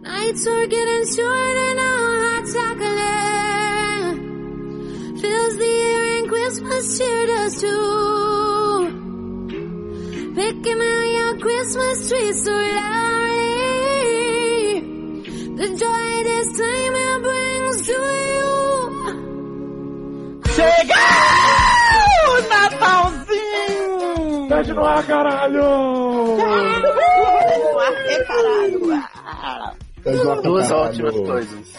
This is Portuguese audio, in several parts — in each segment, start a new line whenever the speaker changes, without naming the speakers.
nights are getting short and our hearts are clear. Fills the air and Christmas cheer does too. Picking out your Christmas tree so loudly. The joy this time it brings to you.
Chegou! Natalzinho!
Sete no ar, caralho!
Aê, caralho! Duas ótimas coisas.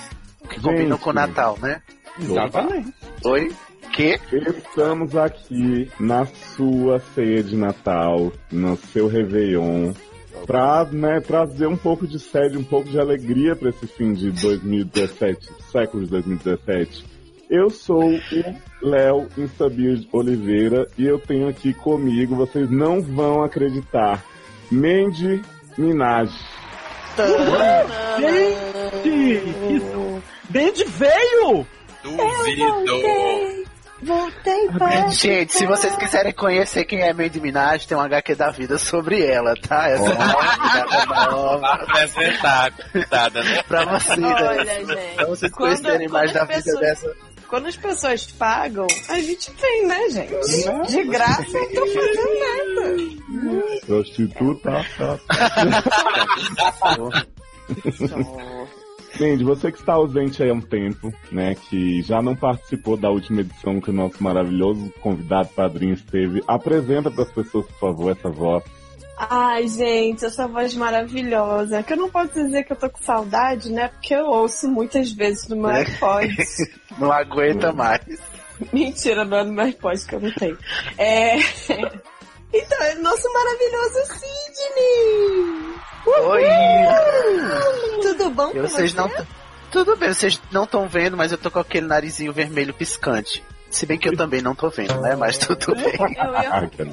Que combinam
Gente.
com o Natal, né?
Exatamente.
Oi? Que?
Estamos aqui na sua ceia de Natal, no seu Réveillon, pra né, trazer um pouco de sede, um pouco de alegria pra esse fim de 2017, século de 2017. Eu sou o Léo Instabir Oliveira e eu tenho aqui comigo, vocês não vão acreditar, Mandy Minaj.
Band veio!
Duvido!
Voltei para.
Gente, se vocês quiserem conhecer quem é Mandy Minaj, tem um HQ da vida sobre ela, tá? Essa é uma nova é
Apresentada, coitada, né?
pra vocês. né?
Olha, gente.
Pra vocês
Quando-
conhecerem mais
quando
da
as
vida
pessoas-
dessa.
Quando as pessoas pagam, a gente tem, né, gente? De graça, eu não tô fazendo né? nada.
Prostituta. Mandy, você que está ausente aí há um tempo, né? Que já não participou da última edição que o nosso maravilhoso convidado padrinho esteve. Apresenta para as pessoas, por favor, essa voz.
Ai, gente, essa voz maravilhosa. Que eu não posso dizer que eu tô com saudade, né? Porque eu ouço muitas vezes no meu
É.
iPod.
Não aguenta mais.
Mentira, não é no meu iPod que eu não tenho. É... Então, é nosso maravilhoso Sidney!
Oi!
Tudo bom
E
com
vocês
você?
não. Tudo bem, vocês não estão vendo, mas eu tô com aquele narizinho vermelho piscante. Se bem que eu também não tô vendo, né? Mas tudo bem.
Eu ia
Ah, que-
Eu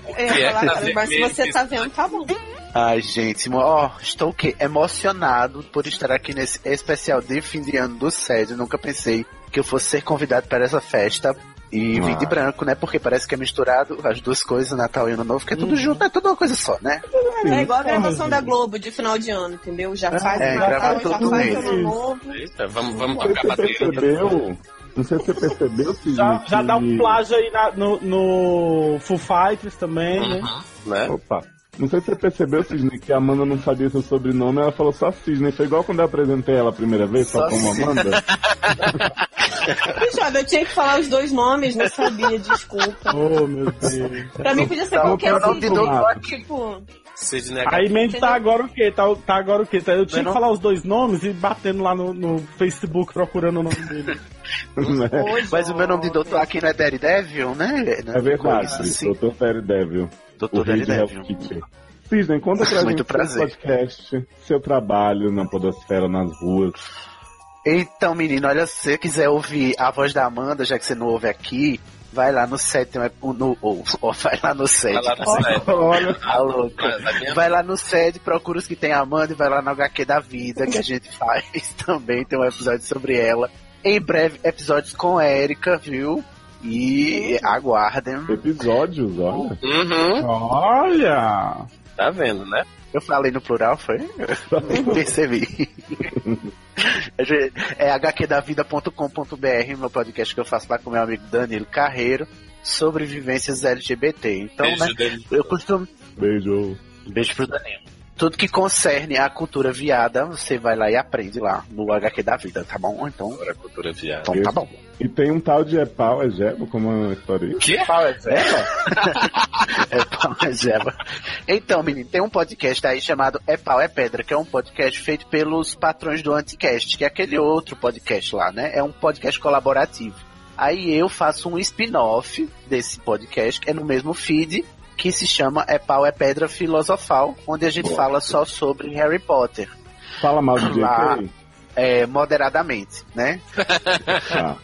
Tá
ia falar, cara, mas se
vermelho,
você tá vendo, tá bom.
É, Ai, gente, ó, estou o quê? Emocionado por estar aqui nesse especial de fim de ano do SED. Nunca pensei que eu fosse ser convidado para essa festa. E vim de
Ah.
branco, né? Porque parece que é misturado as duas coisas, Natal e Ano Novo, que é tudo junto, é tudo uma coisa só, né?
É igual a gravação da Globo de final de ano, entendeu? Já faz
é,
o
gravar
Natal, já
tudo
faz o
mesmo.
ano novo.
Eita, vamos, vamos
Não sei
tocar
se
a
você
bateria.
percebeu. Não sei se você percebeu, Sidney,
Já, já
que-
dá um plágio aí na- no, no Full Fighters também, né?
Né?
Opa. Não sei se você percebeu, Sidney, que a Amanda não sabia seu sobrenome, ela falou só Sidney. Foi igual quando eu apresentei ela a primeira vez, só,
Só
como
Sidney.
Amanda.
Puxa, eu tinha que falar os dois nomes, não sabia, desculpa.
Oh, meu Deus.
Pra mim podia ser
Tá,
qualquer
eu não te dou
um.
Sidney.
toque.
Tipo,
Sidney
Aí Mandy tá agora o quê? Tá, tá agora o quê? Tá- eu tinha
Não é
que falar os dois nomes e batendo lá no, no Facebook procurando o nome dele.
né?
hoje.
É, Mas o meu nome de
ó,
doutor aqui não é Daddy Devil, né?
É verdade,
Isso, sim.
doutor Perry Devil.
Doutor Daddy Devil.
Cisne, conta pra
um. Muito
gente
prazer.
seu podcast, seu trabalho na podosfera, nas ruas.
Então, menino, olha, se você quiser ouvir a voz da Amanda, já que você não ouve aqui, vai lá no set, tem um- no, ou, ou vai lá no set.
Vai lá no site.
Olha,
Tá louco.
Vai- vai mesmo?
Vai lá no SED, procura os que tem a Amanda e vai lá no HQ da Vida, que a gente faz também, tem um episódio sobre ela. Em breve, episódios com a Erika, viu? E aguardem.
episódios, olha.
Uhum.
Olha!
Tá vendo, né?
Eu falei no plural, foi? Eu nem percebi. é hqdavida.com.br, meu podcast que eu faço lá com meu amigo Danilo Carreiro, sobre vivências LGBT. Então,
Beijo
né,
dele.
eu costumo
Beijo.
Beijo pro Danilo. Tudo que concerne a cultura viada, você vai lá e aprende lá no HQ da Vida, tá bom? Então,
Agora a cultura viada.
então tá bom.
E tem um tal de Epau, é Jebo, como é a história aí?
Que?
É pau, é zeba. Então, menino, tem um podcast aí chamado É Pau, é Pedra, que é um podcast feito pelos patrões do Anticast, que é aquele outro podcast lá, né? É um podcast colaborativo. Aí eu faço um spin-off desse podcast, que é no mesmo feed, que se chama É Pau, é Pedra Filosofal, onde a gente
Boa.
fala só sobre Harry Potter.
Fala mal do
Lá.
JK?
É, moderadamente, né?
Tá.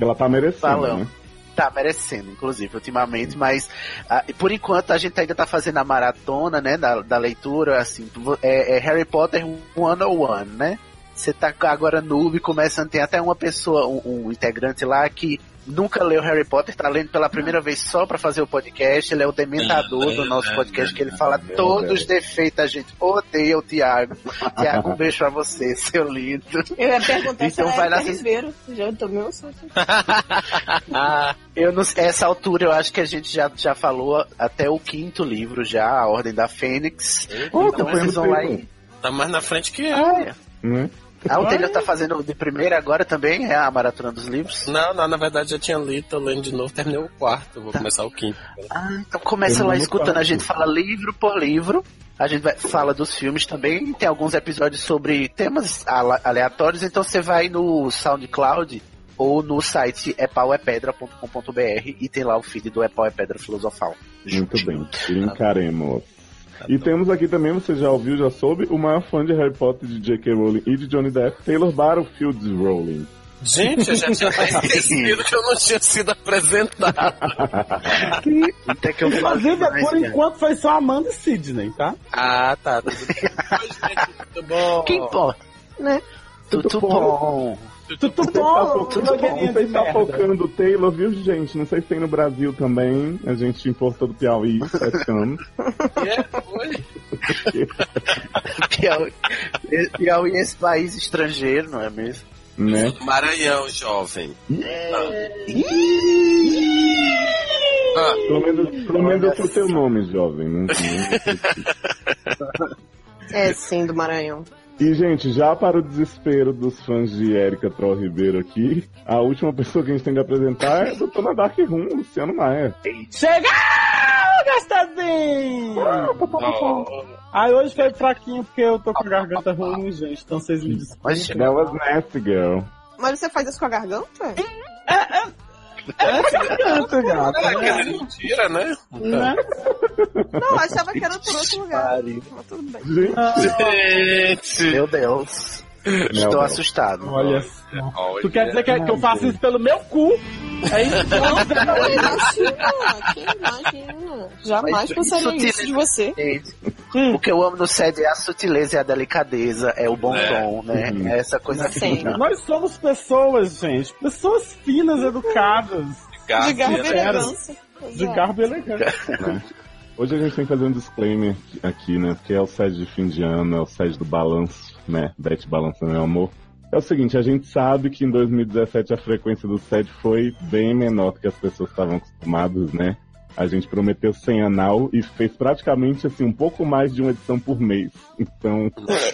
Ela tá merecendo,
Falamos.
né?
tá merecendo, inclusive, ultimamente, mas ah, por enquanto a gente ainda tá fazendo a maratona, né, da, da leitura, assim, vo- é, é Harry Potter 101, né? Você tá agora noob, começando, tem até uma pessoa, um, um integrante lá que nunca leu Harry Potter, tá lendo pela primeira vez só pra fazer o podcast. Ele é o dementador do nosso podcast, que ele fala todos os defeitos, a gente odeia o Tiago. Tiago, um beijo pra você, seu lindo.
Eu ia perguntar se
Então
ela
vai
era
lá
Terra
se-
Ribeiro. Já tomei um susto.
Ah,
Eu não, essa altura eu acho que a gente já, já falou até o quinto livro, já, A Ordem da Fênix.
Ô,
então
companheiro
vocês vão lá e.
tá mais na frente que eu.
Ah, é.
Né?
Ah, o Taylor tá fazendo de primeira agora também, é a maratona dos livros.
Não, não, na verdade já tinha lido, tô lendo de novo, terminei o quarto, vou começar o quinto.
Ah, então começa
Eu
lá
não
escutando, a
faço.
gente fala livro por livro. A gente vai, fala dos filmes também, tem alguns episódios sobre temas ala- aleatórios, então você vai no SoundCloud ou no site epauepedra.com.br e tem lá o feed do Epau é Pedra Filosofal.
Muito
Tá
bem, brincaremos. E temos aqui também, você já ouviu, já soube, o maior fã de Harry Potter, de J.K. Rowling e de Johnny Depp, Taylor Barfield Rowling.
Gente, eu já tinha até esquecido que eu não tinha sido apresentado.
Até que eu né? falo
Inclusive,
demais,
por
cara.
enquanto foi só Amanda e Sidney, tá?
Ah, tá, tudo bem. Oi, gente, tudo bom?
Que importa, né? Tudo, bom.
Tudo
um
Tá
bom,
focando- Você tá focando o Taylor, viu, gente? Não sei se tem no Brasil também. A gente importou do Piauí, tá sete anos.
É, oi.
Piauí, Piauí é esse país estrangeiro, não é mesmo?
Né?
Maranhão, jovem. Ah,
Pelo menos, pelo menos eu sou seu nome, jovem. né? Não- não-
É sim, do Maranhão.
E, gente, já para o desespero dos fãs de Érica Troll Ribeiro aqui, a última pessoa que a gente tem que apresentar é a doutora Dark Room, Luciano Maia.
Chega! Gastadinho! tá.
não.
Aí hoje foi fraquinho porque eu tô com a garganta ruim, gente. Então vocês me desculpem.
Mas,
That was nasty, girl.
Mas você faz isso com a garganta?
Garganta, gata.
É aquele mentira, né?
Né?
Não, eu achava que era por outro lugar.
pariu.
Mas tudo bem.
Gente,
Gente!
Meu Deus.
Meu
Estou
Deus.
assustado.
Olha só. Tu quer dizer que, que eu faço isso pelo meu cu? É isso?
Não, imagina, que imagina.
Mas
Jamais
isso
pensaria
tira-
isso de você.
Gente, O que eu amo no SED é a sutileza e a delicadeza, é o bom
É.
tom, né?
Uhum.
É essa coisa
Sim.
fina.
Nós somos pessoas, gente. Pessoas finas, educadas.
De garbo e
Garfield.
elegância.
De
Exato.
garbo elegante.
Hoje a gente tem que fazer um disclaimer aqui, né? Porque é o sede de fim de ano, é o sede do balanço, né? Beth Balança, meu amor. É o seguinte, a gente sabe que em 2017 a frequência do sede foi bem menor do que as pessoas estavam acostumadas, né? A gente prometeu sem anal e fez praticamente, assim, um pouco mais de uma edição por mês. Então,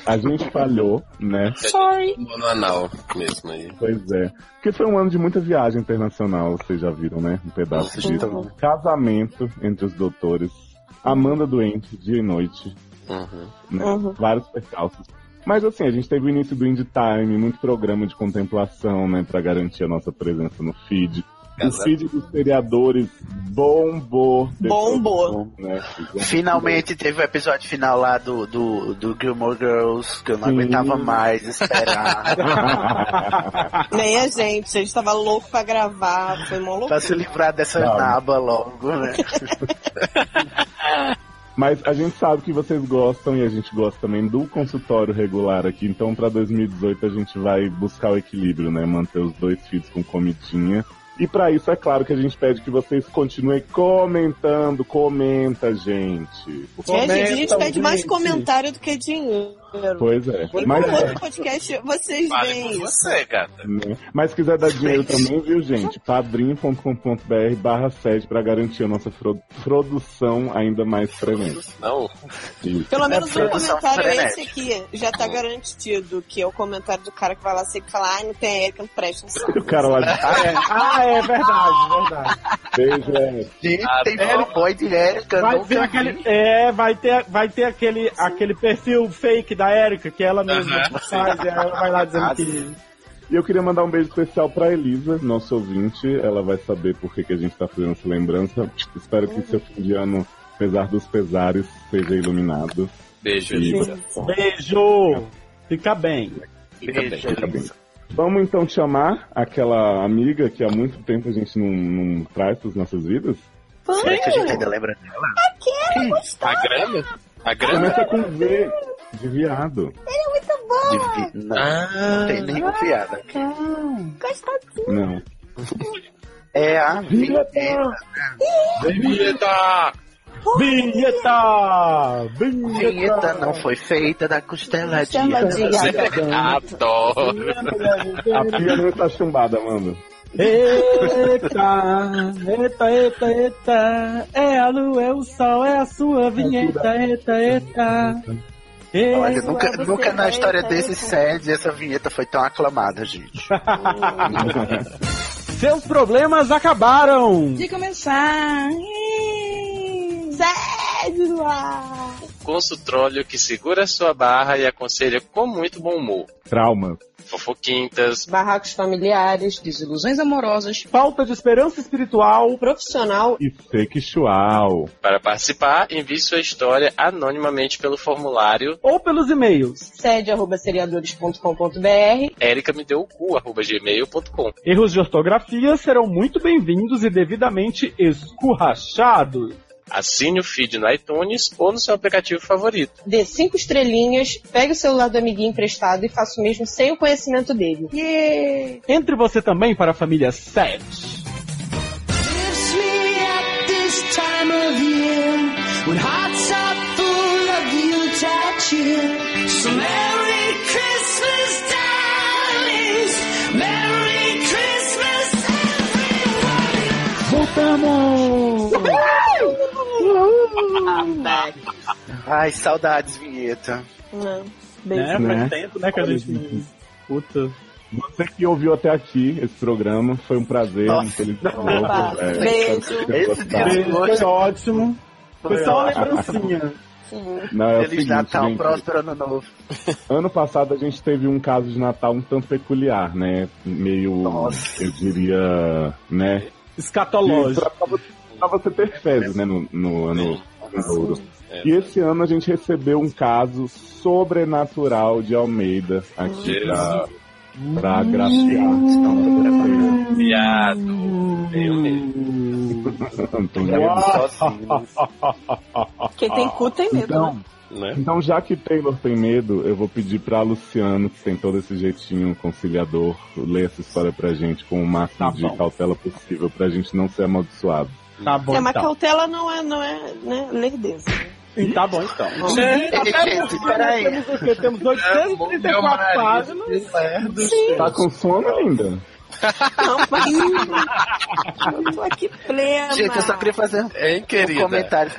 a gente falhou, né?
Sorry.
é No anal mesmo aí.
Pois é. Porque foi um ano de muita viagem internacional, vocês já viram, né? Um pedaço disso.
Então,
Casamento entre os doutores. Amanda doente, dia e noite.
Uhum.
né?
Uhum.
Vários percalços. Mas assim, a gente teve o início do Indie Time, muito programa de contemplação, né? Pra garantir a nossa presença no feed. O
Exato.
feed dos seriadores bombou.
Bombou.
Né?
Finalmente teve o episódio final lá do, do, do Gilmore Girls, que eu não
Sim.
aguentava mais esperar.
Nem a gente, a gente tava louco pra gravar, foi mó louco.
pra se livrar dessa
Não.
naba logo, né?
Mas a gente sabe que vocês gostam e a gente gosta também do consultório regular aqui. Então, pra 2018, a gente vai buscar o equilíbrio, né? Manter os dois filhos com comidinha. E pra isso, é claro que a gente pede que vocês continuem comentando. Comenta, gente.
Gente, a gente
Comentam,
pede mais
Tá gente.
comentário do que dinheiro.
Pois é.
Em
Mas,
um outro podcast, vocês
Fale
veem
por
isso.
você, gata.
né? Mas quiser dar dinheiro também, viu, gente? padrim.com.br barra sede pra garantir a nossa fro- produção ainda mais fremente.
Não,
Isso.
Pelo menos um
produção
comentário esse
frenética.
aqui já tá garantido, que é o comentário do cara que vai lá sempre falar, ai, não tem Erika, não presta, não sabe.
O cara lá de
Ah, é. Ah, é verdade, verdade.
beijo é
Gente,
Ah,
tem
bom.
fanboy de Erika,
Vai ter
nunca vi.
aquele, é, vai ter, vai ter aquele, aquele perfil fake da Erika que ela mesma faz, e ela vai lá dizendo que.
E eu queria mandar um beijo especial pra Elisa, nossa ouvinte. Ela vai saber por que, que a gente tá fazendo essa lembrança. Espero que seu fim de ano, apesar dos pesares, seja iluminado.
beijo,
E-
Elisa.
Beijo! Fica bem.
Fica bem.
Beijo,
Fica bem.
Elisa.
Vamos então chamar aquela amiga que há muito tempo a gente não, não traz para nossas vidas.
Será que a gente ainda lembra dela?
A grana? A grana?
Começa com V, de viado.
De
Ah,
Ah!
né?
vi- Não, não tem nenhuma piada.
Não.
é a
Vinheta!
Vinheta!
Vinheta!
Vinheta não foi feita da costeladinha.
Adoro!
A pia não tá chumbada, mano.
Eita, eita, eita, eita, é a lua, é o sol, é a sua vinheta, eita, eita. eita.
Olha, nunca,
você,
nunca na
né?
história
Tá
desse
bom.
sede essa vinheta foi tão aclamada, gente.
Seus problemas acabaram!
De começar. Ih, Sede no ar.
Consultróleo que segura sua barra e aconselha com muito bom humor.
Trauma.
Fofoquintas,
Barracos familiares, desilusões amorosas.
Falta de esperança espiritual.
Profissional
E sexual.
Para participar, envie sua história anonimamente pelo formulário
Ou pelos e-mails.
sede arroba seriadores.com.br
ericamedeucu.gmail.com
Erros de ortografia serão muito bem-vindos e devidamente escurrachados.
Assine o feed no iTunes ou no seu aplicativo favorito.
dê cinco estrelinhas, pegue o celular do amiguinho emprestado e faça o mesmo sem o conhecimento dele. Yeah.
Entre você também para a família 7.
Lifts me at this time of year with hearts are full of Utah cheer. So Merry Christmas, darlings. Merry Christmas, everyone.
Voltamos!
Ai, saudades, vinheta.
Não.
né? Faz
Né?
tempo, né, que a gente... não- Puta...
Você que ouviu até aqui esse programa, foi um prazer.
Nossa.
infelizmente.
Opa.
É,
Beijo.
espero que vocês
Esse
gostaram.
dia
Foi ótimo. Foi só uma
ótimo.
lembrancinha.
Uhum.
Não, é o
Feliz
seguinte,
Natal,
gente,
próspero ano novo.
Ano passado a gente teve um caso de Natal um tanto peculiar, né? Meio,
Nossa.
eu diria, né?
Escatológico.
Pra, pra você, pra você ter fezes, né, no, no ano novo.
É.
E esse ano a gente recebeu um caso sobrenatural de Almeida aqui pra, pra graciar.
Viado. Eu mesmo.
É um
Antônio.
Quem tem cu tem medo.
Então,
né?
Né?
Então, já que Taylor tem medo, eu vou pedir pra Luciano, que tem todo esse jeitinho conciliador, ler essa história pra gente com o máximo
Tá
de
bom.
cautela possível, pra gente não ser amaldiçoado.
Tá bom,
É, mas
então.
cautela não é, não é né, lerdeza.
Tá bom, então.
Ele gente, peraí.
Temos o quê? Temos
É
834 páginas.
Tá com sono ainda?
Não, mas... eu tô aqui plena.
Gente, eu só queria fazer
É,
um
Hein, querida?
comentário.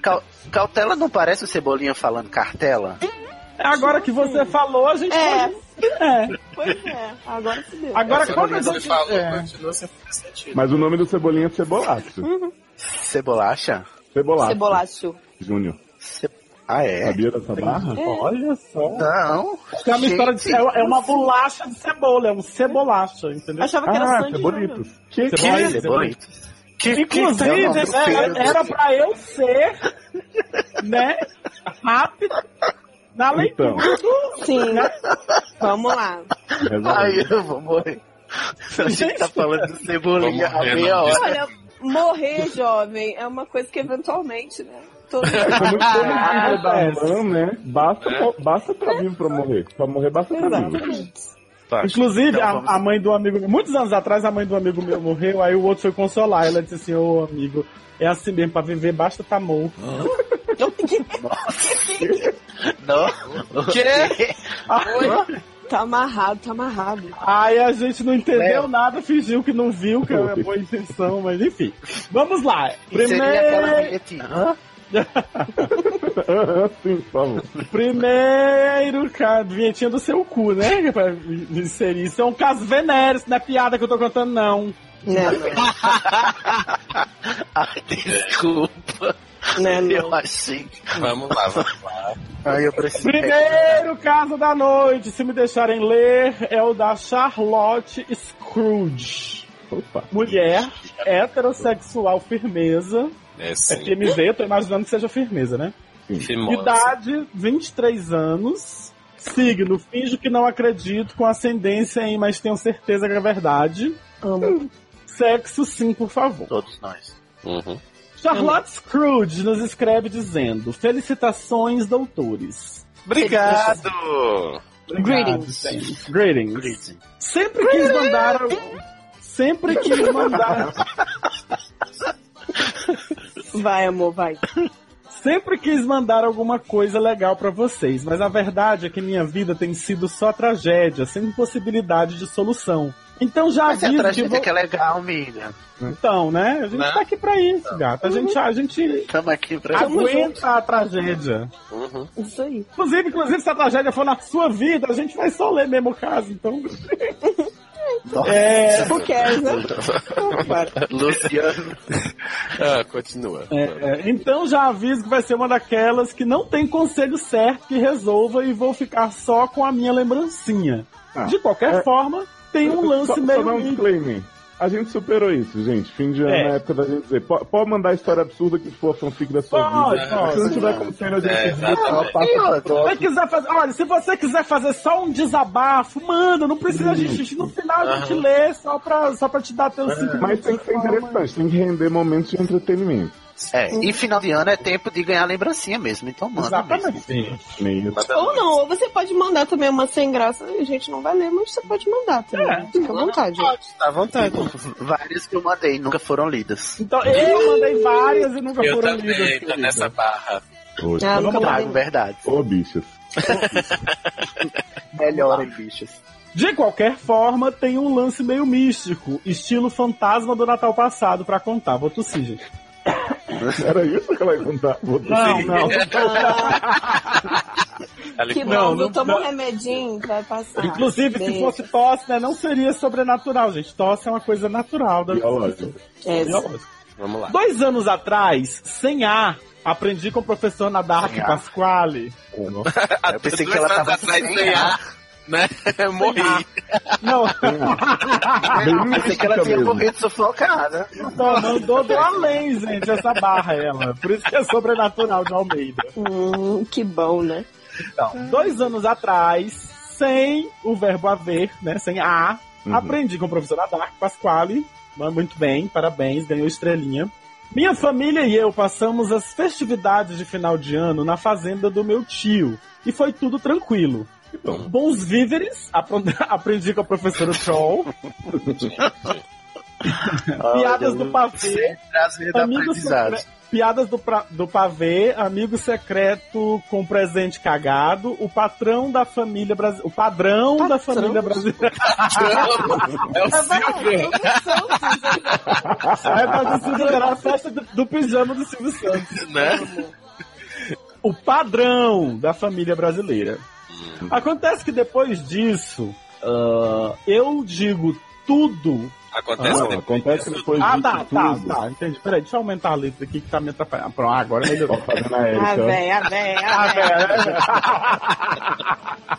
Cau- Cautela não parece o Cebolinha falando cartela?
É Agora que você falou, a gente
É.
pode... É.
Pois é, agora se deu.
Agora
Essa
quando a
coisa que
gente...
você falou
é.
continua sem fazer sentido.
Mas o nome do Cebolinha é Cebolacho.
Hum.
Cebolacha?
Cebolacho.
Cebolacho.
Júnior.
Ce... Ah, é?
Sabia dessa barra?
Olha só.
Não.
É uma, história de,
Gente.
é é uma bolacha de cebola, é um cebolacha, entendeu?
Achava que era
Ah,
sangue.
Cebolitos. é
Que,
Olha, Cebolitos.
Inclusive,
tá
né, era pra eu ser, né, rápido na leitura.
Então,
Sim. Vamos lá.
Ai,
resolve.
eu vou morrer. A gente tá falando de cebolinha
Vamos morrer,
há meia
não.
hora.
Olha, morrer jovem é uma coisa que eventualmente, né? Todo
Como
mundo...
todo
Ah,
mundo da
acontece. É.
mão, né? Basta, basta pra vivo pra morrer. Pra morrer, basta pra vivo.
Exatamente.
Inclusive,
Então,
a-
vamos-
a, mãe do amigo meu, muitos anos atrás, a mãe do amigo meu morreu, aí o outro foi consolar. Ela disse assim, ô amigo, é assim mesmo, pra viver basta tá morto.
Não. Ah,
Tá amarrado, tá amarrado.
Aí a gente não entendeu
Léo.
nada, fingiu que não viu, que era boa intenção, mas enfim. Vamos lá.
Seria aquela
Primeiro,
vinhetinha.
Sim, por favor.
primeiro ca- vinhetinha do seu cu, né? Pra inserir. Isso é um caso venéreo, isso não é piada que eu tô contando, não.
Né, não.
Ai, desculpa.
Né,
Eu
não.
achei.
Vamos lá, vamos lá.
Ai, eu preciso.
Primeiro caso da noite, se me deixarem ler, é o da Charlotte Scrooge.
Opa.
Mulher, heterossexual, firmeza.
É
É
sim.
FMZ, eu tô imaginando que seja firmeza, né?
Fimosa.
Idade, 23 anos. Signo, finjo que não acredito, com ascendência em, mas tenho certeza que é verdade.
Amo.
Sexo, sim, por favor.
Todos nós.
Uhum.
Charlotte Scrooge nos escreve dizendo: Felicitações, doutores.
Obrigado!
Greetings.
Greetings. Sempre quis mandar. al- sempre quis mandar.
Vai, amor, vai.
Sempre quis mandar alguma coisa legal pra vocês, mas a verdade é que minha vida tem sido só tragédia, sem possibilidade de solução. Então já
Mas é
aviso que
tragédia
vou...
que é legal, amiga.
Então, né? A gente
Né?
tá aqui pra isso, gata. A gente, a gente
Tamo aqui pra.
aguenta a tragédia.
Uhum.
Isso aí.
Inclusive, inclusive, se a tragédia for na sua vida, a gente vai só ler mesmo o caso, então.
Nossa,
É,
Who cares, né? Então, vai.
Luciano.
Ah, continua.
É, é, então já aviso que vai ser uma daquelas que não tem conselho certo que resolva e vou ficar só com a minha lembrancinha.
Ah,
De qualquer
é-
forma, tem um lance
só,
meio.
só dar um disclaimer. A gente superou isso, gente. Fim de ano
É.
é a época da gente dizer. po- Pode, mandar a história absurda que for a fanfic da sua
Pode,
vida.
pode.
Se não tiver conselho, a gente
É,
diz, ela
E
passa
outra?
Se você quiser fazer, olha, se você quiser fazer só um desabafo, manda, não precisa a gente no final a gente lê só pra, só pra te dar teu cinco
É. Mas
minutos
tem que
de
ser
fala,
interessante, tem que render momentos de entretenimento.
É, e final de ano é tempo de ganhar lembrancinha mesmo, então
mas-
manda. mesmo.
Exatamente.
Nem isso.
Ou não, ou você pode mandar também uma sem graça. A gente não vai ler, mas você pode mandar também. Fica à vontade.
Tá à vontade.
Várias que eu mandei nunca foram lidas.
Então, eu mandei várias e nunca
Eu
foram lidas.
também tô
querida.
nessa barra.
Hoje.
Ah, nunca
Vamos lá,
mandei.
é verdade.
Ô, bichas.
Melhorem, bichos.
De qualquer forma, tem um lance meio místico, estilo fantasma do Natal passado pra contar. Vou tossir, gente.
Era isso que ela ia contar. Vou
Não, não.
Ah,
Ela
que bom,
Não,
viu?
não
Toma
dá.
um remedinho, vai passar.
Inclusive, se
Beijo.
fosse tosse, né, não seria sobrenatural, gente. Tosse é uma coisa natural da
Biológico.
É,
Biológica.
Vamos lá.
Dois anos atrás, sem A, aprendi com o professor Nadark
Sem A.
Pasquale.
É,
Eu pensei que ela tava
tá atrás
sem
sem
ar.
ar, né? Morri.
Não, Ah,
Bem
Pensei que ela
mística
tinha
mesmo.
morrido sufocada.
não, mandou do além, gente, essa barra ela. Por isso que é sobrenatural de Almeida.
Hum, que bom, né?
Dois anos atrás, sem o verbo haver, né? Sem A,
Uhum.
aprendi com o professor Adark Pasquale. Mas Muito bem, parabéns, ganhou estrelinha. Minha família e eu passamos as festividades de final de ano na fazenda do meu tio. E foi tudo tranquilo.
bom.
Bons víveres, apron- aprendi com a professora Troll. piadas
Ah,
do pavê,
Prazer da
Amigos
aprendizagem.
piadas do, pra- do pavê, amigo secreto com presente cagado, o patrão da família brasi- o padrão da
Patrão?
família brasileira.
É o Silvio.
Aí traduzido tá era a festa do, do pijama do Silvio Santos.
Né?
O padrão da família brasileira. Acontece que depois disso, ah, eu digo tudo.
Acontece
Não,
depois.
acontece depois
Ah,
disso
tá, tá,
tudo.
tá, entendi. Peraí, deixa eu aumentar a letra aqui que tá me atrapalhando. Pronto, agora melhorou.
Tô fazendo a
Ah,
A
Erika.
véia, a véia, a véia.
Ai,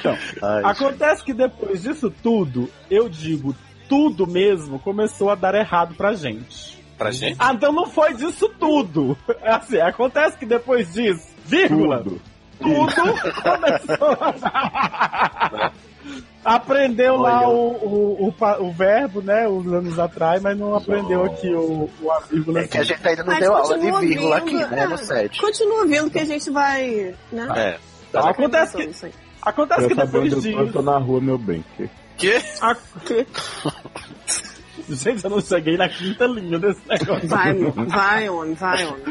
Então, Acontece que depois disso tudo, eu digo tudo mesmo, começou a dar errado pra gente.
Pra gente?
Ah, então não foi disso tudo. É assim, acontece que depois disso, vírgula,
Tudo.
tudo começou. aprendeu lá o, o, o, pa- o verbo, né, uns anos atrás, mas não aprendeu aqui o, o a vírgula.
É que a gente ainda não
assim. Mas
deu aula de
continua
vírgula
vindo,
aqui, né,
é.
no set.
Continua vendo que a gente vai. Né?
É.
Acontece que,
Isso aí.
acontece
Pra
que tá
saber onde
depois
eu tô, eu
disso.
tô na rua, meu bem.
Que?
a- Gente, eu não cheguei na quinta linha desse negócio.
Vai, amor, vai, homem, vai, homem.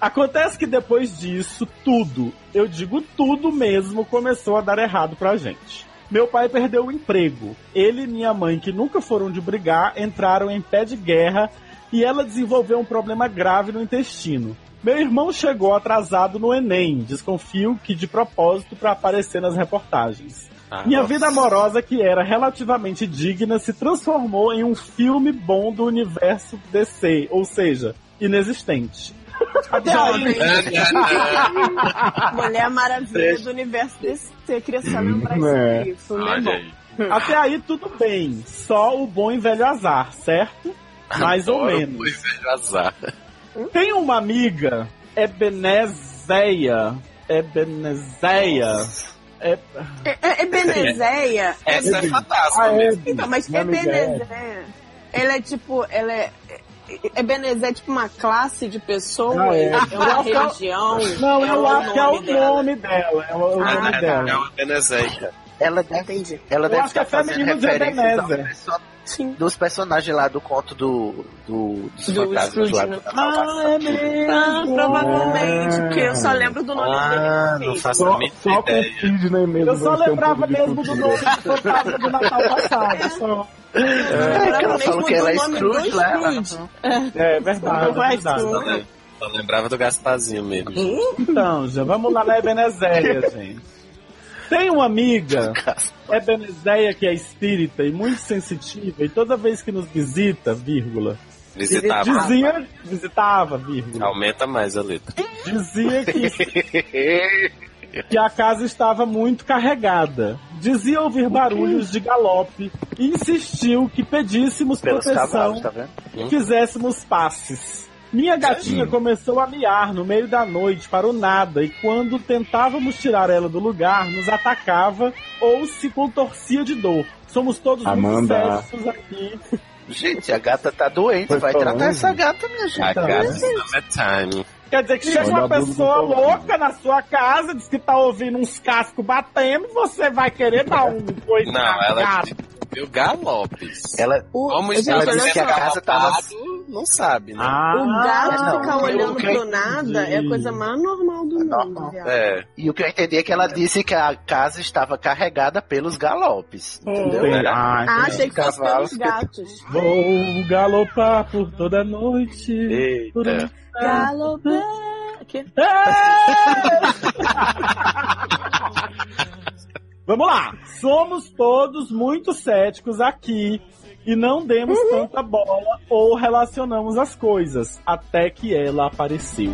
Acontece que depois disso, tudo, eu digo tudo mesmo, começou a dar errado pra gente. Meu pai perdeu o emprego. Ele e minha mãe, que nunca foram de brigar, entraram em pé de guerra e ela desenvolveu um problema grave no intestino. Meu irmão chegou atrasado no Enem, desconfio que de propósito pra aparecer nas reportagens.
Ah,
Minha
nossa.
vida amorosa, que era relativamente digna, se transformou em um filme bom do universo DC, ou seja, inexistente. Até aí,
Mulher Maravilha do universo desse. Você queria só lembrar
É.
isso, isso, né,
Olha
bom?
aí.
até aí tudo bem, só o bom e velho azar, certo? Mais ou
Adoro
menos.
Pois é, azar.
Tem uma amiga, Ebenezeia, Ebenezeia,
É, é, Ebenezeia.
Essa é
Ah,
fantástica mesmo.
Então, mas
Não, mas é.
Ebenezer, ela é tipo, ela é. Ebenezer é tipo uma classe de pessoas,
Ah, é.
é. uma
Eu acho
religião.
não, eu
o
acho que é o
dela.
nome dela, é o, é o
Ah,
nome
É
dela.
uma benezeica.
Ela deve,
Entendi.
ela
Eu
deve
acho que é
estar fazendo
feminino de
referência a
Ebenezer.
uma pessoa
Sim.
dos personagens lá do conto do, do, dos
Do né?
fantasmas lá. Tá
explodindo.
do Natal,
Ah, é
Ah,
mesmo!
provavelmente, porque eu só lembro do nome
Ah,
dele.
não faço a
Só,
mínima
só com o
ideia.
Sidney mesmo.
Eu só
vamos ter um
lembrava
pouco de
mesmo do
cultura.
nome do fantasma do Natal passado. só.
É, que ela
Provavelmente
falou que
mudou
ela é
o nome
Scrooge né?
do
lá. ela-
Scrooge.
É verdade.
Não vai
é verdade.
tudo.
Só só lembrava do Gasparzinho mesmo.
Então, já vamos lá na Ebenezeia, gente. Tem uma amiga, Ebenezeia, que é espírita e muito sensitiva, e toda vez que nos visita, vírgula,
Visitava.
dizia, visitava, vírgula,
Aumenta mais a letra.
dizia que, que a casa estava muito carregada. Dizia ouvir barulhos de galope e insistiu que pedíssemos
Pelos
proteção
cavalos, tá vendo?
e fizéssemos passes. Minha gatinha começou a miar no meio da noite para o nada e quando tentávamos tirar ela do lugar, nos atacava ou se contorcia de dor. Somos todos
Amanda.
muito sérios aqui.
Gente, a gata tá doente.
Foi
vai
pra
tratar
onde?
essa gata, minha gente.
A cara é time.
Quer dizer que chega
Olha
uma
a blusa
pessoa
do povo.
louca na sua casa, diz que tá ouvindo uns cascos batendo, você vai querer dar um coisa
Não,
na
ela é tipo,
gata.
viu Galopes.
Ela,
O,
Como
gente,
está
ela
olha
disse que
só.
a casa tava.
Não sabe, né?
Ah,
O gato
não,
ficar
eu
olhando
creio
pro nada é a coisa mais normal do mundo.
normal.
viado.
É.
E o que eu entendi é que ela disse que a casa estava carregada pelos galopes. Entendeu?
É.
Tem- ah,
Ah, achei que fosse
Cavalos
pelos
que-
gatos.
Vou galopar por toda a noite. Por um
É.
Eita.
Galopé. Que?
É! Vamos lá. Somos todos muito céticos aqui e não demos tanta bola ou relacionamos as coisas até que ela apareceu.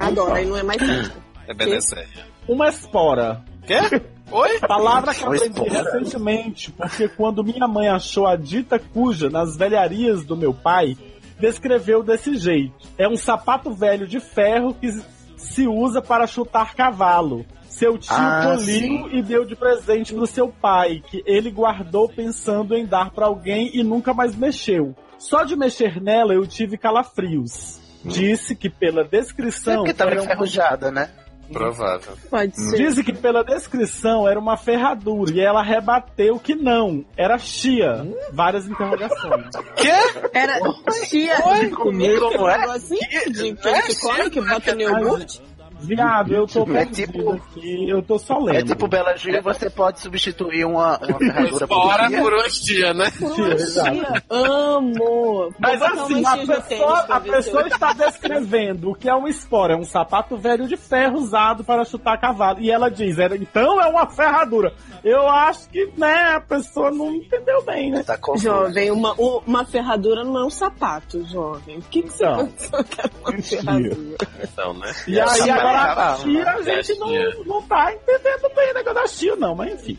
Adoro, aí não é mais certo.
É Benezeia.
Uma espora.
Quê? Oi?
Palavra que eu
Uma
aprendi
espora?
recentemente, porque quando minha mãe achou a dita cuja nas velharias do meu pai, descreveu desse jeito. É um sapato velho de ferro que se usa para chutar cavalo. Seu tio
Ah,
poliu e deu de presente pro seu pai, que ele guardou pensando em dar para alguém e nunca mais mexeu. Só de mexer nela eu tive calafrios. Disse que pela
É
descrição
porque tava
era um
enferrujada, né?
Provável.
Pode ser.
Dizem que pela descrição era uma ferradura e ela rebateu que não, era chia.
Hum?
Várias interrogações.
Era tia de comer que
é?
falou assim? De que ele come, que bota no iogurte?
Viado, eu tô
É
perdido
tipo-
aqui, eu tô só lendo.
É tipo Bela Gil, você pode substituir uma, uma ferradura por
Fora
guia.
por um dia, né?
Chia, exato.
Tia, amo!
Mas
Vou botar um
assim, a
uma tia de tênis
pessoa,
pra
a
ver se eu-
pessoa está descrevendo o que é um espora, é um sapato velho de ferro usado para chutar cavalo. E ela diz, era- então é uma ferradura. Eu acho que, né, a pessoa não entendeu bem, né?
Tá confuso.
Jovem, uma, um- uma ferradura não é um sapato, jovem. O que, que você
Então.
pensou que era uma ferradura?
Então, né?
E aí
Essa
agora a
palavra,
chia a
né?
gente não, não tá entendendo bem o negócio da chia, não, mas enfim.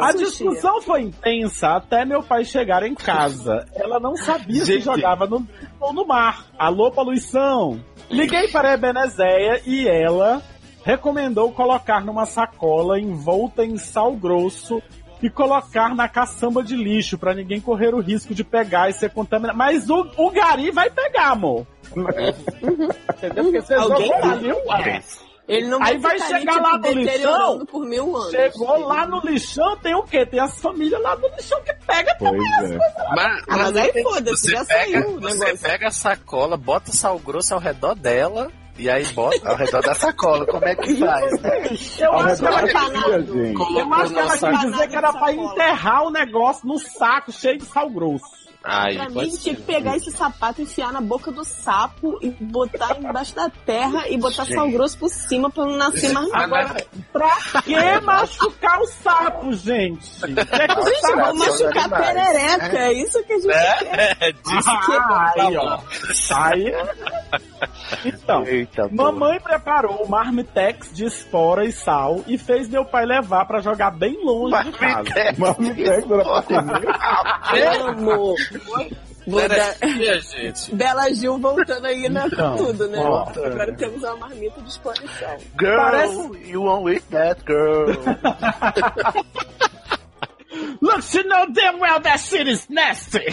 A
Isso,
discussão foi intensa até meu pai chegar em casa. Ela não sabia se
Gente.
jogava no ou no mar. Alô, poluição! Liguei para a Ebenezeia e ela recomendou colocar numa sacola envolta em sal grosso e colocar na caçamba de lixo para ninguém correr o risco de pegar e ser contaminado. Mas o, o Gari vai pegar, amor. Entendeu? Porque você
Alguém
jogou
vai.
ali, ué.
Ele não
Aí vai
ficar ali, tipo,
chegar lá no
deteriorando
lixão,
por mil anos.
Chegou lá no lixão, tem o quê? Tem as famílias lá do lixão que pega
Pois é.
Mas,
Ah, mas aí foda-se,
você
já
pega,
saiu o
você
negócio.
pega a sacola, bota sal grosso ao redor dela e aí
Ao
bota.
redor da sacola, como é que faz, né?
Eu
Olha,
acho que ela
Olha,
tá
olha,
aqui, gente.
Eu acho que ela quis dizer que era pra enterrar o negócio no saco cheio de sal grosso.
Aí,
Pra mim, tipo,
pode
tinha que
ser.
pegar esse sapato, enfiar na boca do sapo e botar embaixo da terra e botar sal grosso por cima pra não nascer mais nada.
Agora,
Pra que machucar o sapo, gente? É que o
Nossa,
sapo
Vamos
Graças
machucar a
aos animais,
perereca, é isso que a gente quer.
é, disse que
Ah, aí, ó. Aí. Então.
Eita, porra.
Mamãe preparou o marmitex de espora e sal e fez meu pai levar pra jogar bem longe de casa.
é
Marmitex era pra comer.
É? Amo! Vou dar-
Peraí, É gente.
Bela Gil voltando aí na
Então,
tudo, né?
ó.
Agora temos uma marmita de exposição.
Girl,
Parece-
you won't eat that, girl.
um
Look, she know damn well that shit is nasty.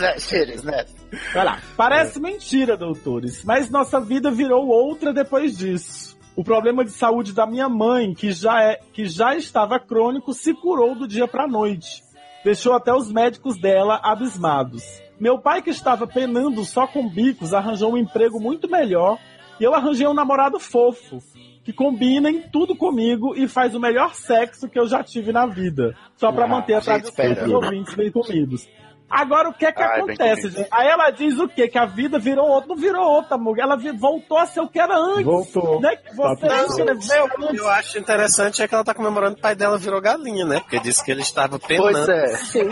né, Cheires, né?
Vai lá. Parece mentira, doutores, mas nossa vida virou outra depois disso. O problema de saúde da minha mãe, que já, é, que já estava crônico, se curou do dia para noite. Deixou até os médicos dela abismados. Meu pai, que estava penando só com bicos, arranjou um emprego muito melhor e eu arranjei um namorado fofo, que combina em tudo comigo e faz o melhor sexo que eu já tive na vida. Só para
Ah,
manter a
gente,
tradição
pera.
dos ouvintes bem comidos. Agora o que é que
Ai, bem
acontece,
comigo.
gente? Aí ela diz o quê? Que a vida virou outra. Não virou outra, mulher. Ela vi- voltou a ser o que era antes.
Voltou.
Né? Que você
Tá tudo
escreveu
O que
antes.
eu acho interessante é que ela tá comemorando que o pai dela virou galinha, né? Porque disse que ele estava
Pois
penando,
é,
Sim.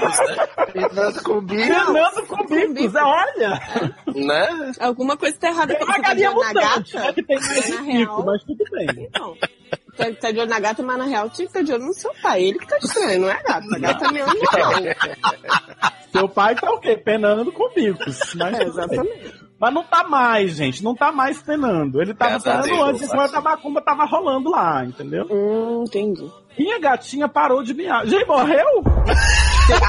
Fernando com bico.
Fernando com bicos, é, olha!
né?
Alguma coisa tá errada
É
com
uma
você tá de
galinha
olho na
mutante, né,
gata.
que tem mais de
Na
bico,
real.
mas tudo bem.
Não. Tá, tá de olho na gata, mas na real tinha que tá de olho no seu pai. Ele que tá estranho, não é a gata. A gata é meu animal.
Seu pai tá o quê? Penando com bicos. Mas, tudo
É,
bem.
exatamente.
Mas não tá mais, gente. Não tá mais penando. Ele tava
Graças a
penando
Deus, assim.
antes,
graças
mas a macumba tava rolando lá, entendeu?
Hum, entendi.
Minha gatinha parou de miar. Gente, morreu?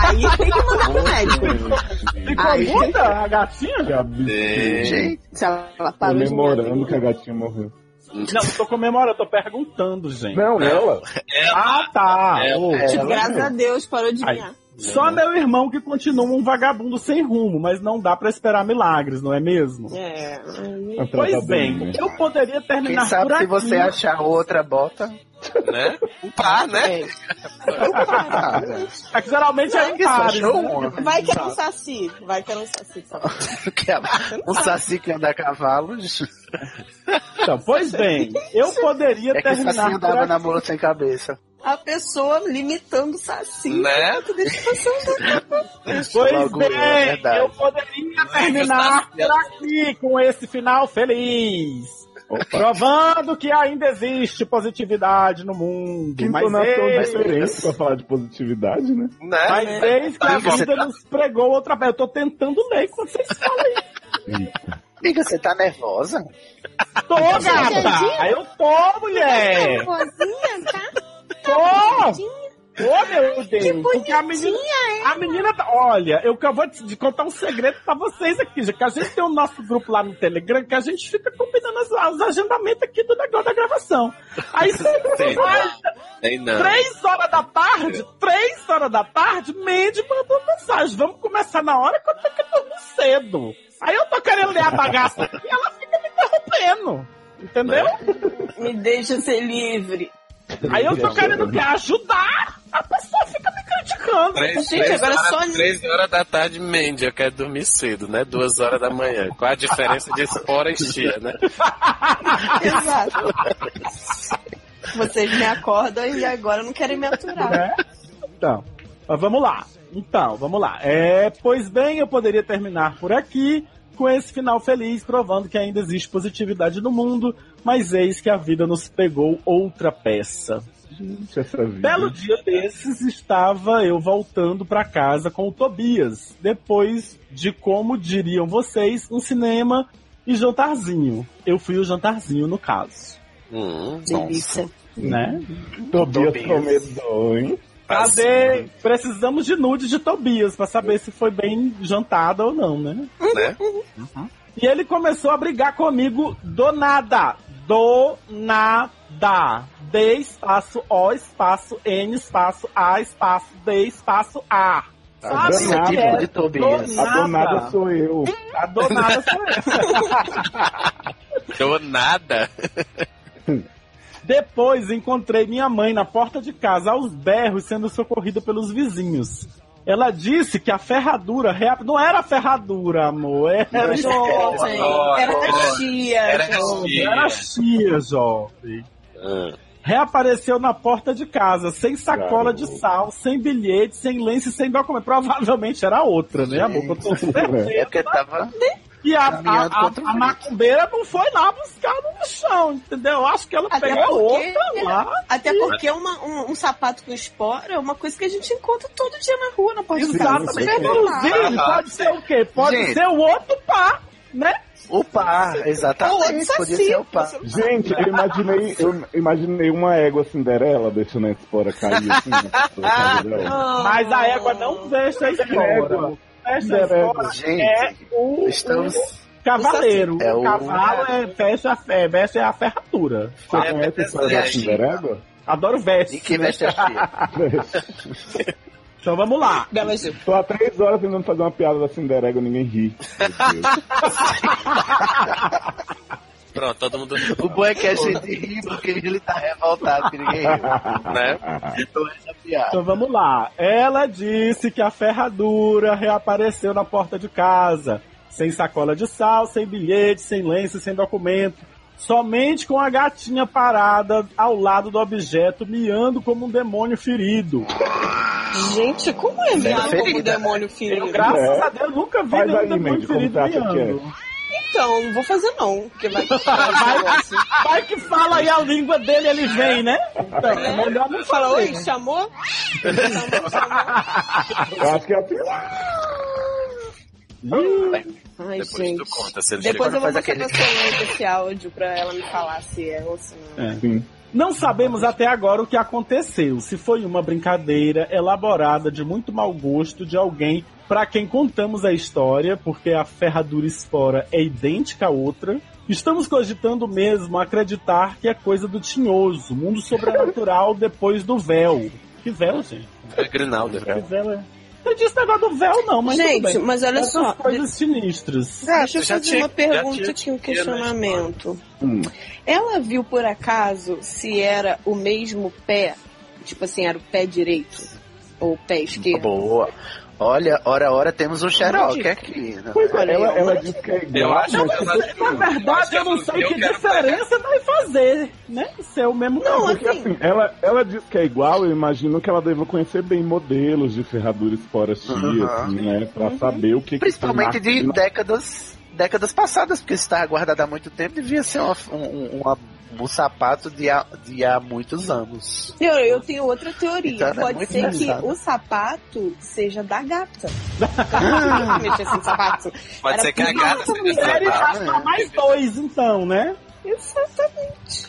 Aí tem que mandar pro médico.
Ficou
Ai,
muda a gatinha?
Que absurdo.
Gente,
Se ela parou de
Comemorando
morrer.
que a gatinha morreu.
Não, eu tô comemorando, eu tô perguntando, gente.
Não, ela.
Ah, tá.
É,
Ô,
é.
Tipo,
Ela
graças
mesmo.
a Deus, parou de
né? Ai.
miar.
Só meu irmão que continua um vagabundo sem rumo, mas não dá pra esperar milagres, não é mesmo?
É. aí-
Ela trata
Pois
bem,
bem,
né?
eu poderia
quem
terminar por
sabe
aqui.
se você achar outra bota.
né? Um par, né?
É.
É que geralmente é
Não, que só
impares,
achou
né?
uma.
Vai que era um saci. Vai que era um saci. tá?
Que é um saci que anda a cavalo. É
Então, pois bem, eu poderia
que o saci
terminar por
andava
aqui.
na mula sem cabeça.
A pessoa limitando o saci.
Né?
Tu deixa eu fazer um
Pois
Logo eu, é
bem,
verdade.
eu poderia terminar por aqui com esse final feliz. Provando que ainda existe positividade no mundo.
Que
mas é
entonação
eis-
diferente pra falar de positividade, né?
Né?
Mas eis que a
Amiga, você
vida
tá-
nos pregou outra vez. Eu tô tentando ler quando vocês falam isso.
Amiga, você tá nervosa?
Tô, gata! Eu tô, mulher!
Nervosinha, tá?
Tô! Ô, meu Deus!
Que
Porque a menina, a menina. tá- Olha, eu que eu vou te te contar um segredo pra vocês aqui, já que a gente tem o nosso grupo lá no Telegram, que a gente fica combinando as- os agendamentos aqui do negócio da gravação. Aí você
Sim.
vai,
Tem não.
três horas da tarde, três horas da tarde, Mandy mandou mensagem. Vamos começar na hora que eu tô que eu durmo cedo. Aí eu tô querendo ler a bagaça aqui, ela fica me interrompendo. Entendeu?
Me deixa ser livre.
Aí eu tô querendo me ajudar, a pessoa fica me criticando.
Três,
Gente,
três
agora
horas,
só-
três horas da tarde, Mandy, eu quero dormir cedo, né? Duas horas da manhã. Qual a diferença de espora e chia, né?
Exato. Vocês me acordam e agora não querem me aturar.
né? Então, mas vamos lá. Então, vamos lá. É, pois bem, eu poderia terminar por aqui com esse final feliz, provando que ainda existe positividade no mundo, mas eis que a vida nos pegou outra peça.
Gente, essa vida.
Belo dia desses, estava eu voltando pra casa com o Tobias, depois de, como diriam vocês, um cinema e jantarzinho. Eu fui o jantarzinho, no caso,
Hum, bom.
Delícia.
né?
Tobias
Tobias.
Tomedon, hein?
Tá
Cadê? é, Precisamos de nude de Tobias pra saber se foi bem jantada ou não, né?
Né?
E ele começou a brigar comigo do nada. Do nada. D espaço O espaço N espaço A espaço D espaço A.
Ah,
Sabe?
Esse
danada.
tipo de
Do
Tobias.
nada.
A donada sou eu.
A Tá do nada sou eu.
Deu nada.
Depois encontrei minha mãe na porta de casa aos berros sendo socorrida pelos vizinhos. Ela disse que a ferradura rea- não era ferradura, amor, era
Não,
jovem.
Olha,
Era
olha.
a tia.
Era
João.
tia.
é, Era chia, jovem.
Hum.
Reapareceu na porta de casa, sem
Garoto.
sacola de sal, sem bilhete, sem lenço e sem documento. Provavelmente era outra, né, amor? Que eu tô certeza.
É porque tava.
E a, a,
Caminhando
a,
contra o
a
vento.
macumbeira não foi lá buscar no chão, entendeu? Eu Acho que ela
Até
pegou
porque-
outra lá.
Até porque uma- um, um sapato com espora é uma coisa que a gente encontra todo dia na rua, na porta de casa.
Exatamente. Inclusive,
Aham.
é pode ser o quê? Pode
Gente.
ser o outro par, né?
O par, exatamente.
Ou
Podia ser o par.
saci.
Gente, eu imaginei, eu imaginei uma égua Cinderela deixando a espora cair assim. na pessoa, sabe, dela?
Mas a égua não deixa a
Égua.
espora. fecha a escola
Gente,
é o,
Estamos.
o cavaleiro.
É
o
o-
cavalo é, fecha, a fe- veste é a ferradura.
Ah, Você
É,
conhece a história
é,
da
é,
Cinderela?
Adoro veste. né?
E quem veste as filhas?
Então vamos lá.
Bela Gil.
Tô há três horas tentando fazer uma piada da Cinderela e ninguém ri. Meu Deus.
Pronto, todo mundo.
O bom é que a gente ri porque ele tá revoltado, que ninguém riu.
Ah,
Né?
Então essa é a piada.
Então vamos lá. Ela disse que a ferradura reapareceu na porta de casa. Sem sacola de sal, sem bilhete, sem lenço, sem documento. Somente com a gatinha parada ao lado do objeto, miando como um demônio ferido.
Gente, como é viado como
ferida,
demônio
né?
filho?
Eu, graças
É.
a Deus, nunca vi
Faz
nenhum
aí,
demônio
Mandy, como
ferido
você acha que é?
miando.
Então, não vou fazer não, porque vai que um negócio.
Vai que fala aí a língua dele, ele vem, né? Então, é melhor não
Fala,
falar.
oi, chamou? Chamou, chamou.
Eu acho que é assim.
Ai,
Depois tu
gente.
conta se ele
Depois
chegou.
eu vou
Faz
passar
aquele-
pra Solange esse áudio pra ela me falar se é ou se não.
Sim.
Não sabemos até agora o que aconteceu, se foi uma brincadeira elaborada de muito mau gosto de alguém para quem contamos a história, porque a ferradura espora é idêntica à outra. Estamos cogitando mesmo acreditar que é coisa do tinhoso, mundo sobrenatural depois do véu. Que véu, gente?
É Grinaldo,
Que
velho.
véu é? Não disse negócio do véu, não, mas. tudo
Gente,
bem.
mas olha
Essas
só.
coisas sinistras.
Deixa eu
É, Já
fazer
tinha-
uma
já
pergunta
tinha
aqui, um
que né, ir na
questionamento.
Hum.
Ela viu por acaso se era o mesmo pé, tipo assim, era o pé direito ou o pé
Tá
esquerdo?
Boa. Olha, ora, ora, temos um xerox aqui. né?
Pois é,
Olha,
ela,
eu-
ela disse que é igual,
Eu acho
mas
que ela-
Na verdade, eu não sei que diferença vai fazer, né? Se é o mesmo
Não,
cabelo.
Porque assim, ela, ela diz que é igual, eu imagino que ela deva conhecer bem modelos de ferradura espora X,
Uhum.
assim, né? Pra saber o que
Principalmente
que tem
de
na-
décadas, décadas passadas, porque se estava guardado há muito tempo, devia ser uma- um, um- uma- um sapato de há, de há muitos anos.
Eu, eu tenho outra teoria.
Então, ela é
Pode
muito
ser
engraçada.
que o sapato seja da gata.
Ah.
Ela não mexia assim, sapato.
Pode
Era
ser que a
pior
gata
que
seja assim.
mulher
Ele
essa
faz pra tá mais dois, então, né?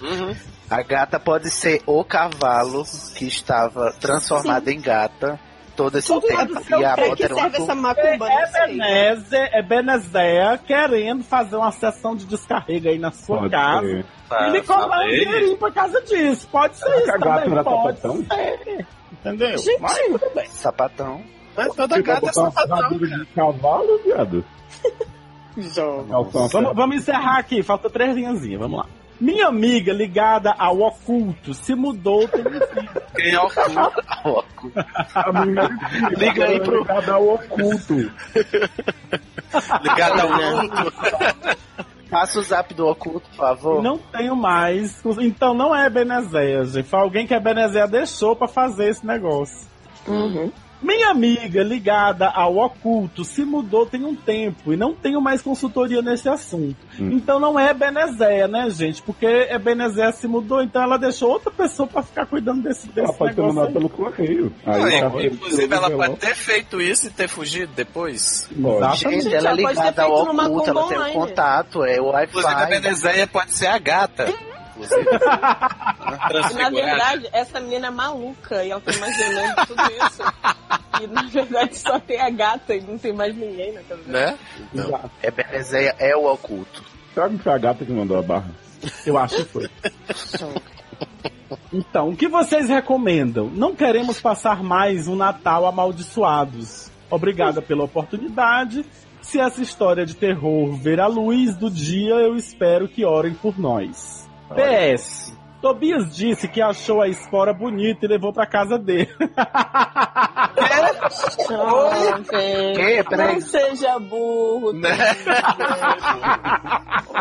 Uhum.
A gata pode ser o cavalo que estava transformado em gata todo esse
Tudo
tempo.
lado seu
E a
pé
outra
que
era
serve
um
essa
É
macumba, não sei.
Ebenezer, Ebenezer querendo fazer uma sessão de descarrega aí na sua
Pode
casa.
ser.
Tá,
Ele cobrar um
falei.
dinheirinho por causa disso. Pode ser isso
que a gata tá
também,
era
pode
sapatão?
ser. Entendeu?
Gente,
sapatão. Mas toda
Tipo,
gata é
botar uma
sapatão.
ferradura de cavalo, viado.
João.
Calção
Vamos, vamos encerrar aqui, falta três linhazinhas, vamos lá. Minha amiga ligada ao oculto se mudou tem um filho.
Quem é o cu?
a minha
Liga aí pro-
né? cada um é oculto.
Ligado ao mundo.
Passa o zap do oculto, por favor.
Não tenho mais. Então não é Ebenezer, gente. Foi alguém que a Ebenezer deixou pra fazer esse negócio.
Uhum.
Minha amiga ligada ao oculto se mudou tem um tempo e não tenho mais consultoria nesse assunto.
Hum.
Então não é Ebenezer, né, gente? Porque Ebenezer se mudou, então ela deixou outra pessoa pra ficar cuidando desse,
Ela tá
desse
pode ser
negócio.
mandada
aí.
pelo correio.
Não,
Aí, tá feito
Ah, é, Inclusive,
pelo
ela
velório.
pode ter feito isso e ter fugido depois.
Pode.
Exatamente.
Gente, ela é
Gente, ela pode ter
ligada ao
feito numa
oculto,
combo
ela tem um
online.
contato, é o
Inclusive, a
Wi-Fi.
Benezeia pode ser a gata. Inclusive.
Na
Transfigurada.
verdade, essa menina é maluca e ela tá imaginando tudo isso. E na verdade só tem a gata e não tem mais ninguém na casa.
Né?
Exato.
É Benezeia, é o oculto.
Será que foi a gata que mandou a barra?
Eu acho que foi. Então, o que vocês recomendam? Não queremos passar mais um Natal amaldiçoados. Obrigada pela oportunidade. Se essa história de terror ver a luz do dia, eu espero que orem por nós. PS. Tobias disse que achou a espora bonita e levou pra casa dele.
Gente,
Que? Peraí.
Não seja burro.
Né?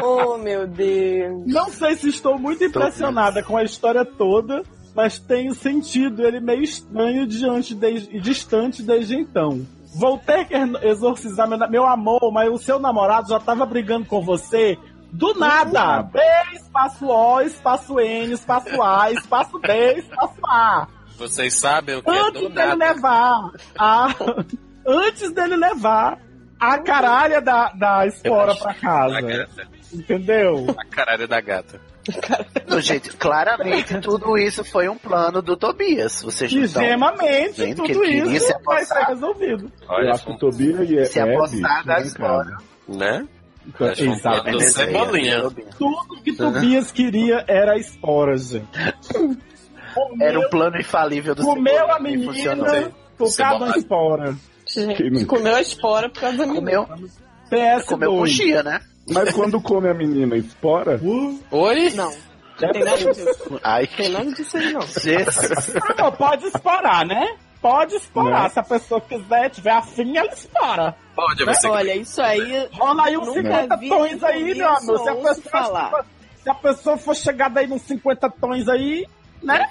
Oh, meu Deus.
Não sei se estou muito impressionada com a história toda, mas tenho sentido ele meio estranho diante de- e distante desde então. Vou ter que exorcizar meu, na- meu amor, mas o seu namorado já tava brigando com você do nada. B, espaço O, espaço N, espaço A, espaço B, espaço A.
Vocês sabem o que é
Antes
do
dele
nada.
levar a... Antes dele levar a caralha da, da espora pra
A,
casa.
gata,
Entendeu?
a caralho da gata.
Não, gente, claramente tudo isso foi um plano do Tobias. Vocês não estão
Gizemamente,
vendo que
tudo
ele queria
isso
se
vai ser
apossar.
resolvido.
Eu
Olha,
acho que Tobias e é
Se
Abby
apossar da
tinham
escola.
cara.
né?
Tá
Acho um
Exato.
plano do
né,
Cebolinha.
Tudo que
Uhum.
Tobias queria era espora, gente.
um Era um plano infalível do
Comeu
Cebolinha
a
e
menina
funcionou.
por causa da
Cebola.
espora.
Gente, comeu a espora por causa da menina.
Comeu,
PS2.
comeu com chia, né?
Mas quando come a menina, espora?
Tá.
Uh,
Oi?
Não, não tem nada disso.
Ai,
Tem nada disso aí, não.
Jesus.
ah, não, pode esporar, né? Pode esporar.
Né?
Não.
Se a pessoa quiser, tiver afim, ela espora.
Pode você.
Olha, isso aí.
Rola aí uns
Nunca
50
vi
tons aí,
isso,
meu amor. Se a,
ouço
pessoa,
falar.
se a pessoa for chegar daí nos 50 tons aí, né?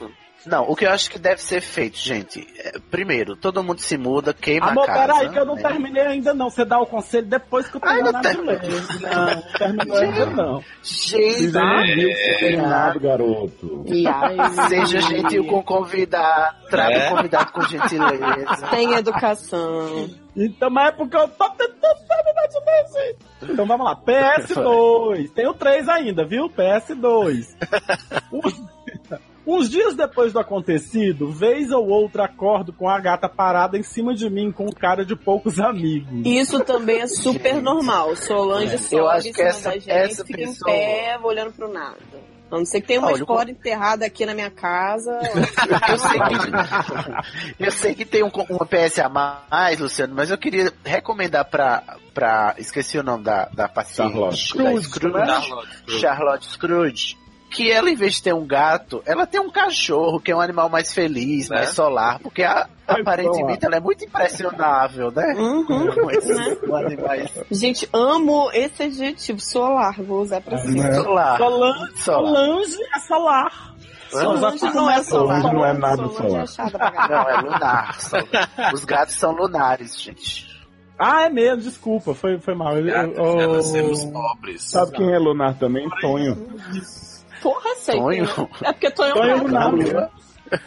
Não, o que eu acho que deve ser feito, gente. é, Primeiro, todo mundo se muda, queima
Amor,
a casa.
peraí, que eu não
né?
terminei ainda não. Você dá o conselho depois que eu
Ai,
terminar
não
a
tem-
mulher. Não, não terminou ainda não.
Gente,
Nada, garoto.
E aí,
seja gentil com o convidado, traga
É.
o convidado com gentileza.
Tem educação.
Então, mas é porque eu tô tentando terminar de ler, gente. Então vamos lá. PS2. Tem o 3 ainda, viu? PS2. Uns- Uns dias depois do acontecido, vez ou outra acordo com a gata parada em cima de mim com cara de poucos amigos.
Isso também é super normal. Solange sobe
É. Eu acho
em
que
cima
essa-
da gente,
essa
fica
pessoa- Ah,
em pé, olhando pro nada. A não ser que tenha uma
Olha, eu
espora enterrada aqui na minha casa.
Eu sei que, eu sei que tem um, uma PS a mais, Luciano, mas eu queria recomendar pra. pra esqueci o nome da, da paciente.
Charlotte.
Da
né?
é?
Scrooge. Charlotte Scrooge. Que ela, em vez de ter um gato, ela tem um cachorro, que é um animal mais feliz,
Né?
mais solar, porque a-
Ai,
aparentemente ela é muito impressionável, né? um
Uhum.
Com esses animais
Gente, amo esse adjetivo solar. Vou usar pra sempre.
solar. Solar.
Solange, Solange é solar.
Solange não é solar.
Solange não é nada
Solange
solar.
É chata pra caralho.
Não, é lunar. solar. Os gatos são lunares, gente.
Ah, é mesmo, desculpa, foi, foi mal. Eu-
Gata,
eu-
já
eu-
nascemos pobres.
Sabe quem é Lunar também? Tonho.
Porra, sei.
Sonho?
que- É porque Tonho é
Tonho
um
não.
gato.
Lunar.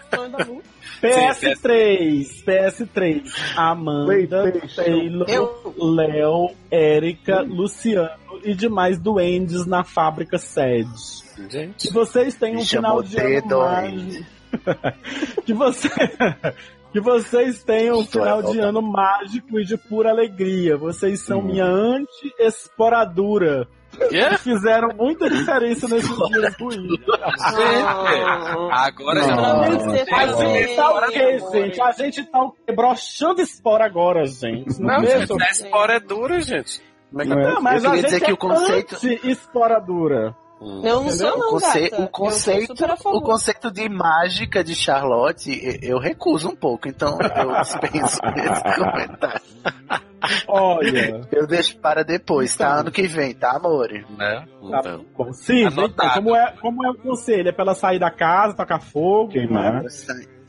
Tonho da Lu.
PS3, PS3. Amanda,
PlayStation.
Taylor,
um.
Léo, Érica, Luciano e demais duendes na fábrica sede.
Gente,
Que vocês tenham um
Me
final
chamou
de
de
ano mágico. que, você... que vocês tenham um
Isso é
final de
volta.
ano mágico e de pura alegria. Vocês são
Hum.
minha anti-esporadura.
yeah?
Fizeram muita diferença nesses dias ruins.
Ah,
agora já
Não.
não.
pra você
A
Não.
gente
fazer
tá o quê,
amor.
gente? A gente tá o quê? broxando espora agora, gente.
Não,
é
gente, a espora é dura, gente. Como é que
Não é?
Não, mas
Eu
a
queria
gente
dizer
é
que o conceito-
anti-espora dura.
Eu não sou, não,
o, conce-
gata.
o conceito,
Eu sou super a favor.
o conceito de mágica de Charlotte, e- eu recuso um pouco, então eu dispenso esse comentário.
Olha.
Eu deixo para depois, tá? Ano que vem, tá, amore?
Né?
Tá
Então,
bom. Sim, gente,
Anotado.
como é, como é o conselho? É pra ela sair da casa, tocar fogo. né?
Queimar.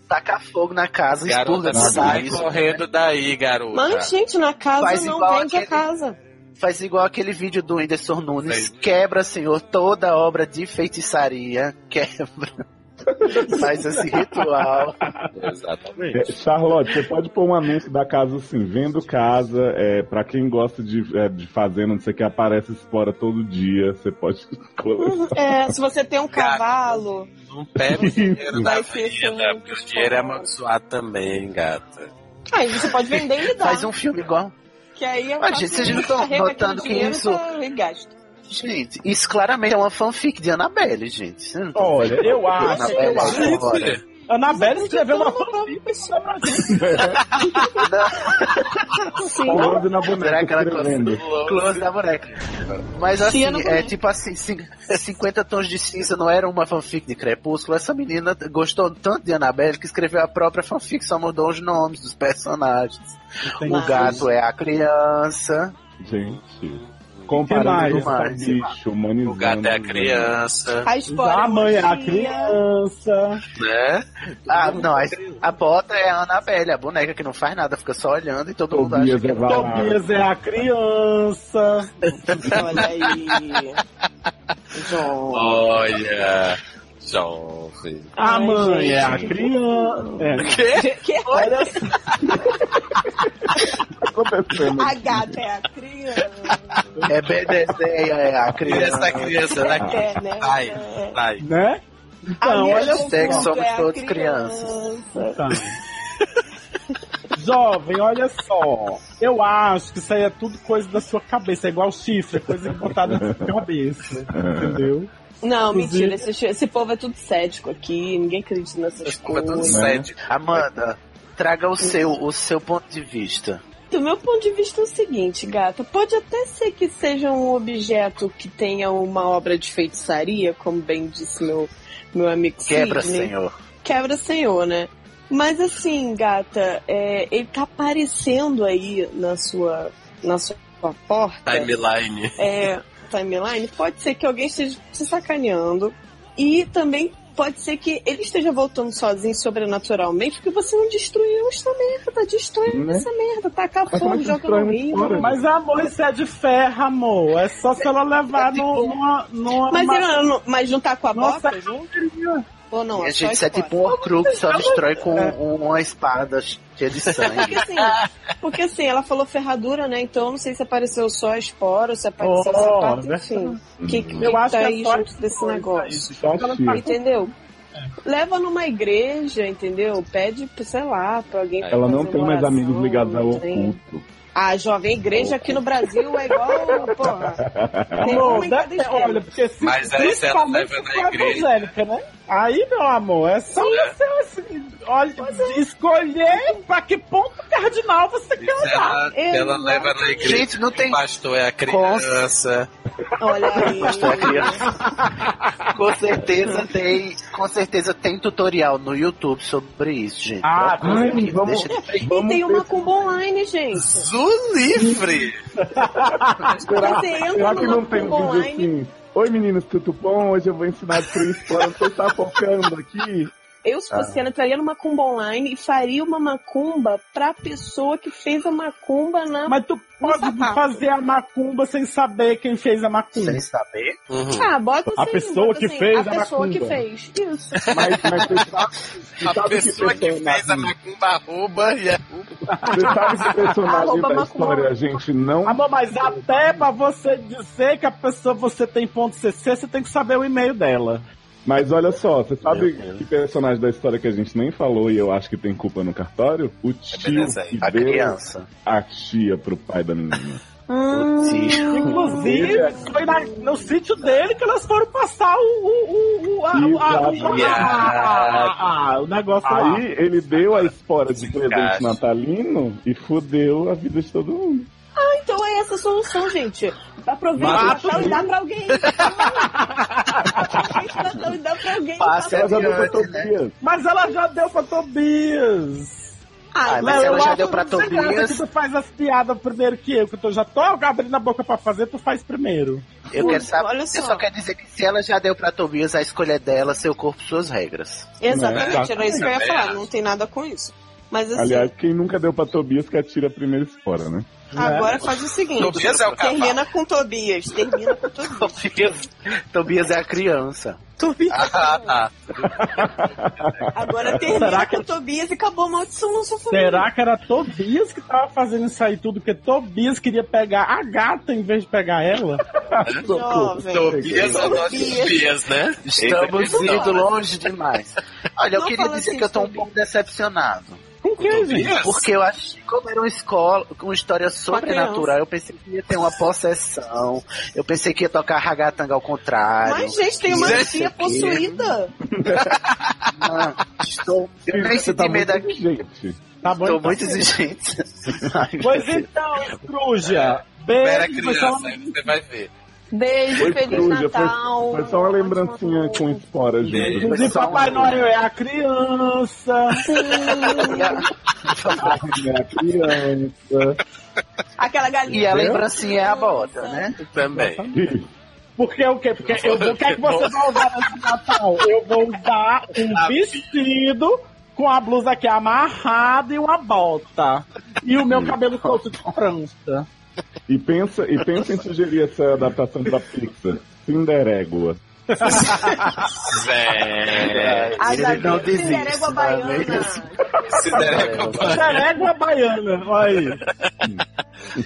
Tacar fogo na casa, expurga
garota,
no
sai
nariz.
correndo daí, garota.
Mas, gente, na casa
Faz
não
igual
vende a
aquele-
casa.
Faz igual aquele vídeo do Whindersson Nunes.
Sei.
Quebra, senhor, toda obra de feitiçaria. Quebra. Faz esse ritual.
Tá.
Exatamente.
É, Charlotte, você pode pôr um anúncio da casa assim, vendo casa, é, pra quem gosta de, é, de fazenda, não sei o que, aparece espora todo dia, você pode colecionar.
É, se você tem um
Cara,
cavalo,
Não pega o dinheiro da
vai ser
vida, porque o dinheiro é amaldiçoado também, gata.
Aí você pode vender e lidar.
Faz um filme igual.
Que aí é
Mas, gente, vocês não estão notando que isso-
um-
Gasto.
Gente, isso claramente é uma fanfic de Annabelle, gente. Vocês não tá
Oh,
tão
Olha, eu
ah,
acho, eu
é
Anabelle,
acho.
vai embora.
Anabelle escreveu uma
Sim.
Falando na
Será que
boneca
ela
escrevendo.
Close da boneca. Mas assim,
Tia não
é
conhece.
tipo assim, cin- 50 tons de cinza não era uma fanfic de Crepúsculo. Essa menina gostou tanto de Annabelle que escreveu a própria fanfic, só mudou os nomes dos personagens.
Mas-
O gato é a criança.
Gente,
Que
comparando com o
mais?
bicho, humanizando. né?
O gato é a criança,
A
foto.
espora.
A mãe é a
tia.
criança.
né?
Ah, não, a, a bota é a Annabelle, a boneca que não faz nada, fica só olhando e todo mundo acha
Tobias
que
é
é
varado.
Tobias é a criança.
Olha aí. João.
Olha, jovem.
A
Ai,
mãe é a
gente.
criança. É.
Que?
Que?
Olha só.
tá acontecendo?
A gata é a criança.
É BDC, é a criança.
Essa criança, né?
É, né?
Ai,
É.
ai.
Né?
A
Então,
minha
olha
confusa
hashtag somos
é a
todos
Tá. Jovem, olha só. Eu acho que isso aí é tudo coisa da sua cabeça. É igual chifre, é coisa botada na sua cabeça. Entendeu?
Não,
Inclusive-
mentira. Esse, esse povo é tudo cético aqui. Ninguém acredita nessas
Esse povo é
coisas.
todo
né?
sede.
Amanda, traga o seu, o seu ponto de vista.
Do meu ponto de vista é o seguinte, gata, pode até ser que seja um objeto que tenha uma obra de feitiçaria, como bem disse meu, meu amigo
Quebra,
Sidney.
senhor.
Quebra senhor, né? Mas assim, gata, é, ele tá aparecendo aí na sua, na sua porta.
Timeline.
é, timeline, pode ser que alguém esteja te sacaneando. E também pode ser que ele esteja voltando sozinho sobrenaturalmente, porque você não destruiu esta merda. Destrói
Né?
essa merda, tá taca
Mas como é
fogo,
que
joga
destrói
no
muito
rio.
fora?
Mas amor, isso é de ferro, amor. É só se ela levar no, numa, numa.
Mas, ele não, mas não tá com a
Nossa,
bota junto? Ou não?
E a
é só
gente isso é
escola?
tipo um Horcrux, só destrói com um- uma espada cheia de sangue.
Porque assim, porque assim, ela falou ferradura, né? Então eu não sei se apareceu só a espora, ou se apareceu
Oh,
o sapato,
né?
enfim. O que, que,
Eu
que
acho
tá
que é
aí
só
junto desse
coisa
negócio?
Só
tá
chifre.
Entendeu?
É.
Leva numa igreja, entendeu? Pede, sei lá, pra alguém. pra
Ela não
fazer
tem
uma
mais
oração,
amigos ligados ao
não tem.
oculto.
Ah, jovem, igreja aqui no Brasil é igual, porra. Tem uma
Amor,
em
deve ter,
cada esquina.
olha, porque se,
Mas aí se ela
principalmente
leva na
se for
igreja.
evangélica, né? Aí, meu amor, é só você assim, olha, escolher pra que ponto cardinal você quer
Se
andar.
ela, se é
né?
ela leva na igreja.
Gente, não tem-
O pastor é a criança.
Olha aí.
Com certeza tem, com certeza tem tutorial no YouTube sobre isso, gente.
Ah,
Uma coisa
ai,
que
vamos-
deixa de-
E tem uma combo online, gente.
Zu livre!
Será,
Você entra
será que
numa
não tem um
combo
vídeo assim? Oi meninos, tudo bom? Hoje eu vou ensinar a destruir espora. Você tá focando aqui?
Eu, se
Ah.
fosse ela, entraria numa macumba online e faria uma macumba pra pessoa que fez a macumba na.
Mas tu pode
sapato.
fazer a macumba sem saber quem fez a macumba.
Sem saber?
Uhum.
Ah, bota
A
assim,
pessoa
bota
que
assim,
fez
a
a
pessoa que
macumba.
fez. Isso.
Mas, mas você sabe, você
A
sabe
pessoa que fez a
personagem-
macumba arroba e é
Você sabe que personagem
Arroba
da
Macumba.
história a gente não
Amor, mas até pra você dizer que a pessoa você tem ponto CC, você tem que saber o e-mail dela.
Mas olha só, você sabe
Meu Deus.
que personagem da história que a gente nem falou e eu acho que tem culpa no cartório? O tio
beleza
que
aí,
A
deu
criança.
a tia pro pai da menina.
Ah.
Inclusive, foi na- no sítio dele que elas foram passar o, o, o, o, a- o, a- o- a-
Ah,
a- a- a- Ah, o negócio lá.
Aí ele deu a espora de presente
Desencaixe.
natalino e fodeu a vida de todo mundo.
Então é essa a solução, gente. Aproveita o
Mata
Natal e dá pra alguém. Aproveita o Natal e dá pra alguém.
Passa
Ela já deu pra
adiante, né?
Tobias.
Mas ela já deu pra Tobias.
Ah,
Ai, mas
eu
ela já
acho
deu pra
sem graça
Tobias.
que tu faz as piadas primeiro que eu, que eu tô- já tô abrindo a boca pra fazer, tu faz primeiro.
Eu quero saber.
Olha
Eu
só.
só quero dizer que se ela já deu pra Tobias, a escolha é dela, seu corpo, suas regras.
Exatamente,
Né?
era isso que eu ia
É.
falar. Não tem nada com isso. Mas assim,
Aliás, quem nunca deu pra Tobias que atira a primeira espora, né?
agora faz o seguinte.
Tobias é o cavalo.
Termina com Tobias. Termina com Tobias.
Tobias, Tobias é a criança.
Ah, ah,
Agora termina
Né? Será que-
com Tobias e acabou a maldição na sua família.
Será que era Tobias que tava fazendo isso aí tudo? Porque Tobias queria pegar a gata em vez de pegar ela?
é
Jovem.
Tobias é o nosso
Tobias.
Tobias, né?
Estamos
Esse
indo longe demais. Olha, eu
Não
queria
fala
dizer
assim,
que eu tô um
Tobias.
pouco decepcionado.
Com quem, gente?
Tobias?
Porque eu achei que como era uma escola, uma história sobrenatural, eu pensei que ia ter uma possessão, eu pensei que ia tocar ragatanga ao contrário.
Mas, gente, tem uma
Gente,
tia
que-
possuída.
Não, estou, eu nem
Você
senti
tá
medo
muito
aqui.
gente.
Tá bom,
Estou
então.
muito exigente. Ai,
Pois
meu Deus.
então, Scrooge,
Era
beijo, foi só
criança,
uma-
aí você vai ver.
Beijo,
Foi
Feliz
Crúdia, foi,
Natal.
foi só uma lembrancinha com espora junto.
Inclusive, Papai
um
Noel é a criança.
E a-
Minha criança.
Aquela galinha.
E a lembrancinha é a bota, né?
Também.
Porque o quê? Porque eu vou, o que é que você
um
vai usar nesse Natal? Eu vou usar um vestido com a blusa aqui amarrada e uma bota. E o meu cabelo solto de frança.
E pensa, e pensa em sugerir essa adaptação pra Pixar. Cinderégua.
Véi.
A
Ele não
Davi
desiste, não é
Cinderégua
né?
Baiana.
Se der
Xerégua baiana, olha aí.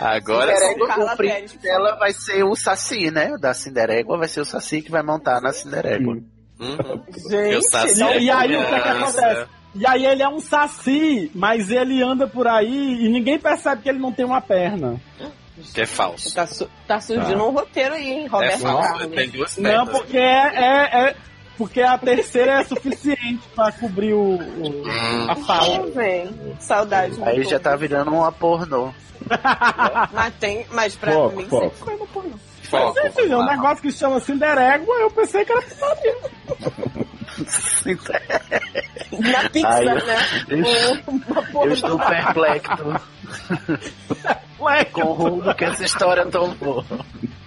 Agora sim.
Cinderégua,
Carla
o príncipe
Pérez, por
dela vai ser o Saci, né? Da Cinderégua vai ser o Saci que vai montar na Cinderégua.
Uhum. Eu
Gente,
saci
não-
é
e aí o que é que
criança.
acontece? E aí ele é um saci, mas ele anda por aí e ninguém percebe que ele não tem uma perna.
Que é falso.
Tá, su- tá
Ah.
surgindo um roteiro aí, hein,
É
Roberto
falso. Tem
Carlos.
duas
Não,
pernas.
porque é, é- é- porque a terceira é suficiente pra cobrir o, o-
Hum.
a falta.
Ah, velho, Saudade.
Aí
muito.
já tá virando uma pornô.
Mas tem, mas pra
Foco,
mim
foco.
sempre foi uma pornô.
Foco.
Mas, enfim, é um negócio que chama Cinderégua, eu pensei que era
Na Pixar,
Aí-
né?
Eu
Uma pornô.
estou perplexo
moleque.
com o rumo que essa história tomou.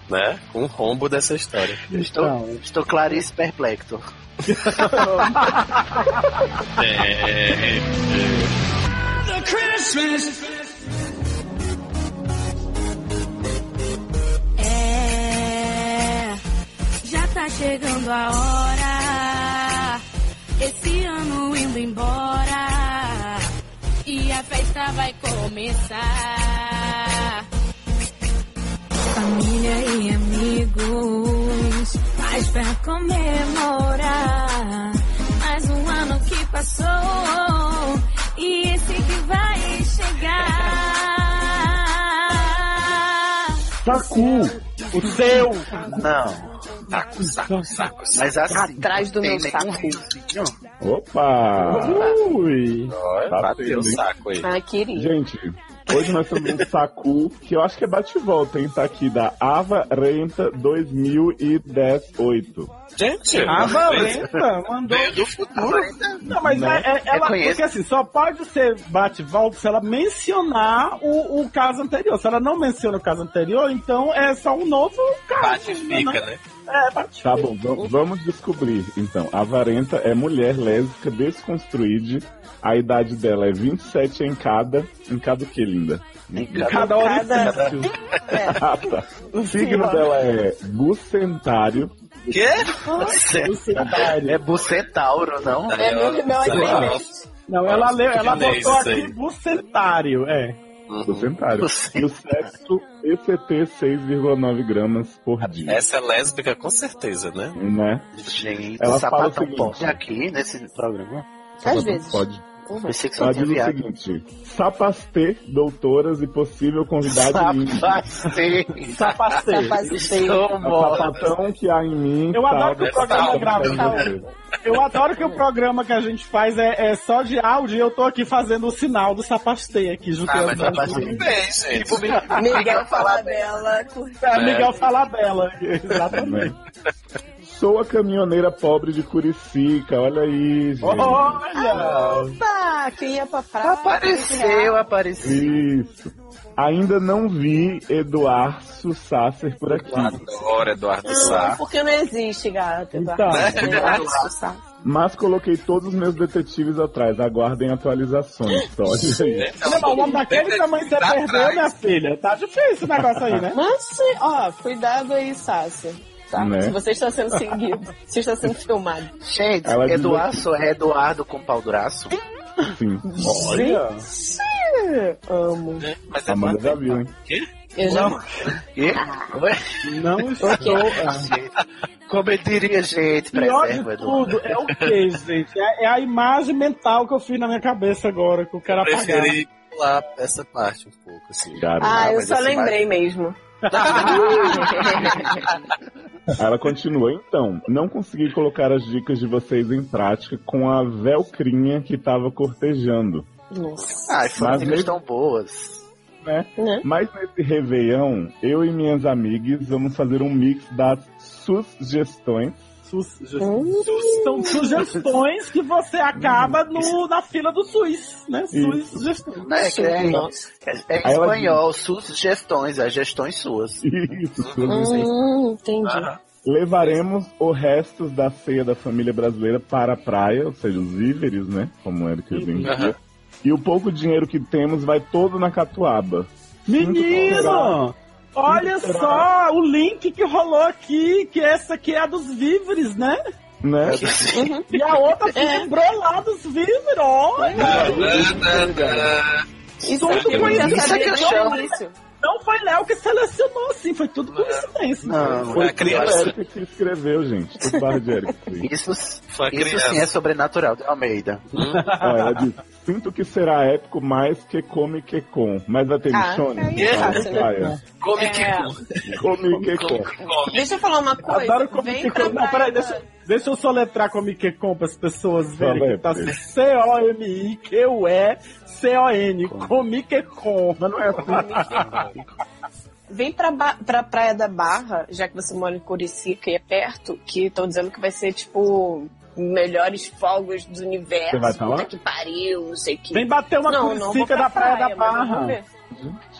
Né? Com o rombo dessa história.
Estou, estou Clarice perplexo.
É.
The Christmas
É, já tá chegando a hora. Esse ano indo embora. E a festa vai começar. Família e amigos, mas pra comemorar. Mais um ano que passou e esse que vai chegar.
é
Sacu, o seu.
Não,
Saco, saco, saco, saco.
mas assim.
Atrás do
tem
meu
nenhum
saco.
riozinho.
Opa!
Ui.
Ó,
Tá
Bateu o
feio, hein?
saco aí.
Ah, querido.
Gente, hoje nós temos um Saku, que eu acho que é bate-volta, hein? Tá aqui da Ava Renta 2018.
Gente,
A
veio-
Valenta Ah, mandou.
veio do futuro.
Não, mas
Né?
é- é- ela.
Reconheço.
Porque assim, só pode ser bate-volta se ela mencionar o, o caso anterior. Se ela não menciona o caso anterior, então é só um novo caso.
Bate e
né?
fica, né?
É, bate.
Tá bom, va- vamos descobrir. Então, a Varenta é mulher lésbica desconstruída. A idade dela é 27 em cada. Em cada o que, linda?
Cada hora um
Cada- É.
Ah, tá. O signo dela é Bucentário.
Quê?
um
É bucetauro, não?
É, meu- meu
Sabe,
animal.
nossa.
Não, ela leu, ela
Chinês,
botou aqui
isso aí.
bucentário, é.
Uhum.
Bucentário. E o sexo, ECT 6,9 gramas por dia.
Essa é lésbica com certeza, né?
É.
Né?
Gente,
Ela
o
fala o
sapatão
seguinte.
pode aqui nesse programa.
Às vezes.
Pode.
Pensei que só
Ela diz
tinha
o
viado.
seguinte: sapastê, doutoras e possível convidado lindo.
Sapatei.
Sapacete.
Capacitei.
Estou
O
morta.
sapatão que há em mim.
Eu adoro que
tal,
o programa tá
tal,
grava,
tal,
tal.
tal.
Eu adoro que o programa que a gente faz é, é só de áudio e eu tô aqui fazendo o sinal do sapastei aqui,
Ah,
juntando.
mas tá fazendo bem, gente. né?
Miguel falar dela. curta.
É, Miguel Falabella, exatamente.
Né? Sou a caminhoneira pobre de Curicica, olha aí,
Uhum.
gente.
Oh, Olha!
Opa, Ah, quem ia pra praia?
Tá
Apareceu, apareceu.
Isso. Ainda não vi Eduardo Sasser por aqui,
Adoro Eduardo
Não,
Sá.
porque não existe, gata. Tá.
Então.
Então.
Tá. mas coloquei todos os meus detetives atrás. Aguardem atualizações. Só olha aí.
Não, mas o homem daquele tamanho que você
Tá
perdeu,
atrás.
minha filha. Tá difícil o negócio aí, né?
Mas, se- ó, cuidado aí, Sácia. Tá?
Né?
Se você está sendo seguido, se está sendo filmado.
Gente,
Ela diz
Eduardo é Eduardo com pau duraço?
Sim.
Olha!
Ih, Amo.
Mas é
Amanda já viu, hein?
Eu já
Quê? Ué?
Não estou.
Como eu diria, gente,
Pior de
preserva, Eduardo.
tudo é o que, gente? É, é a imagem mental que eu fiz na minha cabeça agora, que eu quero
Eu
apagar.
preferi pular essa parte um pouco, assim.
Cara,
Ah, eu
mas
só
essa
lembrei mesmo.
ela continua. Então, não consegui colocar as dicas de vocês em prática com a velcrinha que tava cortejando.
Nossa.
Ai, foram
Mas
dicas
mesmo-
tão boas.
Né?
Mas nesse Réveillon, eu e minhas amigas vamos fazer um mix das sugestões.
Sus- ju-
Hum.
sus- São sugestões que você acaba no, na fila do SUS, né? SUS
Isso.
sugestões.
Né, que é,
Nossa.
é, é
Aí ela
espanhol, suas gestões, as gestões suas.
Isso, sugestões.
Hum, entendi.
Ah.
Levaremos o resto da ceia da família brasileira para a praia, ou seja, os víveres, né? Como era que eu vim.
Aham.
E o pouco dinheiro que temos vai todo na catuaba.
Menino! Olha só o link que rolou aqui, que essa aqui é a dos víveres, né?
Né?
É,
E a outra quebrou lá dos víveres, olha!
Isso é
Tudo coincidência.
Isso é que eu
Não,
chamo.
Não foi Léo que selecionou, assim, foi tudo coincidência.
Não,
Foi
a é criança.
o Eric que escreveu, gente. Tudo barra de Eric. Sim.
isso,
Foi a
isso
criança.
sim é sobrenatural de Almeida.
Ó, ela diz, sinto que será épico mais que come que com. Mas vai ter
Ah,
Michone?
aí é fácil, né?
Praia.
Come que
É.
come.
Come que com.
come.
Deixa eu falar uma coisa.
Adoro como
Vem
que
pra
com. Não, peraí,
praia
deixa, deixa eu soletrar como é que com para as pessoas
Tá
verem
bem,
que tá
filho.
C-O-M-I-Q-U-E. C-O-N, Comique-Con.
Mas não é assim.
Ah,
Vem pra, ba pra Praia da Barra, já que você mora em Curicica e é perto, que estão dizendo que vai ser, tipo, melhores fogos do universo.
Você vai tá lá?
Puta que pariu, não sei o que.
Vem bater uma
não, não, vou
curicica
pra
da Praia, da
mas vamos
Barra.
ver.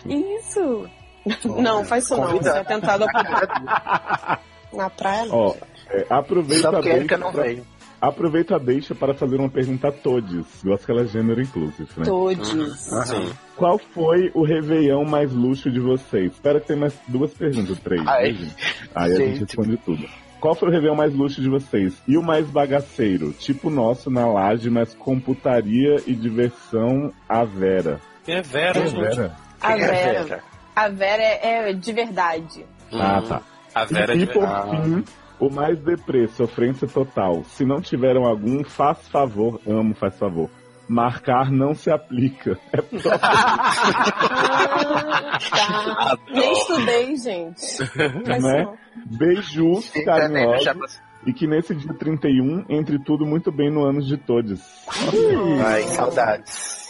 Isso. Não, faz isso não. Isso
Convida.
é atentado ao pudor. Na praia, não.
Ó, é, aproveita,
Só
a
porque a Erika
deixa
não
pra,
veio.
aproveita a deixa para fazer uma pergunta a todos. Eu acho que ela é gênero inclusive, né?
Todos.
Sim.
Qual foi o Réveillon mais luxo de vocês? Espero que tenha mais duas perguntas, três.
Ai,
né, gente? Aí a gente
gente.
responde tudo. Qual foi o Réveillon mais luxo de vocês? E o mais bagaceiro? Tipo o nosso na laje, mas com putaria e diversão a Vera.
É Vera,
É
gente.
Vera?
A
Quem é
Vera. A Vera é, é de verdade.
Ah,
Hum,
tá.
A Vera
e
de
por
Vera.
fim, o mais deprê, sofrência total. Se não tiveram algum, faz favor, amo, faz favor. Marcar não se aplica. É
Ah, tá. Nem estudei, gente. Mas
Né?
não.
beijos
Sim, tá vendo? Já
carinhosos
passou.
e que nesse dia 31 entre tudo muito bem no ano de todos.
Ai, saudades.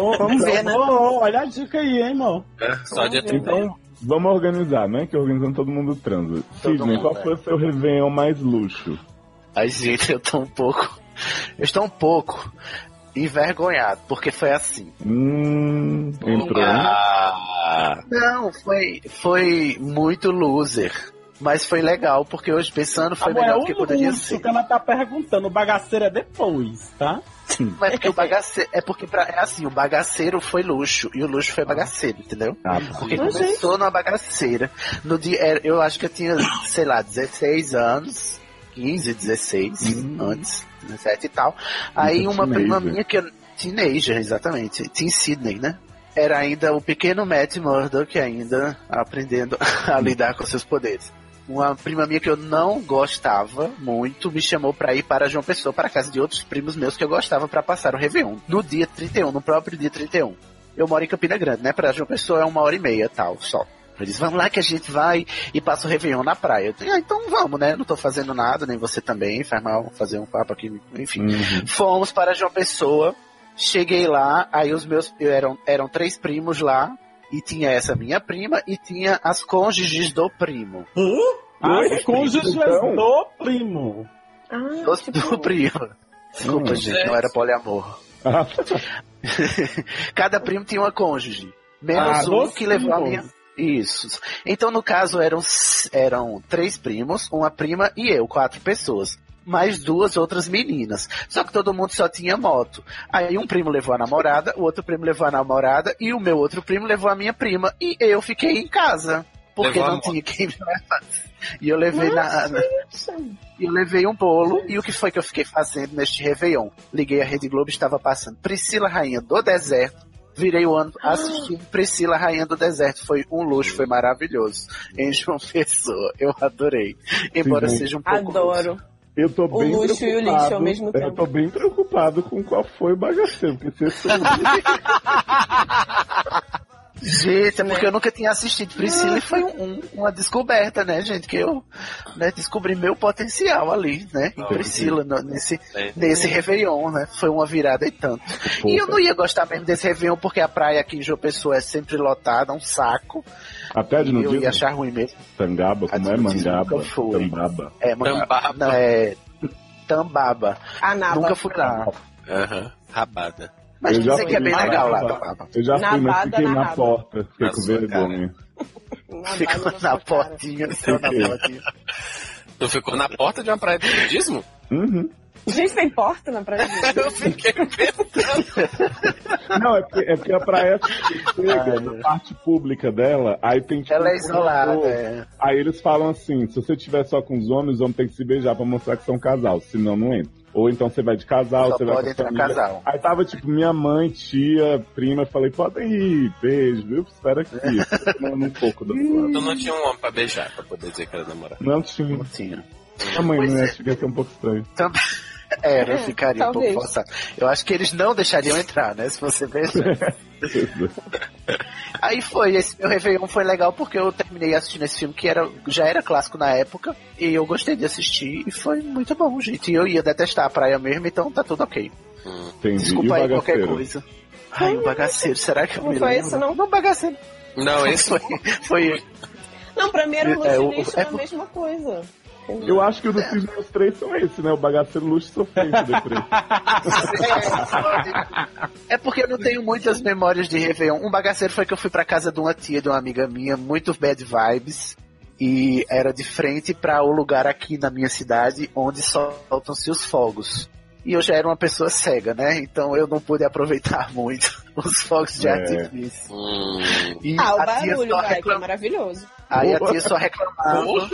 Ô,
Vamos ver, né?
ô, ô, olha a dica aí, hein, irmão.
É, Só de atender.
tipo, Então, vamos organizar, né? Que organizando todo mundo transa.
Todo
Sidney,
mundo,
qual
é.
foi o seu Réveillon mais luxo?
Ai, gente, eu tô um pouco. Eu estou um pouco envergonhado, porque foi assim.
Hum, entrou.
né?
Ah,
Não, foi, foi muito loser. Mas foi legal, porque hoje pensando foi
Agora,
melhor
Ah, é o
do que poderia
luxo
ser.
um que ela tá perguntando, o bagaceiro é depois, tá?
Mas porque o bagaceiro. É porque pra, é assim, o bagaceiro foi luxo e o luxo foi bagaceiro, entendeu?
Ah, tá.
Porque
Não,
começou numa bagaceira. No dia, era- eu acho que eu tinha, sei lá, 16 anos. 15, 16,
Hum.
antes, 17 e tal. Aí
Isso,
uma prima
teenager.
minha que eu. Teenager, exatamente. Teen Sidney, né? Era ainda o pequeno Matt Murdock ainda aprendendo a lidar com seus poderes. Uma prima minha que eu não gostava muito me chamou pra ir para João Pessoa, para a casa de outros primos meus que eu gostava pra passar o Réveillon. No dia 31, no próprio dia 31. Eu moro em Campina Grande, né? Pra João Pessoa é uma hora e meia, tal, só. Eu disse, vamos lá que a gente vai e passa o Réveillon na praia. Eu disse, ah, então vamos, né? Não tô fazendo nada, nem você também, faz mal fazer um papo aqui, enfim.
Uhum.
Fomos para João Pessoa, cheguei lá, aí os meus eu eram, eram três primos lá, e tinha essa minha prima e tinha as cônjuges do primo.
As cônjuges
então.
do primo.
Ah,
Dos, do primo. Desculpa,
Hum.
gente, não era poliamor. Cada primo tinha uma cônjuge. Menos
Ah,
um
dos
que levou a
primos.
minha. Isso. Então, no caso, eram, s- eram três primos, uma prima e eu, quatro pessoas. Mais duas outras meninas. Só que todo mundo só tinha moto. Aí um primo levou a namorada, o outro primo levou a namorada e o meu outro primo levou a minha prima. E eu fiquei em casa. Porque
Levou a
não
moto.
tinha quem me levar. E eu levei na, na- e eu levei um bolo. E o que foi que eu fiquei fazendo neste Réveillon? Liguei a Rede Globo, estava passando Priscila Rainha do Deserto. Virei o ano assistindo Priscila Rainha do Deserto. Foi um luxo, foi maravilhoso. Em João Pessoa, eu adorei. Embora
Sim,
seja um pouco.
Adoro.
Eu tô
O
bem
luxo e o
preocupado. É,
lixo ao mesmo tempo.
Eu tô bem preocupado com qual foi o bagaceiro, porque se esse é
Gente, é
Né?
porque eu nunca tinha assistido
Ah.
Priscila e foi um- uma descoberta, né, gente? Que eu né, descobri meu potencial ali, né? Em
Ah,
Priscila, no- nesse,
É.
nesse Réveillon, né? Foi uma virada e tanto. E eu não ia gostar mesmo desse Réveillon, porque a praia aqui em João Pessoa é sempre lotada, um saco.
Até É de né? no
e eu ia
dia
achar ruim mesmo.
Tangaba, como é
Nudismo
mangaba?
nunca foi.
Tangaba.
É, mano,
Tambaba.
Não, é. Tambaba.
A Naba.
Nunca fui lá.
Aham. Rabada.
Mas
Eu já
dizem que é
fui.
bem legal lá,
Tambaba.
Tambaba.
Eu já fui, mas
Nabada,
fiquei na
narrada.
porta. Fiquei
Na
com
sua
vergonha.
Nabada
Ficou na né?
sua cara.
portinha, ficou na portinha.
Tu ficou na porta de uma praia de nudismo?
Uhum.
Gente, tem porta na praia?
Eu fiquei pensando.
Não, é porque, é porque a praia chega na parte pública dela, aí tem tipo.
Ah, é. Ela é
um
isolada,
corredor.
né?
Aí eles falam assim: se você tiver só com os homens, os homens têm que se beijar pra mostrar que são casal, senão não entra. Ou então você vai de casal,
Só
você vai
pode
com a
entrar
família.
casal.
Aí tava tipo minha mãe, tia, prima, falei, podem ir, beijo, viu? Espera aqui, tomando um pouco do
Eu não tinha um homem pra beijar, pra poder dizer que era namorado.
Não tinha.
Sim.
A mãe,
Pois
né?
é.
Acho que ia ser um pouco estranho.
É, não
É,
ficaria um
talvez.
pouco forçado. Eu acho que eles não deixariam entrar, né? Se você pensar. Aí foi, esse meu Réveillon foi legal porque eu terminei assistindo esse filme que era, já era clássico na época, e eu gostei de assistir, e foi muito bom, gente. E eu ia detestar a praia mesmo, então tá tudo ok.
Hum.
Entendi. e
Desculpa
o
aí qualquer
bagaceiro?
coisa. Ai, o bagaceiro, será que eu
Não
me
foi
lembro?
esse, não?
Não, um bagaceiro.
Não, esse
Foi, foi
Não, pra mim era o
É, o-
luxo né?
é-
a mesma coisa.
Eu acho que os dos meus três são esse, né? O bagaceiro luxo e sofrente depois.
É porque eu não tenho muitas memórias de Réveillon. Um bagaceiro foi que eu fui pra casa de uma tia, de uma amiga minha, muito bad vibes. E era de frente pra o lugar aqui na minha cidade onde soltam-se os fogos. E eu já era uma pessoa cega, né? Então eu não pude aproveitar muito os fogos de
É.
artifício.
Hum.
E
Ah, o
a tia
barulho,
só
vai, que é
reclam-
maravilhoso.
Aí a tia só
Ah,
reclamava.
Porra,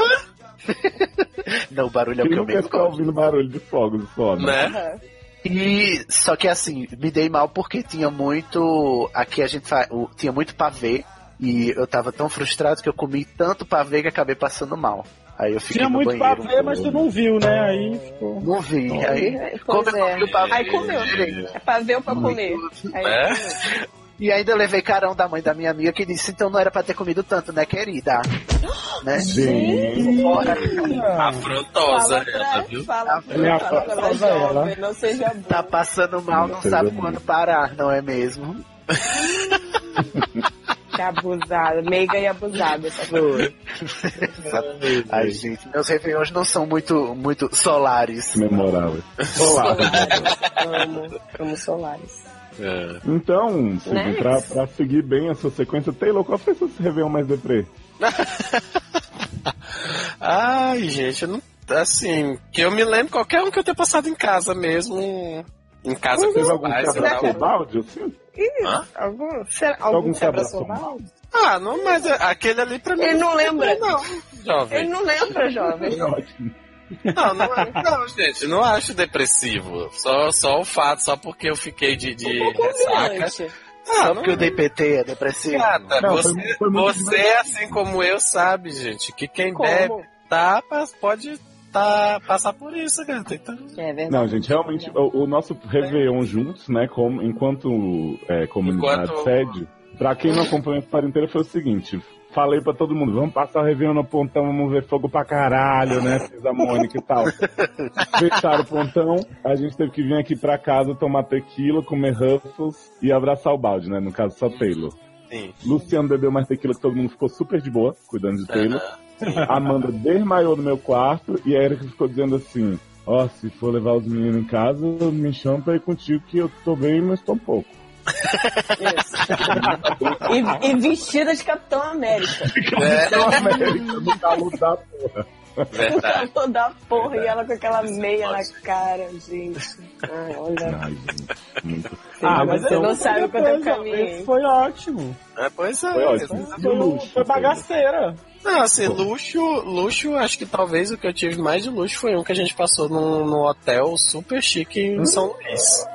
Não, o barulho é o
Quem
que eu
nunca
menos
ficar
gosto.
um ouvindo barulho de fogos só, né?
né?
Aham.
E só que assim, me dei mal porque tinha muito. Aqui a gente fa- o- tinha muito pavê. E eu tava tão frustrado que eu comi tanto pavê que acabei passando mal. Aí eu fiquei
Tinha
no
muito
banheiro.
pavê, mas tu não viu, né? Aí ficou.
Não vi. Aí,
Pois
como eu
é.
comi o pavê.
Aí comeu. É pra ver ou pra comer? Aí,
É?
E ainda eu levei carão da mãe da minha amiga que disse: então não era pra ter comido tanto, né, querida? né?
Gente,
Fora.
Afrontosa
Fala
ela,
pra,
viu?
fala
Ele
pra, fala
afronta
pra
ela.
jovem, não seja burro.
Tá passando mal, não
Coisa
sabe
bonita.
quando parar, não é mesmo?
Que abusada, meiga e tá abusada essa coisa.
Ai, gente, meus réveillons não são muito, muito solares.
memorável. Olá.
Amo, amo Solaris.
É.
Então, Cid,
Next.
pra, pra seguir bem essa sequência, Taylor, qual foi seu Réveillon mais deprê?
Ai, gente, eu não. Assim, que eu me lembro qualquer um que eu tenha passado em casa mesmo. Em casa com
Teve
os
algum que
pais e
abraçou
tal.
o balde, assim?
Ih,
Hã?
algum, será,
Algum
algum
que
cabra
abraçou
solar?
Ah, não, mas é- aquele ali pra mim.
Ele não lembra.
Não,
Ele
jovem.
não lembra, jovem.
Não, não, é- não, gente, não acho depressivo. Só, só o fato, só porque eu fiquei de, de
Um pouco
ressaca.
humilhante.
Ah, não,
Porque o DPT é depressivo.
Gata,
Não, foi
você,
muito- foi muito
você, assim como eu, sabe, gente, que quem bebe
Como?
tá, pas- pode tá, passar por isso, gata. Então,
É
né?
verdade.
Não, gente, realmente, o, o nosso Réveillon juntos, né, como, enquanto é, comunidade
Enquanto-
sede, pra quem não acompanhou a história inteira, foi o seguinte... Falei pra todo mundo, vamos passar o Réveillon no pontão, vamos ver fogo pra caralho, né? Fiz a Mônica e tal. Fecharam o pontão, a gente teve que vir aqui pra casa tomar tequila, comer Ruffles e abraçar o balde, né? No caso, só Taylor.
sim.
Luciano bebeu mais tequila que todo mundo ficou super de boa, cuidando de
é,
Taylor. Amanda desmaiou no meu quarto e a Erika ficou dizendo assim: Ó, se for levar os meninos em casa, me chama pra ir contigo que eu tô bem, mas tô um pouco.
Isso. E, e vestida de Capitão América.
Então, a tá América no calor da porra.
Verdade.
Ela da porra e ela com aquela meia na cara, gente. Ai, olha.
Ai, gente, muito.
Ah,
mas você
eu-
não sabe quanto eu caminhei.
Esse foi ótimo.
É, pois é.
Foi ótimo.
exato.
E
Foi,
o
um-
luxo,
foi
Taylor?
bagaceira.
Não, assim, luxo, luxo, acho que talvez o que eu tive mais de luxo foi um que a gente passou num, num hotel super chique em São Luís.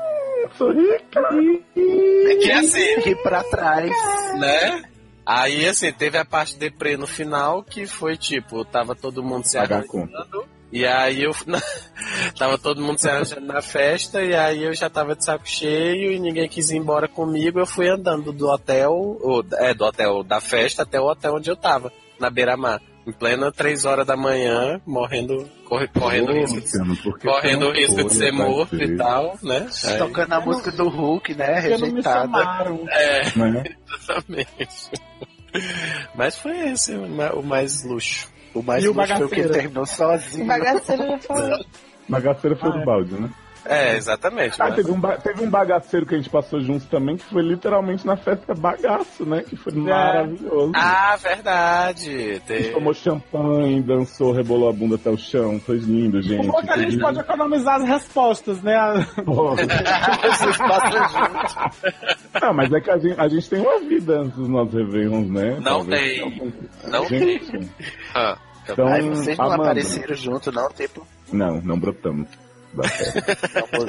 Sou Hum. rica.
Que assim,
Que pra trás.
né? Aí, assim, teve a parte deprê no final, que foi tipo, tava todo mundo se
Pagar a
arranjando.
conta.
E aí eu tava todo mundo se arranjando na festa e aí eu já tava de saco cheio e ninguém quis ir embora comigo. Eu fui andando do hotel, ou, é, do hotel da festa até o hotel onde eu tava, na beira-mar. Em plena três horas da manhã, morrendo, corre- correndo
Ô,
risco.
Luciano, por que tá
Correndo
você
o
não
risco de
foi,
ser
vai
morto
ser,
e tal, né?
É.
Aí,
Tocando a música do Hulk, né?
Porque não me
Rejeitada.
chamaram.
é,
né?
exatamente. Mas foi esse o ma- o mais luxo.
O mais
E o
luxo foi o que
bagaceiro?
terminou sozinho.
Bagaceiro já falou.
Bagaceira foi
Ah,
do
é.
balde, né?
É, exatamente.
Ah,
né?
teve um, ba- teve um bagaceiro que a gente passou juntos também, que foi literalmente na festa bagaço, né? Que foi
É.
maravilhoso.
Ah, verdade.
A gente
Te-
tomou champanhe, dançou, rebolou a bunda até o chão. Foi lindo,
O
gente.
bom é que a gente pode economizar as respostas, né?
Porra.
Vocês passam junto.
Ah, mas é que a gente, a gente tem uma vida antes dos nossos Réveillons, né?
Não tem. Não
gente,
Ah,
Então,
Aí vocês não
Amanda,
apareceram junto, não, tipo.
Não, não brotamos. da festa.
Não,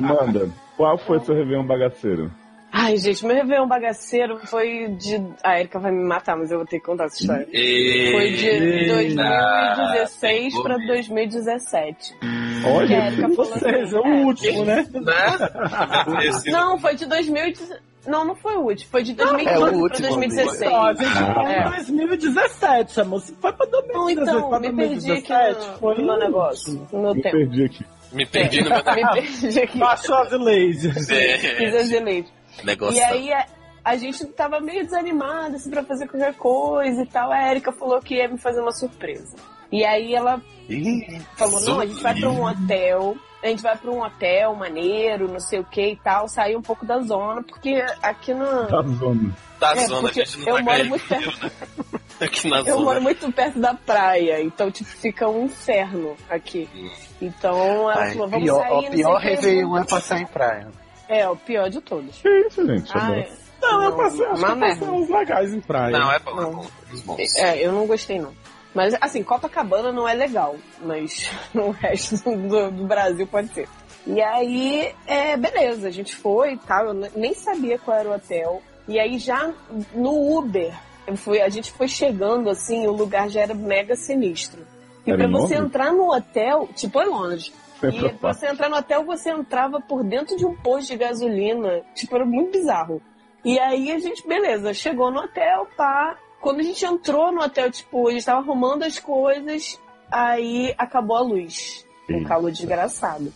não.
Amanda, qual foi seu Réveillon bagaceiro?
Ai, gente, meu Réveillon bagaceiro foi de. A Erika vai me matar, mas eu vou ter que contar essa história.
e...
Foi de
Eita,
2016
pegou
pra
mesmo.
2017. Que a
Olha,
Erika falou assim, é,
Ou seja, o último, né?
Né? Esse-
Não, foi de 2017. Não, não foi o último. Foi de
é o
2015 pra
último,
2016.
Ó, a gente tá
Ah,
É.
em 2017, amor. Se foi pra
Não,
2017,
então,
pra
me perdi aqui
2017,
no,
foi
no meu negócio, no meu
me
tempo.
perdi aqui.
Me perdi no meu
Me perdi aqui.
Baixou as leis.
Fiz as delete.
negócio.
E aí a, a gente tava meio desanimada assim, pra fazer qualquer coisa e tal. A Erika falou que ia me fazer uma surpresa. E aí ela falou: não, a gente vai pra um hotel. A gente vai pra um hotel maneiro, não sei o que e tal, sair um pouco da zona, porque aqui na.
Tá zona.
Da
É,
zona, a
porque
gente não
eu
vai
moro
cair
muito perto
aqui na
eu moro
zona.
muito perto da praia, então, tipo, fica um inferno aqui. Então, ela
Hum. Ai,
falou, vamos
pior,
sair, não
o
sei
pior
o quê.
Réveillon é passar em praia.
É, o pior de todos.
Que isso, gente?
Ah,
Adoro.
é.
Não, eu passei, acho que
Uma
eu passei
merda.
uns legais em praia.
Não, é bom.
Não.
é bom, é bom.
É, eu não gostei, não. Mas, assim, Copacabana não é legal, mas no resto do, do Brasil pode ser. E aí, é, beleza, a gente foi e tal, eu ne- nem sabia qual era o hotel. E aí, já no Uber, eu fui, a gente foi chegando, assim, o lugar já era mega sinistro. E
Era É
pra
em
você
Londres?
entrar no hotel, tipo, em Londres,
Sempre
e pra
faço.
você entrar no hotel, você entrava por dentro de um posto de gasolina. Tipo, era muito bizarro. E aí a gente, beleza, chegou no hotel, pá. Quando a gente entrou no hotel, tipo, a gente tava arrumando as coisas, aí acabou a luz. Um
Eita.
calor desgraçado.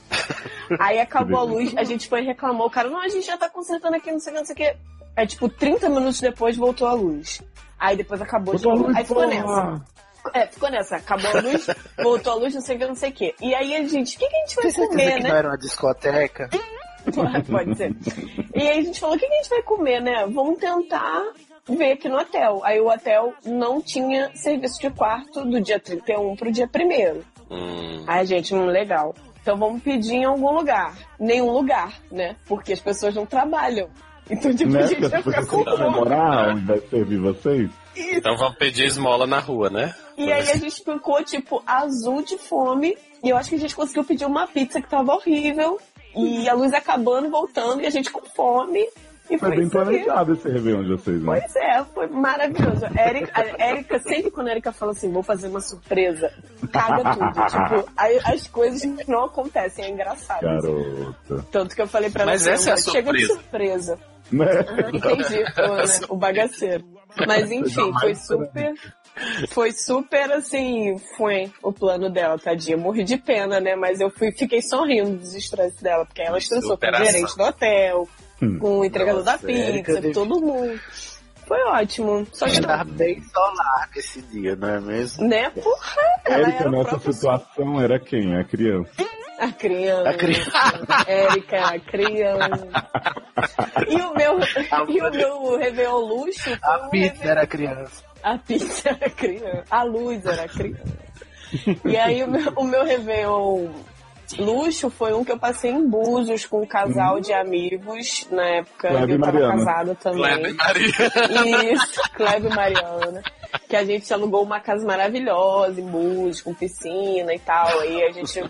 Aí acabou a
Que
luz, a gente foi e reclamou. O cara, não, a gente já tá consertando aqui, não sei o que, não sei o que. Aí, tipo, 30 minutos depois voltou a luz. Aí depois acabou de
Botou a
novo.
luz,
Aí ficou
porra.
nessa. É, ficou nessa. Acabou a luz, voltou a luz, não sei o que, não sei o que. E aí, a gente, o que, que a gente vai
Tem certeza
comer,
que
né?
não era uma discoteca?
Pode ser. E aí a gente falou, o que que a gente vai comer, né? Vamos tentar ver aqui no hotel. Aí o hotel não tinha serviço de quarto do dia 31 pro dia 1
Hum,
Ai, gente, hum, legal. Então vamos pedir em algum lugar. Nenhum lugar, né? Porque as pessoas não trabalham. Então, tipo, a
Né?
gente
Porque
vai
as
ficar
pessoas
com
têm que
fome.
comemorar onde vai servir vocês. Tá
então vamos pedir esmola na rua, né?
E aí a gente ficou, tipo, azul de fome. E eu acho que a gente conseguiu pedir uma pizza que tava horrível. E a luz acabando, voltando, e a gente com fome.
Foi
E foi
bem
isso aí.
planejado esse Réveillon de vocês, né?
Pois é, foi maravilhoso. Érica, a Érica, sempre quando a Érica fala assim, vou fazer uma surpresa, caga tudo. tipo, a- as coisas não acontecem, é engraçado.
Garota.
Tanto que eu falei pra ela,
Mas essa é
assim,
a
amor, chega de
surpresa.
surpresa.
Né?
Ah, entendi, o, né, o bagaceiro. Mas enfim,
é
foi super... Foi super assim, foi o plano dela, tadinha. Morri de pena, né? Mas eu fui, fiquei sorrindo dos estresses dela, porque ela estressou com o
Superação.
gerente do hotel,
Hum.
com o entregador da
Nossa, Érica
pizza, com
deve-
todo mundo. Foi ótimo. Só que
Ela
não
tava bem solar esse dia, não é mesmo?
Né? Porra! Ela
Érica,
era o
nessa
próprio-
situação, era quem? É A criança.
A criança.
A criança.
Érica, a criança. E o meu,
A
e o meu Réveillon luxo foi
A
um
pizza
Réveillon-
era criança.
a pizza era criança. A luz era criança. E aí o meu, o meu Réveillon luxo foi um que eu passei em Búzios com um casal de amigos na época.
Kleber e
eu tava
Mariana.
casada também.
Kleber e Maria.
Isso, Kleber e Mariana. né? Que a gente alugou uma casa maravilhosa, em Búzios, com piscina e tal. Aí a gente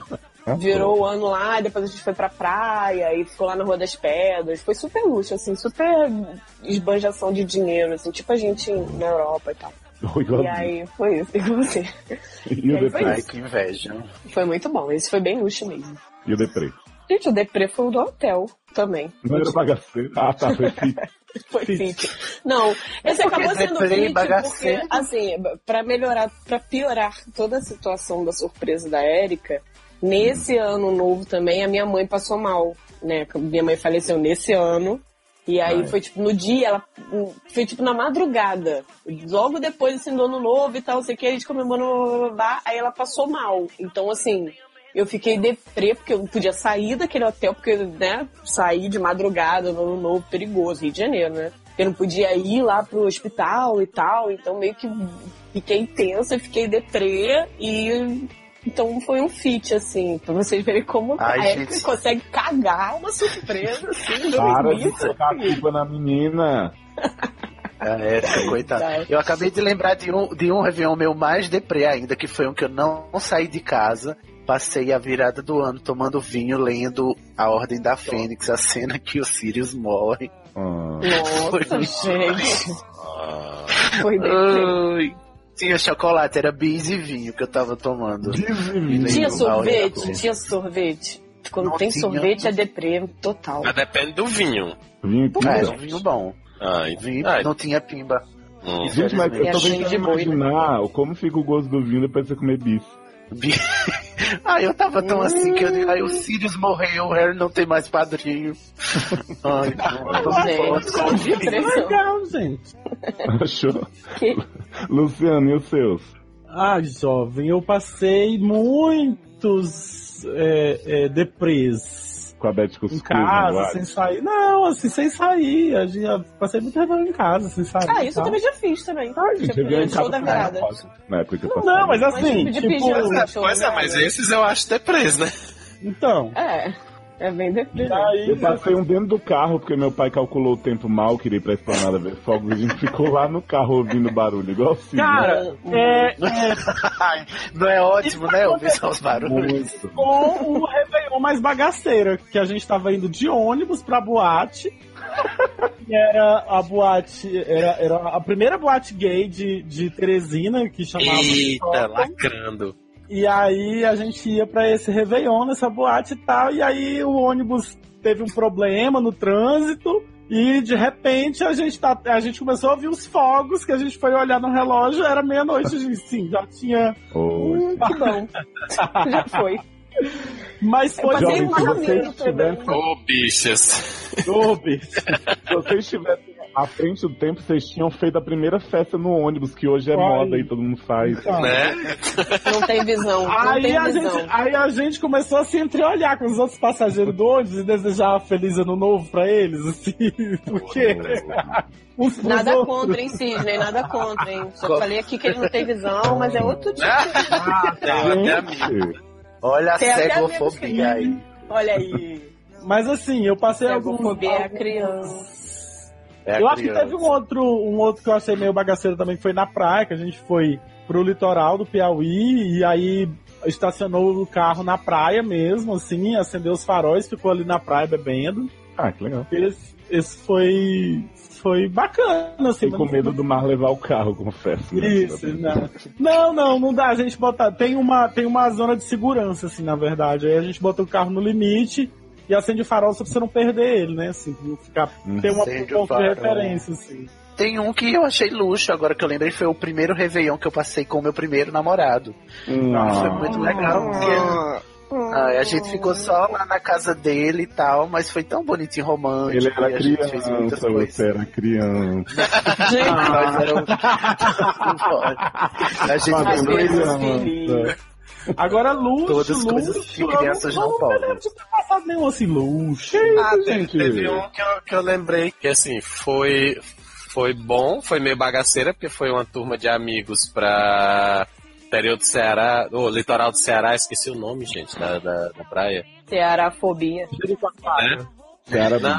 virou o ano lá, e depois a gente foi pra praia e ficou lá na Rua das Pedras. Foi super luxo, assim, super esbanjação de dinheiro, assim, tipo a gente na Europa e tal.
Oi,
E aí foi isso. E você?
E o
aí
Depre?
foi
Ai, que inveja.
Foi muito bom, esse foi bem luxo mesmo.
E o Depre?
Gente, o deprê foi o do hotel também.
Não era bagaceiro. Ah, tá, foi fit.
Foi fit. Não, esse acabou
É Porque
sendo
deprê,
fit porque,
bagaceiro.
assim, pra melhorar, pra piorar toda a situação da surpresa da Érica, nesse ano novo também a minha mãe passou mal, né? Minha mãe faleceu nesse ano. E aí
Ah, é.
foi tipo no dia, ela foi tipo na madrugada. Logo depois assim, do ano novo e tal, não sei o que, a gente comemorou, blá, blá, blá, blá, aí ela passou mal. Então, assim, Eu fiquei deprê, porque eu não podia sair daquele hotel, porque, né, sair de madrugada no ano novo, perigoso, Rio de Janeiro, né? Eu não podia ir lá pro hospital e tal, então meio que fiquei tensa, fiquei deprê e. Então foi um fit, assim, pra vocês verem como
Ai,
a
gente.
Erika consegue cagar uma surpresa, assim,
Para de
dormir.
colocar a culpa na menina.
Ah, É, coitado. Eu acabei de lembrar de um, de um Réveillon meu mais deprê ainda, que foi um que eu não saí de casa. Passei a virada do ano tomando vinho, lendo A Ordem da Fênix, a cena que o Sirius morre.
Ah.
Nossa, gente. Foi deprê.
Ai, tinha chocolate, era bis e vinho que eu tava tomando.
Dizimino.
Tinha
Lembro, Mauro,
sorvete,
lembro.
tinha sorvete. Quando
Não
tem
tinha.
sorvete é deprê total.
Mas Ah, depende do vinho.
Vinho e
Ah, era
pinga.
um vinho bom.
Ah, e-
Vinho,
ah,
não tinha pimba.
hum.
Gente, mas eu tô
Infelizmente.
tentando
É cheio de boi, né?
imaginar como fica o gosto do vinho depois de você comer bife.
Bi- Ah, eu tava tão assim que eu digo, ai, o Sirius morreu, o Harry não tem mais padrinho. Ai, tô
Gente, que depressão.
é Legal, gente.
Achou?
Que-
Luciano, e os seus?
Ah, jovem, eu passei muitos é, é, deprês.
Com a Beth Cuscuz,
Em
né,
casa,
Lari?
sem sair. Não, assim, sem sair. A gente- eu passei muito Réveillon em casa, sem sair. tá?
Ah, isso
e
eu
tal.
também já fiz também.
Ah, gente,
Tipo,
Você viu em
show
casa
da
com ela,
é,
virada.
pode? Na época que eu
Não,
passava.
não, mas assim,
Mas de
tipo...
pijama.
Pois é, pois é,
né?
mas esses eu acho depressa, né?
Então,
É, é bem
e
deprimido.
aí...
Eu passei um dentro do carro, porque meu pai calculou o tempo mal, queria ir pra esplanada ver fogos, a gente ficou lá no carro ouvindo barulho, igual assim.
Cara, é,
Ai, não é ótimo, né? Ouvir só os barulhos.
Muito.
com o Réveillon mais bagaceiro, que a gente tava indo de ônibus pra boate. E era a boate, era, era a primeira boate gay de, de Teresina, que chamava.
Eita, lacrando.
E aí a gente ia pra esse Réveillon nessa boate e tal, e aí o ônibus teve um problema no trânsito. E de repente a gente, tá, a gente começou a ouvir os fogos que a gente foi olhar no relógio, era meia-noite, a gente, sim, já tinha.
Oi.
Tá
Que bom. Já foi.
Mas foi
passei
bem
um
Jovem, se
lá
você
mesmo também.
estivesse
Ô, bichas.
dobe.
Se vocês estivessem à frente do tempo, vocês tinham feito a primeira festa no ônibus, que hoje é
Ai.
moda e todo mundo faz.
Ah,
é
Né?
Não tem visão. não
Aí
tem
a,
visão.
gente, aí a gente começou a se entreolhar com os outros passageiros do ônibus e desejar feliz ano novo pra eles, assim, porque uns pros
Nada
outros.
contra, hein, Sidney? Nada contra, hein? Só falei aqui que ele não tem visão, mas é outro tipo.
Até a minha.
Gente,
Olha a
Tem até amigos que-
cegofobia aí.
Olha aí.
Mas assim, eu passei alguns...
Cegofobia é a criança.
É a
eu acho que
criança.
teve um outro, um outro que eu achei meio bagaceiro também, que foi na praia, que a gente foi pro litoral do Piauí, e aí estacionou o carro na praia mesmo, assim, acendeu os faróis, ficou ali na praia bebendo.
Ah, que legal.
Esse, esse foi... Foi bacana, assim.
Fiquei com
mas-
medo do mar levar o carro, confesso. né?
Isso, não. Não, não, não dá. A gente botar. Tem uma, tem uma zona de segurança, assim, na verdade. Aí a gente bota o carro no limite e acende o farol só pra você não perder ele, né? Assim, pra não ficar.
Hum.
Tem uma
Acende o
ponto de
farol.
referência, assim.
Tem um que eu achei luxo, agora que eu lembrei, foi o primeiro Réveillon que eu passei com o meu primeiro namorado. Isso foi muito legal. porque- Ai, a gente ficou só lá na casa dele e tal, mas foi tão bonitinho romântico.
Ele
e
era
a gente fez muitas
criança,
coisas.
você era criança.
Gente,
Nós éramos- a gente
Às
fez
vezes,
coisas
filhinho.
Agora, luxo.
né? Todas as
luxo,
coisas que é crianças
eu
não
Eu
podem.
não lembro de ter passado nenhum assim, luxo.
Ah,
Gente,
Teve um que eu, que eu lembrei que, assim, foi, foi bom, foi meio bagaceira, porque foi uma turma de amigos pra interior do Ceará, ou litoral do Ceará, esqueci o nome, gente, da, da, da praia.
Cearafobia.
cara,
Não,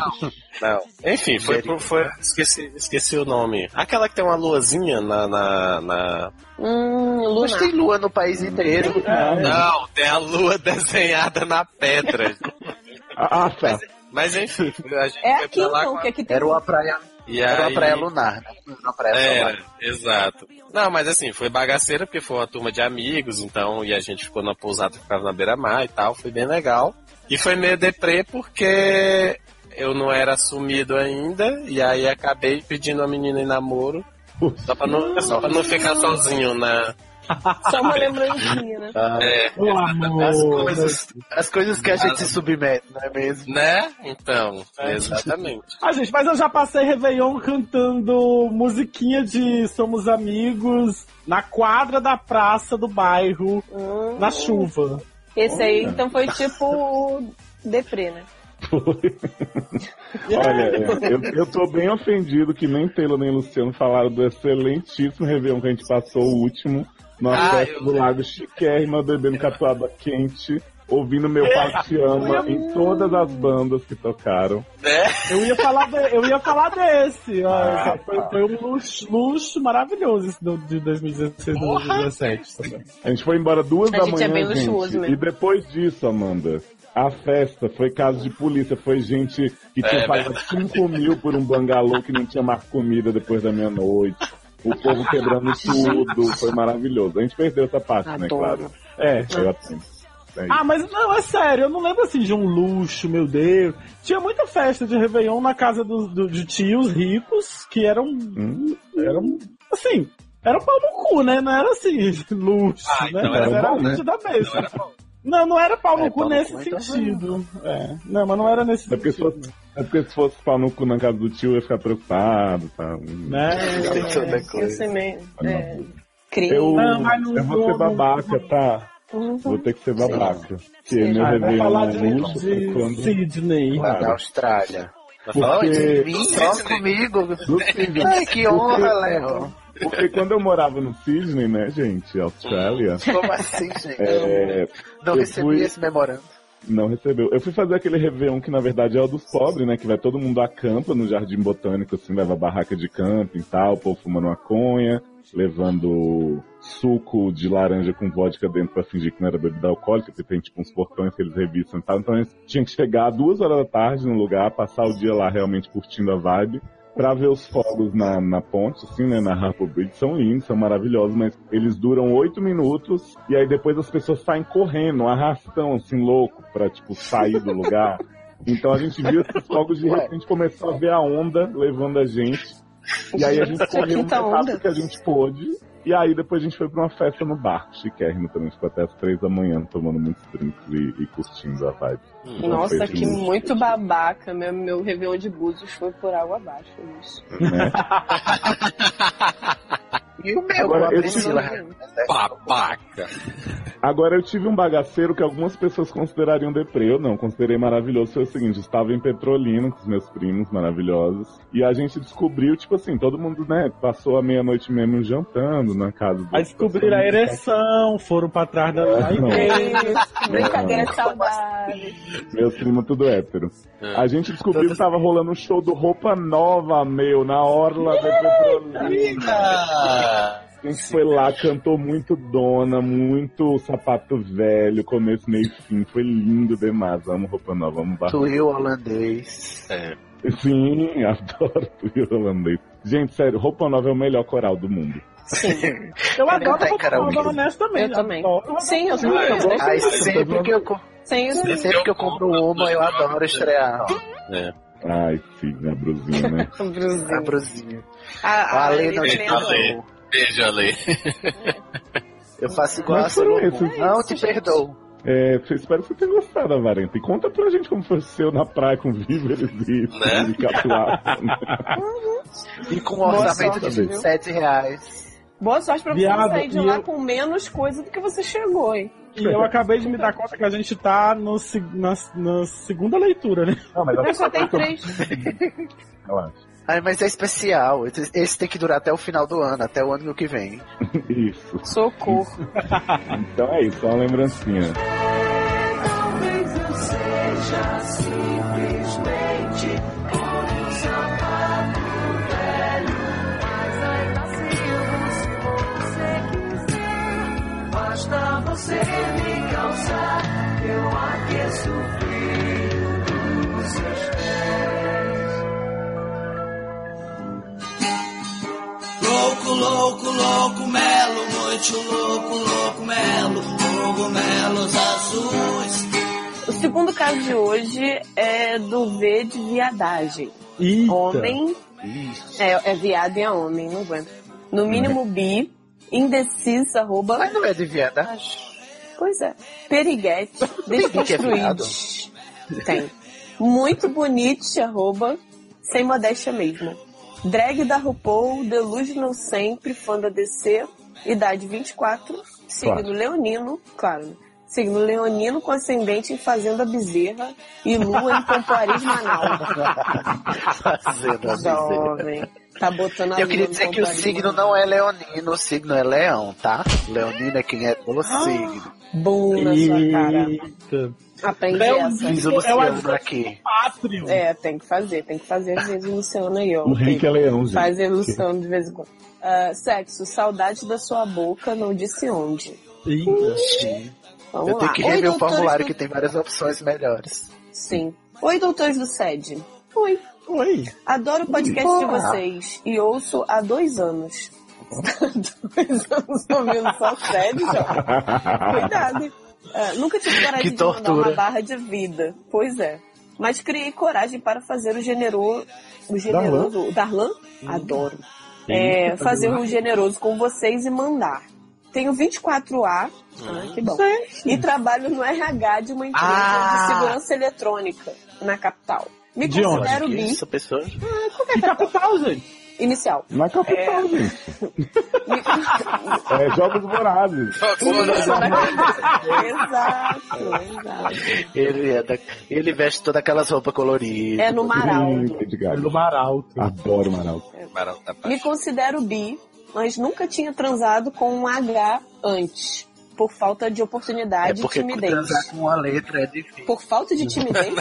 não. Enfim, foi, pro- foi esqueci, esqueci o nome. Aquela que tem uma luazinha na... na, na-
Hum,
Mas
Luna.
tem lua no país inteiro.
É.
Não, tem a lua desenhada na pedra.
Ah, tá.
Mas enfim, a gente
É
foi
aqui
pra lá
então,
com a...
que aqui tem.
Era uma praia,
E
era uma
aí-
praia lunar, né? Era uma praia solar.
É, exato. Não, mas assim, foi bagaceira porque foi uma turma de amigos, então, e a gente ficou na pousada, ficava na beira-mar e tal, foi bem legal. E foi meio deprê porque eu não era assumido ainda, e aí acabei pedindo a menina em namoro, só pra não, só pra não ficar sozinho na...
Só uma lembrancinha, né?
É,
Ô,
As
amor.
coisas, é as coisas que a gente se submete, não é mesmo?
né? Então, exatamente.
Ah, gente, mas eu já passei Réveillon cantando musiquinha de Somos Amigos na quadra da praça do bairro,
Uhum.
Hum.
na chuva.
Esse aí, então, foi tipo o deprê, né?
Olha, é, eu, eu tô bem ofendido que nem Taylor nem Luciano falaram do excelentíssimo Réveillon que a gente passou o último no
Ah,
acesso
eu-
do Lago Chiquérrima, bebendo catuaba quente, ouvindo
É.
meu Patiama em todas as bandas que tocaram.
Né?
Eu ia falar, de- eu ia falar desse. ó.
Ah, tá.
foi, foi um luxo, luxo maravilhoso esse do- de 2016 2017 também.
A gente foi embora duas
A
da
gente é
manhã,
bem luxuoso
gente.
mesmo.
E depois disso, Amanda, a festa foi caso de polícia, foi gente que tinha
É,
pago 5 mil por um bangalô que não tinha mais comida depois da meia-noite. O povo quebrando tudo, foi maravilhoso. A gente perdeu essa parte, né,
Adoro. Ah.
claro. É, eu atendo. É
Ah, mas não, é sério, eu não lembro assim de um luxo, meu Deus. Tinha muita festa de Réveillon na casa dos do- de tios ricos que eram.
Hum.
eram assim, era pau no cu, né? Não era assim, luxo,
Ah,
né?
então
Mas
era
era
bom, né?
luxo da besta. Não, não era pau no
É,
cu
pau no
nesse
cu, então
sentido. É. Não, mas não era nesse
É porque, se
sentido.
fosse, é porque se fosse pau no cu na casa do tio, eu ia ficar preocupado, tá?
Né?
Tem toda
Eu
coisa.
sei meio. É, crime.
Eu,
Não, mas não
eu vou ser
vou, não-
babaca, tá?
Uhum.
Vou ter que ser babaca. Que
Sim.
meu
Ah, vai
Réveillon
falar
é
de,
luxo foi
de
quando...
Sidney.
Lá
Claro.
da Austrália.
Tá falando?
Porque,
Mim, só comigo.
do Sidney.
Ai, que honra, Léo.
porque quando eu morava no Sydney, né, gente, Austrália,
Como assim, gente?
é,
não
eu
recebi
fui-
esse memorando.
não recebeu. Eu fui fazer aquele Réveillon que, na verdade, é o dos pobres, né, que vai todo mundo acampa no Jardim Botânico, assim, leva barraca de camping e tal, o povo fumando maconha, levando suco de laranja com vodka dentro pra fingir que não era bebida alcoólica, porque tem, tipo, uns portões que eles revistam e tal. Então, eles tinham que chegar às duas horas da tarde no lugar, passar o dia lá realmente curtindo a vibe, pra ver os fogos na, na ponte, assim, né, na Harbour Bridge, são lindos, são maravilhosos, mas eles duram oito minutos e aí depois as pessoas saem correndo, um arrastão, assim, louco, pra, tipo, sair do lugar. Então a gente viu esses fogos de
Ué.
repente começou a ver a onda levando a gente. E aí a gente
Isso é
correu o
quinta
rápido
onda.
que a gente pôde. E aí depois a gente foi pra uma festa no bar, chiquérrimo também, ficou até as três da manhã tomando muitos drinks e, e curtindo a vibe. Então,
Nossa,
foi
que
assim,
muito babaca. Meu, meu Réveillon de Búzios foi por água abaixo. Isso.
né?
E o meu,
Agora,
com a
eu
Priscila.
É. Babaca.
Agora eu tive um bagaceiro que algumas pessoas considerariam deprê, eu não, considerei maravilhoso. Foi o seguinte, eu estava em Petrolina com os meus primos maravilhosos e a gente descobriu, tipo assim, todo mundo, né, passou a meia-noite mesmo jantando na casa do
Aí descobriram a ereção, foram pra trás da da
Não.
Isso. Brincadeira saudável.
Meus primos tudo hétero. A gente descobriu que tava rolando um show do Roupa Nova, meu, na orla da Petrolina.
Ah,
A gente foi lá, cantou muito Dona, muito Sapato Velho, começo, meio e fim. Foi lindo demais. Amo Roupa Nova, amo Barra
Tu e o holandês.
é.
Sim, adoro o holandês. Gente, sério, Roupa Nova é o melhor coral do mundo.
Eu adoro
Tá em
Roupa
karaokê.
Nova, honestamente.
Eu também.
Adoro, adoro.
Sim, eu também.
Ah,
Eu também.
Aí sempre que eu, co-
Sim, eu também.
é
sempre que eu compro uma, eu adoro estrear ó,
Ai, sim, a brusinha, né?
a brusinha.
A, a,
Ah,
A Lê não te
Lene
Lena.
perdoou.
Beijo, Ale.
Eu faço igual
Mas
a
foram
Salomão.
esses-
Não
Isso,
te
gente.
perdoo.
É, eu espero que você tenha gostado, Avarenta. E conta pra gente como foi o seu na praia com víveres e
Né?
e capilar.
E com um
Nossa,
orçamento de
olha,
27 reais.
Boa sorte pra você
Viado,
sair de
e
lá
eu-
com menos coisa do que você chegou, hein?
E eu acabei de me dar conta que a gente tá no, se- na, na segunda leitura, né?
Não, mas
Mas só tem três.
relaxa.
Ai, mas é especial. Esse, esse tem que durar até o final do ano, até o ano que vem.
Isso.
Socorro.
Então é isso, só uma lembrancinha.
um assim
Louco, louco, louco, melo, muito louco, louco, melo, cogumelos azuis.
O segundo caso de hoje é do V de viadagem.
Eita.
Homem. É, é viado e é homem, não aguento. No mínimo bi, indeciso, arroba.
Mas não é de viadagem.
Pois é. Periguete,
que é viado?
desconstruídos. Tem. Muito bonito, arroba, sem modéstia mesmo. Drag da RuPaul, delusional sempre, fã da DC, idade 24, signo
Claro.
leonino, claro. né? Signo leonino com ascendente em Fazenda Bezerra e lua em Pompoaris, Manaus.
Fazendo a dizer.
Jovem. Tá botando a
Eu queria
lua no
dizer que o
Pompoaris,
signo
Manaus.
não é leonino, o signo é leão, tá? Leonino é quem é o signo.
Bom na sua cara. Aprende
Léo
essa.
Diz o
É o
Luciano aqui.
Pátrio.
É, tem que fazer, tem que fazer às vezes né, o Luciano aí, ó.
O Rick é leão, gente.
Fazer Luciano de vez em quando. Ah, sexo, saudade da sua boca, não disse onde. Vamos
Eu tenho
lá.
que
Oi,
rever o
doutores
formulário
do-
que tem várias opções melhores.
Sim. Oi, doutores do SED. Oi.
Oi.
Adoro o podcast de
Olá.
vocês e ouço há dois anos. dois anos ouvindo só SED, João. Cuidado. hein? Ah, nunca tive coragem
Que
de mandar uma
tortura.
barra de vida. Pois é. Mas criei coragem para fazer o generoso. O generoso. Darlan? Darlan?
Hum.
Adoro. É, fazer o generoso com vocês e mandar. Tenho 24A.
Uhum.
Ah, que bom. E trabalho no RH de uma empresa
Ah.
de segurança eletrônica na capital. Me
De onde?
considero
Que
bi.
Isso, pessoa.
Que capital, gente.
Inicial.
Na capital, gente. É Jogos Vorazes.
exato, exato.
Ele, é da- ele veste todas aquelas roupas coloridas.
É no Maraldo.
Ih, Lady
É
Gaga.
do Maralto.
Adoro um Maralto.
Barão da Paz.
Me considero bi, mas nunca tinha transado com um H antes, por falta de
É
oportunidade e
porque
timidez.
transar com uma letra é difícil.
Por falta de timidez?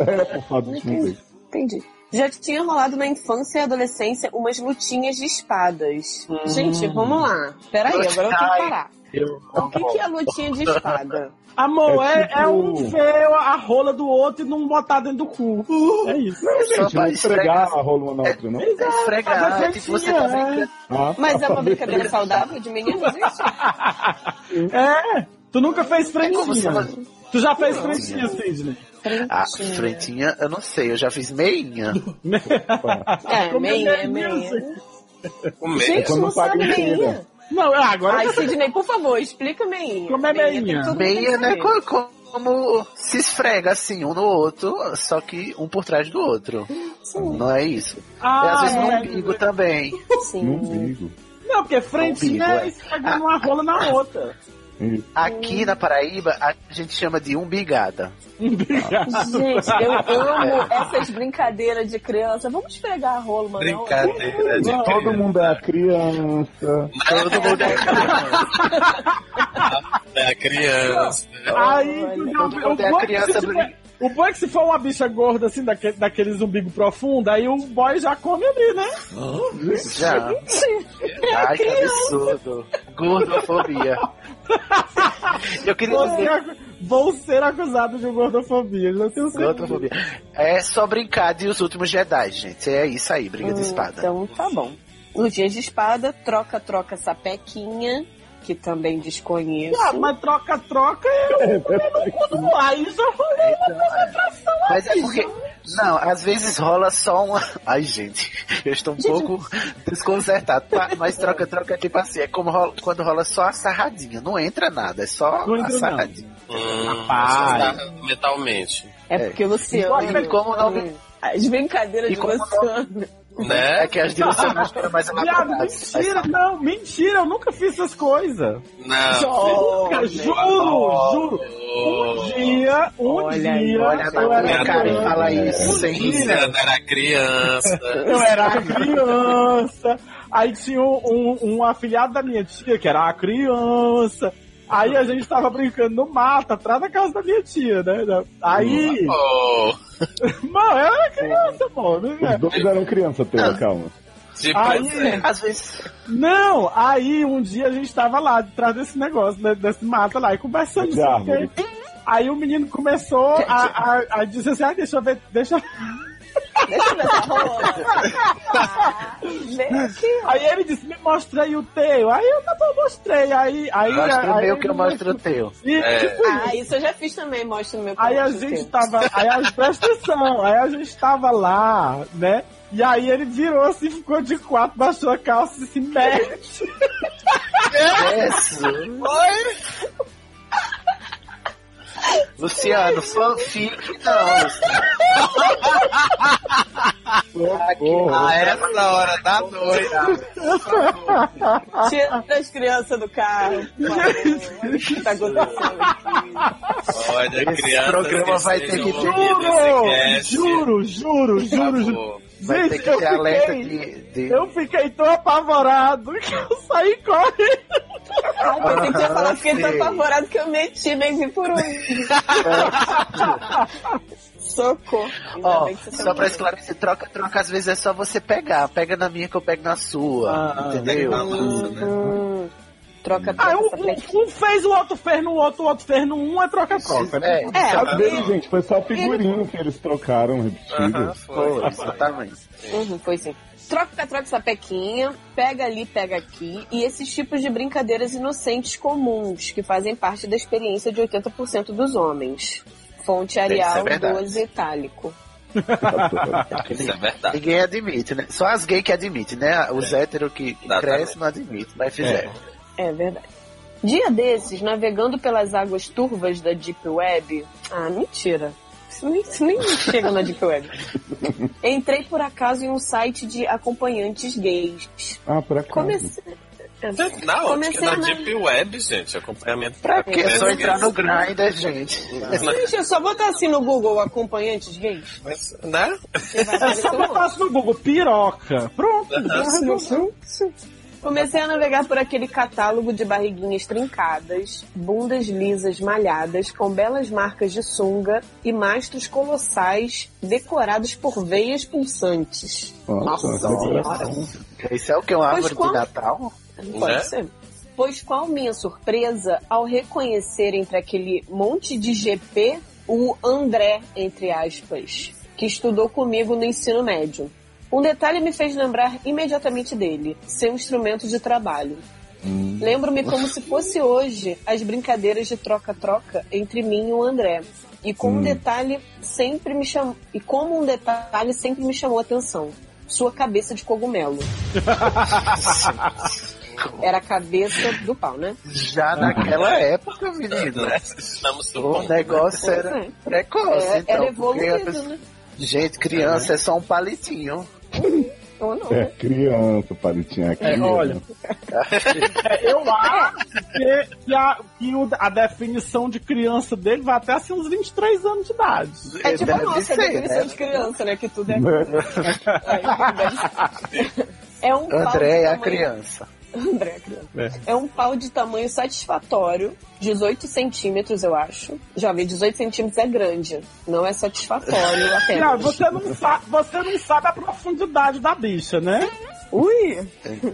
É, por favor, desculpe.
Entendi. Já tinha rolado na infância e adolescência umas lutinhas de espadas. Gente, vamos lá. Peraí, agora eu tenho que parar.
Hum. Eu
O que, que é lutinha de espada?
Amor, é,
É
é,
tipo-
um ver a rola do outro e não botar dentro do cu. É isso.
só
Gente, não
vai
esfregar a rola uma na outra, não?
É esfregar,
Mas é
tipo, você
assim,
tá
é.
brincando.
Ah,
Mas é uma
tá.
brincadeira saudável de menino, gente?
É. Tu nunca fez
como se
frentinha.
ela-
Tu já fez frentinha, Sidney.
Ah, frentinha, eu não sei, eu já fiz meinha.
É,
Como
meia,
é
é meia.
O meio.
Gente,
quando
não
paga
sabe
inteira.
meinha.
Não, ah, agora
Ai, Sidney, por favor, explica meinha.
Como é meinha?
tem todo mundo
Meia,
que
né?
saber.
co- Como, se esfrega assim um no outro, só que um por trás do outro. Não é isso.
Ah,
e às vezes
é.
no umbigo também.
No
Sim.
umbigo.
Não, porque
Umbigo,
frentinha
é.
é esfregando uma rola na outra.
Isso.
Aqui na Paraíba, a gente chama de umbigada.
Gente, eu amo essas brincadeiras de criança. Vamos esfregar a rola, mano.
Brincadeira de
Todo
criança.
mundo é criança.
Todo mundo é
É criança. né?
Aí, tu já-
Todo mundo é
bom é que
criança
se tiver-
brin-
O bom é que se for uma bicha gorda, assim, daque, daqueles umbigo profundo, aí o boy já come ali, né?
Já. Ai, que absurdo. Gordofobia. Eu queria
Vou ser,
dizer
ac- vou ser acusado de gordofobia, já tenho certeza.
gordofobia. É só brincar de Os Últimos Jedi, gente. É isso aí, briga
Hum,
de espada.
Então tá bom. Lutinhas de espada, troca, troca, sapequinha, que também desconheço.
Ah, mas troca-troca eu comendo o cu do aí já rolei uma concentração
Mas é
aí,
porque. Não, às vezes rola só uma. Ai, gente, eu estou um pouco desconcertado. tá? Mas troca-troca é tipo assim: é como rola- quando rola só a sarradinha. Não entra nada, é só
Não
a
entra, não.
sarradinha.
Hum,
Rapaz.
tá metalmente.
É porque o Luciano.
E como não-
As brincadeiras
E
de
como não-
Luciano.
Né?
É que as direcionais foram mais
Viado,
elaboradas.
mentira, não, mentira, eu nunca fiz essas coisas.
Não.
Nunca, juro, juro. Um
Uhum.
dia, um
Olha aí,
dia,
Olha,
eu
na
era
cara e
criança.
fala isso sem
Luciana
risada.
era criança.
Uhum.
Eu era criança. Aí tinha um, um, um afilhado da minha tia, que era a criança. Aí a gente tava brincando no mato, atrás da casa da minha tia, né? Aí,
Oh,
mano, eu era criança, né, mano.
Os dois eram criança, Taylor, calma.
de
Aí-
presente.
Às vezes.
Não, aí um dia a gente tava lá, atrás desse negócio, né, desse mato lá, e conversando.
De
não sei o
árvore.
quê. Aí o menino começou a, a, a dizer assim, ah, deixa eu ver, deixa...
Deixa eu ver essa rola. Ah, vem aqui.
Aí ele disse, me mostra aí o teu. Aí eu, tá bom, mostrei. Aí... aí
Mostra o
aí,
meu que eu
ele-
mostro o teu.
E-
É.
Ah, isso eu já fiz também, mostra no meu assim.
Aí a
canal,
gente tá-
Luciano.
tava. Aí a, presta atenção, aí a gente tava lá, né? E aí ele virou assim, ficou de quatro, baixou a calça e se mete.
Yes. tá Luciano, fanfic não. Luciano.
Socorro.
A
ah, é
essa hora da noite.
Tira as crianças do carro. por favor. Olha o que tá acontecendo aqui.
Olha,
Esse
criança,
programa vai ter que ter-
Juro, juro, juro, juro, juro.
Vai ter
Gente,
que
eu
ter alerta
fiquei-
de. de-
Eu fiquei tão apavorado que eu saí correndo.
Ai, Ah, pensei que ia falar, fiquei tão
Sim.
apavorado que eu meti, nem vi por um. onde. Socorro. Ainda
Ó,
bem que
só
você tá
pra
me ouvindo.
esclarecer, troca, troca, às vezes é só você pegar. Pega na minha que eu pego na sua.
Ah,
entendeu?
Hum, troca troca
Ah, um,
essa flex-
um- um fez, o outro fez no outro, o outro fez no um, é troca-troca, né?
É,
É,
Às vezes, gente, foi só figurinho que eles trocaram, repetido.
foi, exatamente.
Uhum, foi sim. Troca, troca essa pequinha, pega ali, pega aqui, e esses tipos de brincadeiras inocentes comuns, que fazem parte da experiência de 80% dos homens. Fonte Arial
verdade.
12 Itálico.
Isso é verdade.
Ninguém admite, né? Só as gays que admitem, né? Os héteros que que
Exatamente.
crescem não admitem, mas fizeram.
É verdade. Dia desses, navegando pelas águas turvas da Deep Web. Ah, mentira. Isso nem, isso nem chega na Deep Web. Entrei por acaso em um site de acompanhantes gays. é
Ah, pra cá.
Comecei.
Na ótica,
Comecei
na
na-
Deep Web, gente, acompanhamento
Pra quê? É só
Sim.
entrar no grinder, gente.
Gente, eu só botar assim no Google acompanhantes gays.
Mas, né?
Você vai
É
aparecer
só
um monte.
botar no Google, piroca. Pronto.
Comecei a navegar por aquele catálogo de barriguinhas trincadas, bundas lisas malhadas, com belas marcas de sunga e mastros colossais decorados por veias pulsantes.
Nossa,
Nossa
senhora.
Isso é o que? Uma
Pois
árvore
quando-
de Natal?
Não Pode
Né?
ser. Pois qual minha surpresa ao reconhecer entre aquele monte de GP o André, entre aspas, que estudou comigo no ensino médio. Um detalhe me fez lembrar imediatamente dele, seu instrumento de trabalho. Lembro-me como se fosse hoje as brincadeiras de troca-troca entre mim e o André. E como um
Hum.
detalhe sempre me chamou, e como um detalhe sempre me chamou a atenção. Sua cabeça de cogumelo. Era a cabeça do pau, né?
Já naquela
É.
época, menino.
Estamos
O
supondo.
negócio era
É,
precoce, então.
era
porque a
evoluído,
pessoa-
né?
Gente, criança é só um palitinho.
Ou não,
É
né?
criança, palitinha. É criança.
olha. É, eu acho que, que a, que o- a definição de criança dele vai até assim uns 23 anos de idade.
É tipo a
Deve
nossa
ser,
definição
né?
de criança, né? Que tudo é. É um pau
André
de
é a
tamanho-
criança.
André é a criança. É um pau de tamanho satisfatório, 18 centímetros, eu acho. Já vi, 18 centímetros é grande. Não é satisfatório
Cara,
apenas.
você não, sa você não sabe a profundidade da bicha, né? Então,
Ui!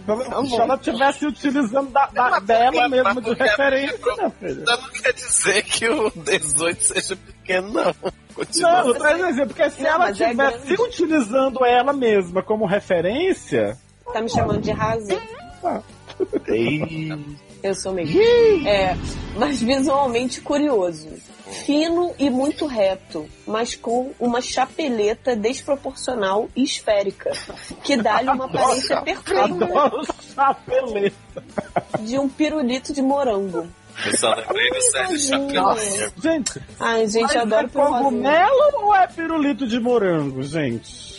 Tá
Se ela estivesse utilizando da, da- dela mesma de referência, né, filha?
Então não quer dizer que o 18 seja pequeno, não. Continua.
Não, eu traz um exemplo, porque se
Não,
ela
mas é
estivesse
grande.
utilizando ela mesma como referência,
Tá me chamando de rasa? Eu sou meio. É, mas visualmente curioso. Fino e muito reto, mas com uma chapeleta desproporcional e esférica, que dá-lhe uma aparência perfeita
adoro chapeleta.
de um pirulito de morango.
Eu só lembrei do Sérgio Chapeleiro.
Nossa.
Gente,
Ai, gente,
mas
eu adoro
é
pirulito.
cogumelo ou é pirulito de morango, gente?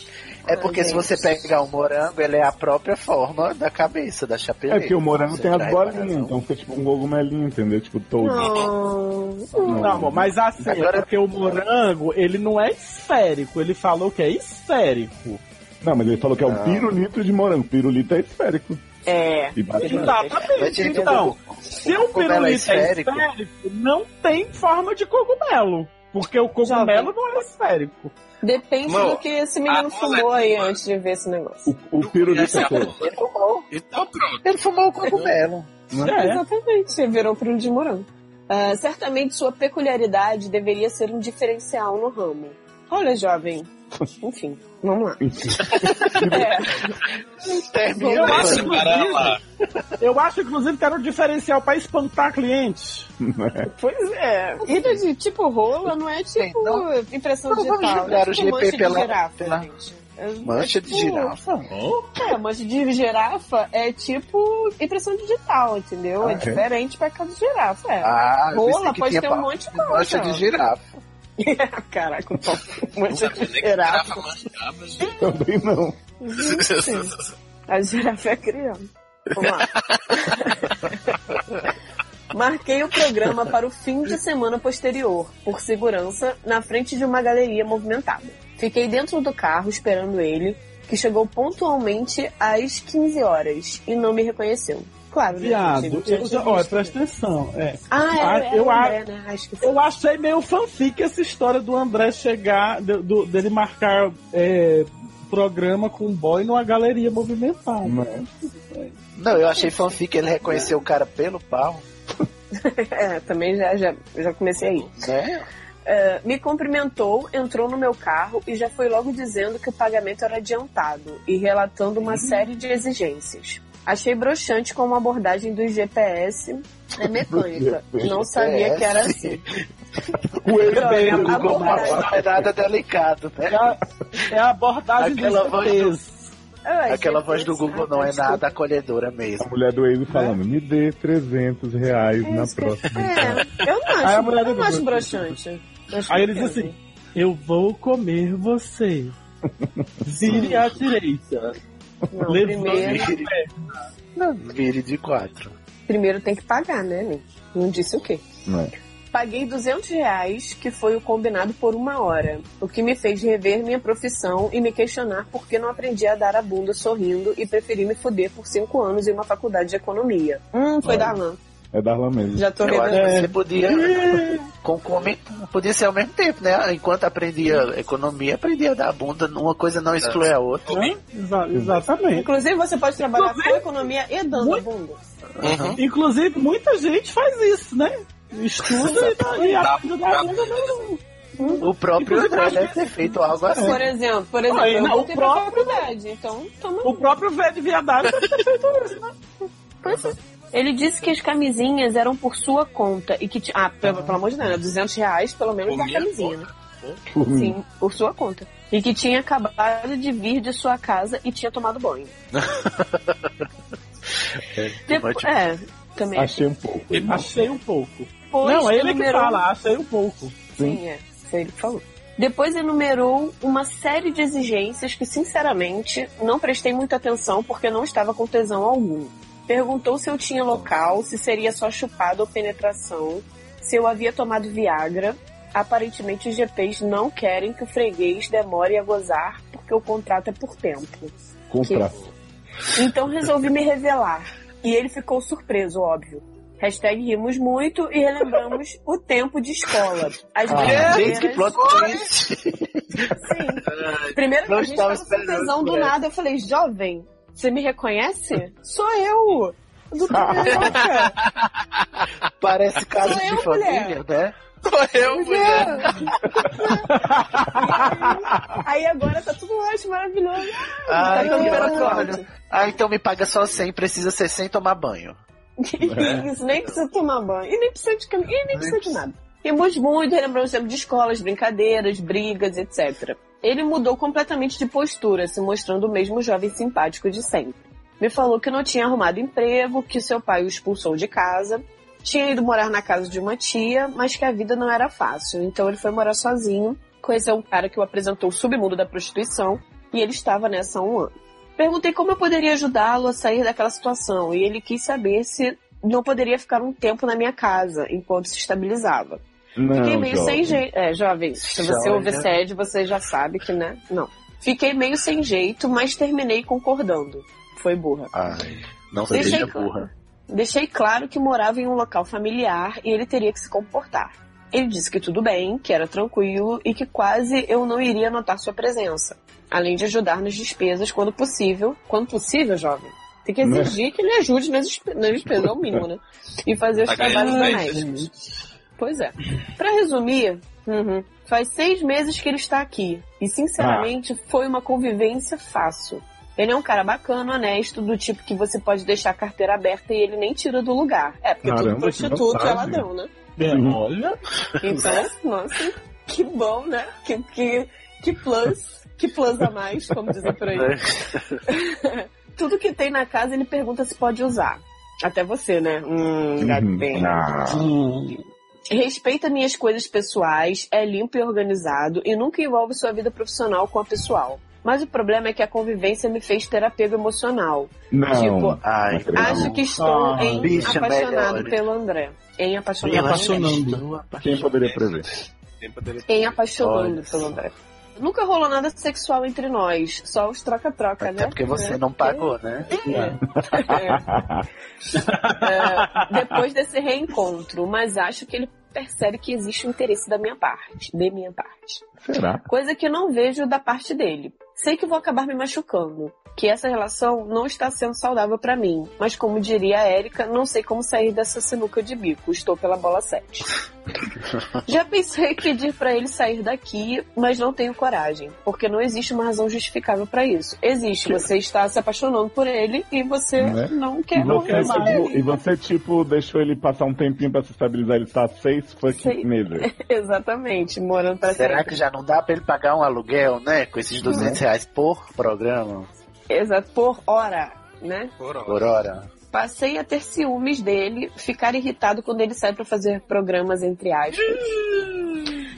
É porque se você pegar o morango, ele é a própria forma da cabeça, da
É
chapeleira.
porque o morango
Você
tem
tá
as
reparando,
bolinhas,
não?
então fica tipo um cogumelinho, entendeu? Tipo todo.
Não, amor, mas assim,
Agora-
é porque o morango, ele não é esférico, ele falou que é esférico.
Não, mas ele falou que é um pirulito de morango. Pirulito é esférico.
É.
E bate
tá-
Ele-
Vai
Exatamente,
te
então,
entender.
se o
cogumelo
pirulito
é
é
esférico?
esférico, não tem forma de cogumelo. Porque o cogumelo
Jovem.
não é esférico.
Depende
Mano,
do que esse menino
a
fumou aí antes de ver esse negócio.
O, o pirulito é todo.
Ele fumou,
Então pronto.
ele fumou o cogumelo.
É.
Exatamente, virou pirulito de morango. Ah, certamente sua peculiaridade deveria ser um diferencial no ramo. Olha, jovem. Enfim, vamos lá. É.
Termina.
Eu acho
Deixa
que-
para lá.
Eu acho, inclusive, que era um diferencial pra espantar cliente.
Pois é. Vida de tipo rola não é tipo
Então,
impressão
então vamos
digital.
julgar
é
o
tipo
GP
mancha
pela-
de girafa,
pela-
gente. É-
Mancha
é
de
tipo-
girafa.
É, mancha de girafa é tipo impressão digital, entendeu?
Ah,
é
é?
diferente pra cada girafa. É.
Ah, eu pensei
rola
que
pode
tinha
ter
pa-
um monte de coisa.
mancha de girafa.
Caraca, um pau
Não
muito
sabia nem que grava
desesperado.
mandava, gente.
Também não.
Gente, a girafa é criança. Vamos lá. Marquei o programa para o fim de semana posterior, por segurança, na frente de uma galeria movimentada. Fiquei dentro do carro esperando ele, que chegou pontualmente às 15 horas e não me reconheceu. Claro, né? gente?
Viado,
Ele já
eu
tinha
já, ó,
visto.
presta atenção. É.
Ah, é,
Ah,
é,
eu
o
a-
André, né? Acho que foi.
Eu achei meio fanfic essa história do André chegar, de- do- dele marcar é, programa com um boy numa galeria movimentada.
Mas-
Não, eu achei fanfic, ele reconheceu o cara pelo pau,
É, também já, já, já comecei aí.
né?
Ah, me cumprimentou, entrou no meu carro e já foi logo dizendo que o pagamento era adiantado e relatando
Uhum.
uma série de exigências. Achei broxante como a abordagem do GPS é mecânica. Não sabia que era assim.
O
Não,
herdeiro.
a
Google Maps
abordagem-
não é nada delicado, né?
É a, é a abordagem
Aquela
dos
voz
ETs.
Ah,
Aquela
GPS,
voz do Google não é
desculpa.
nada acolhedora
A
mesmo.
mulher do Waze falando, me dê 300 reais
É
na
isso que-
próxima.
É, eu não
Aí a
acho,
mulher do
eu não acho
Google.
broxante. Acho
Aí
que
ele diz
entendo.
assim: Eu vou comer você. Vire à direita.
Não,
Levante
É.
primeiro,
a perna.
Vire de quatro.
primeiro tem que pagar, né, Nen? Não disse o quê?
é.
Não.
Paguei 200 reais, que foi o combinado por uma hora, o que me fez rever minha profissão e me questionar por que não aprendi a dar a bunda sorrindo e preferi me fuder por cinco anos em uma faculdade de economia. Hum, foi
Olha.
Darlan.
É Darlan mesmo.
Já tô É.
Eu acho
revendo.
que você podia concomitar. Podia ser ao mesmo tempo, né? Enquanto aprendia economia, aprendia a dar a bunda, uma coisa não exclui a outra.
Exa- Exatamente.
Inclusive, você pode trabalhar com economia e dando a bunda.
Uhum.
Inclusive, muita gente faz isso, né? Estuda e tá dá- e
Dá-
aprende a dar a bunda não.
O próprio André deve ter feito algo assim.
Por exemplo, por
exemplo,
exemplo,
É. Olha, eu
eu
não,
não
voltei o pra próprio-
faculdade, então toma
O próprio velho viadado deve ter feito isso, né?
Ele disse que as camisinhas eram por sua conta e que... ti- Ah, pelo, pelo amor de Deus, né? 200 reais pelo menos
Por
da
minha
camisinha, né?
Por mim.
Sim, por sua conta. E que tinha acabado de vir de sua casa e tinha tomado banho. Depo-
Ótimo.
é, também acho
Achei um pouco.
Achei um pouco.
que depois
não, é ele que
enumerou-
fala, achei um pouco.
Sim, é, foi ele que falou. Depois enumerou uma série de exigências que, sinceramente, não prestei muita atenção porque não estava com tesão algum. Perguntou se eu tinha local, se seria só chupado ou penetração, se eu havia tomado Viagra. Aparentemente, os GPs não querem que o freguês demore a gozar porque o contrato é por tempo.
Comprar.
Então resolvi me revelar. E ele ficou surpreso, óbvio. Hashtag rimos muito e relembramos o tempo de escola. As
Ah,
brincadeiras-
gente, que plot twist!
Sim. Primeiro que
Não
a gente
estava
tava com
esperando
tesão do
por essa.
nada, eu falei, jovem, você me reconhece? Sou eu! Do Tapioca!
Parece caso
Sou
de
eu,
família, né?
Eu, mulher.
Aí agora tá tudo ótimo, maravilhoso.
Ah,
tá
que
pelo
ótimo. Ah, então me paga só 100, precisa ser sem tomar banho.
Que Isso, nem precisa tomar banho. E nem precisa de caminho, e nem precisa de nada. Rimos muito, relembramos sempre de escolas, brincadeiras, brigas, etc. Ele mudou completamente de postura, se mostrando o mesmo jovem simpático de sempre. Me falou que não tinha arrumado emprego, que seu pai o expulsou de casa, tinha ido morar na casa de uma tia, mas que a vida não era fácil. Então ele foi morar sozinho, conheceu um cara que o apresentou o submundo da prostituição, e ele estava nessa há um ano. Perguntei como eu poderia ajudá-lo a sair daquela situação, e ele quis saber se não poderia ficar um tempo na minha casa enquanto se estabilizava.
Não,
Fiquei meio
jovem.
sem jeito. É, jovem, se você
Jovem,
ouve
né?
sede, você já sabe que, né? Não. Fiquei meio sem jeito, mas terminei concordando. Foi burra.
Ai, não
Deixei
seja
claro.
burra.
Deixei claro que morava em um local familiar e ele teria que se comportar. Ele disse que tudo bem, que era tranquilo e que quase eu não iria notar sua presença, além de ajudar nas despesas quando possível. Quando possível, jovem. Tem que
Né?
exigir que ele ajude nas, espe- nas despesas, é o mínimo, né? E fazer os
Tá
trabalhos
ganhando bem.
domésticos. Pois é. Pra resumir, uhum, faz seis meses que ele está aqui. E, sinceramente, foi uma convivência fácil. Ele é um cara bacana, honesto, do tipo que você pode deixar a carteira aberta e ele nem tira do lugar. É, porque
Caramba,
tudo
que
prostituto é
vantagem.
ladrão, né?
Uhum.
Olha.
Então, nossa, que bom, né? Que, que, que plus, que plus a mais, como dizem por aí.
É.
Tudo que tem na casa ele pergunta se pode usar. Até você, né? Hum,
Uhum.
gatinho.
Ah,
respeita minhas coisas pessoais, é limpo e organizado e nunca envolve sua vida profissional com a pessoal. Mas o problema é que a convivência me fez ter apego emocional.
Não.
Tipo,
Ai,
Não.
Acho que estou
Ah,
em
bicha,
apaixonado
melhores.
pelo André. Em apaixonado.
Em apaixonando.
Quem poderia prever?
Tempo dele-
Em apaixonando
Olha
pelo
só.
André. Nunca rolou nada sexual entre nós, só os troca-troca, né?
Até porque você
É.
não pagou, né?
É, depois desse reencontro, mas acho que ele percebe que existe um interesse da minha parte, de minha parte.
Será?
Coisa que não vejo da parte dele. Sei que vou acabar me machucando, que essa relação não está sendo saudável pra mim, mas como diria a Érica, não sei como sair dessa sinuca de bico, estou pela bola 7. Já pensei em pedir pra ele sair daqui, mas não tenho coragem, porque não existe uma razão justificável pra isso. Existe, você está se apaixonando por ele e você
Né?
não quer
Você,
não mais.
tipo, e você, tipo, deixou ele passar um tempinho pra se estabilizar, ele tá seis
Sei.
fucking meses.
Exatamente, morando pra
Será
sempre.
que já não dá pra ele pagar um aluguel, né? Com esses 200 reais por programa,
Exato, por hora, né?
Por hora.
por hora?
Passei a ter ciúmes dele, ficar irritado quando ele sai pra fazer programas entre aspas.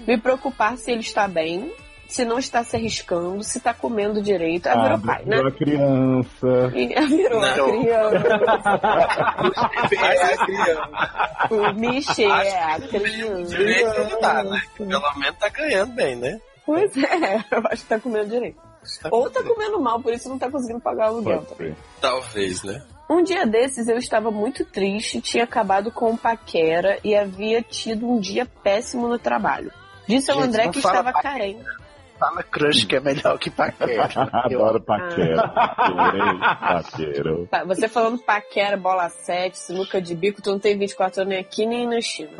Me preocupar se ele está bem, se não está se arriscando, se tá comendo direito. Ah, virou pai, né?
virou criança.
E- Virou
Não.
criança.
Mas a criança,
O Michel é a
direito ele tá, né?
criança.
Pelo menos tá ganhando bem, né?
Pois é, eu acho que tá comendo direito.
Tá
Ou tá comendo mal, por isso não tá conseguindo pagar o aluguel.
Pode ser.
Talvez, né?
Um dia desses eu estava muito triste, tinha acabado com o paquera e havia tido um dia péssimo no trabalho. Disse ao
Gente,
André
não
que
fala
estava
paquera.
carente.
Fala crush que é melhor que paquera. Eu
Adoro paquero. Adorei paquero.
Pa- Você falando paquera, bola 7, sinuca de bico, tu não tem 24 anos nem aqui nem na China.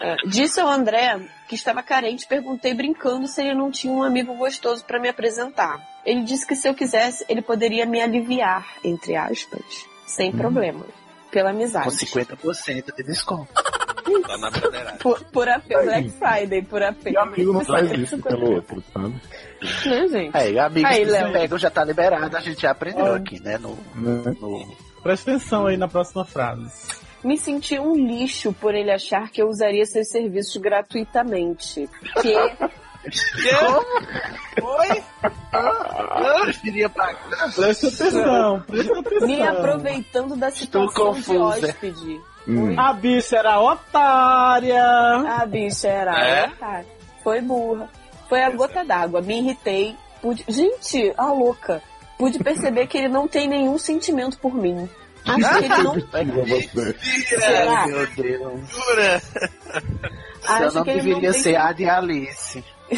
É, Disse ao André que estava carente, perguntei brincando se ele não tinha um amigo gostoso para me apresentar. Ele disse que se eu quisesse, ele poderia me aliviar, entre aspas, sem problema, pela
com
amizade.
50% de desconto.
Tá na bandeirada.
Por, por apego, Black Friday, por apego.
E amigo não faz isso
é
pelo outro, sabe?
Né, gente?
Aí, amigos
Aí,
que
Léo.
se pegam já tá liberado, a gente já aprendeu
Olha.
aqui, né? No,
Né?
no-
Presta atenção aí na próxima frase.
Me senti um lixo por ele achar que eu usaria seus serviços gratuitamente. Que
Oi?
Ah.
Eu preferia pagar.
Presta atenção, presta atenção.
me aproveitando da situação de
confusa.
hóspede.
Hum.
A bicha era otária.
Ah, bicha, era.
É?
tá. Foi burra. Foi a gota d'água. Me irritei. Pude... Gente, a louca. Pude perceber que ele não tem nenhum sentimento por mim. Acho que ele não
Diga você.
Será?
Meu Deus.
Jura?
Seu
Acho
nome
que ele não
deveria
tem
ser a de Alice.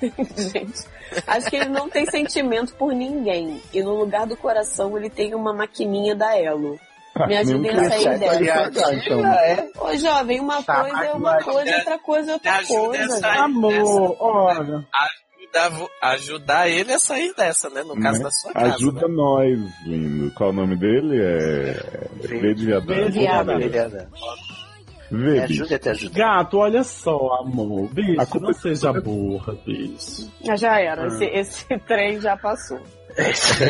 Gente, acho que ele não tem sentimento por ninguém. E no lugar do coração ele tem uma maquininha da Elo.
Hum.
Me ajudem a sair
Essa
dela.
de
Tá, então.
Alice, é.
Ô jovem, uma
Tá,
coisa é
mas
uma
me
coisa,
ajuda-
outra coisa é
me
outra
ajuda
coisa.
essa
né?
aí.
Amor, olha.
Ajudar, ajudar ele a sair dessa, né? No caso
Né?
da sua casa.
Ajuda nós, lindo. Qual o nome dele? É. V de
V de
Viadão.
viadão.
Beleza. Me
V, bicho.
ajuda a te ajudar.
Gato, olha só, amor.
A
Bicho,
culpa-
não seja burra, bicho.
Ah, Já era, esse, esse trem já passou.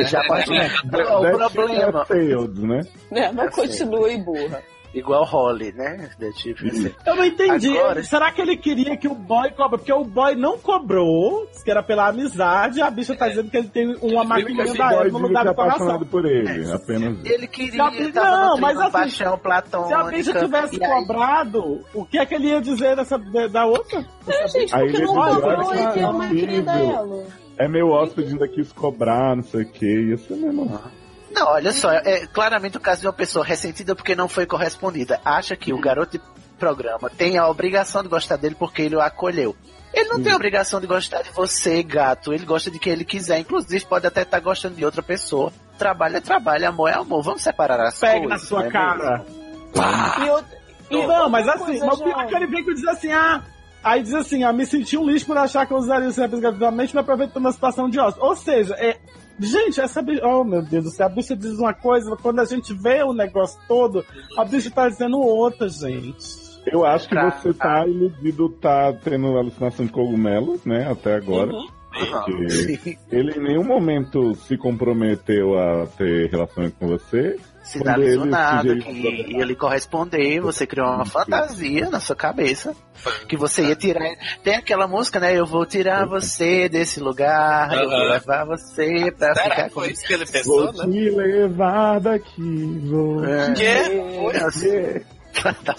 Já pode Não,
Deve
O
ser
problema,
failed, né?
Né? Não
Assim.
continue burra.
igual Holly, né? The Chief, assim.
Eu não entendi.
Agora-
Será que ele queria que o boy cobra? Porque o boy não cobrou, disse que era pela amizade, a bicha tá dizendo que ele tem uma maquininha
O
da
boy
Elo no
vive
lugar
que é
do coração.
apaixonado por ele. Apenas.
Ele queria,
Já-
ele tava
não,
nutrindo
mas assim,
paixão
Se a bicha
platônica.
tivesse
e aí-
cobrado, o que é que ele ia dizer dessa, da da outra?
Não, gente,
Aí
porque
ele
não
diz,
cobrou
olha,
e tem
é
uma maquininha da
horrível.
Elo.
É meu hóspede ainda quis cobrar, não sei o que. E assim mesmo.
Não, olha só, é claramente o caso de uma pessoa ressentida porque não foi correspondida. Acha que
Uhum.
o garoto de programa tem a obrigação de gostar dele porque ele o acolheu. Ele não
Uhum.
tem a obrigação de gostar de você, gato. Ele gosta de quem ele quiser. Inclusive, pode até estar gostando de outra pessoa. Trabalho é trabalho, amor é amor. Vamos separar as
Pega na
coisas.
sua
né,
cara.
E outra- e
é Não,
outra
mas
coisa,
assim, mas o pior
jovem.
que ele vem que diz assim, ah. Aí diz assim, ah, me senti um lixo por achar que eu usaria esse serviço gratuitamente, mas aproveitando a situação de ócio. Ou seja, é. Gente, essa bicha. Oh, meu Deus do céu, a bicha diz uma coisa, quando a gente vê o negócio todo, a bicha tá dizendo outra, gente.
Eu acho que
Pra-
você tá iludido, tá tendo alucinação de cogumelo, né? Até agora. Porque ele em nenhum momento se comprometeu a ter relações com você.
Sinalizou
Quando ele
nada
sujeito-
tá que ele corresponder, você criou uma fantasia na sua cabeça que você ia tirar. Tem aquela música, né? Eu vou tirar você desse lugar, eu vou
Aham.
levar você pra
Será
ficar
que
com
foi isso que ele
Vou
pensou, né?
te levar daqui, vou.
É.
Que?
Você
Tá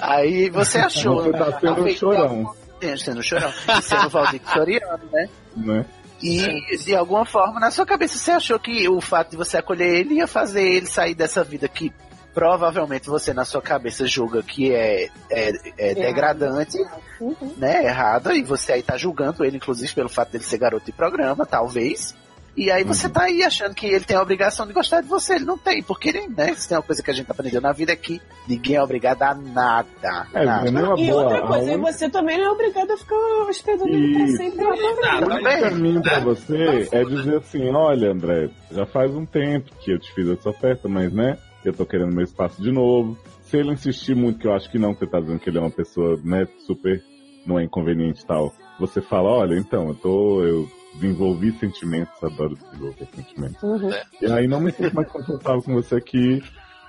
Aí você achou. né?
tá sendo um
Afeitar-
chorão,
É, Sendo chorão. E sendo Valdir Soriano, né?
né?
E de alguma forma, na sua cabeça, você achou que o fato de você acolher ele ia fazer ele sair dessa vida que provavelmente você, na sua cabeça, julga que é, é, é degradante,
Uhum.
né? Errada, e você aí tá julgando ele, inclusive, pelo fato dele ser garoto de programa, talvez. E aí você tá aí achando que ele tem a obrigação de gostar de você. Ele não tem, porque ele, né? Se tem uma coisa que a gente aprendeu na vida é que ninguém é obrigado a nada.
É,
nada.
não é uma
E
boa.
outra coisa,
a
e
única-
você também não é obrigado a ficar hospedando ele pra
Isso.
sempre. né, lá pra
Nada,
O
mas-
único caminho pra você
Tá
é dizer assim, olha André, já faz um tempo que eu te fiz essa oferta, mas né, eu tô querendo meu espaço de novo. Se ele insistir muito, que eu acho que não, que você tá dizendo que ele é uma pessoa, né, super não é inconveniente e tal. Você fala, olha, então, eu tô. Eu desenvolvi sentimentos, adoro desenvolver sentimentos.
Uhum.
E aí não me sinto mais confortável com você aqui.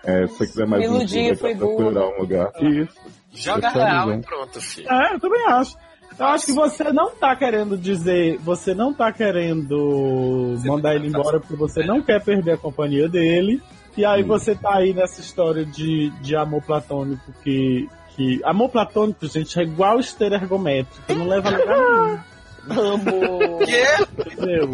É, se você quiser mais
Me
um
iludi,
dia
fui
pra
burro.
procurar um lugar. Isso.
Joga
Eu tô
real e
dizendo.
pronto, filho.
É, eu também acho. Eu acho que você não tá querendo dizer, você não tá querendo mandar ele embora porque você não quer perder a companhia dele. E aí
Hum.
você tá aí nessa história de, de amor platônico que, que. Amor platônico, gente, é igual esteira ergométrica, não leva a lugar nenhum,
Amo.
Que?
entendeu?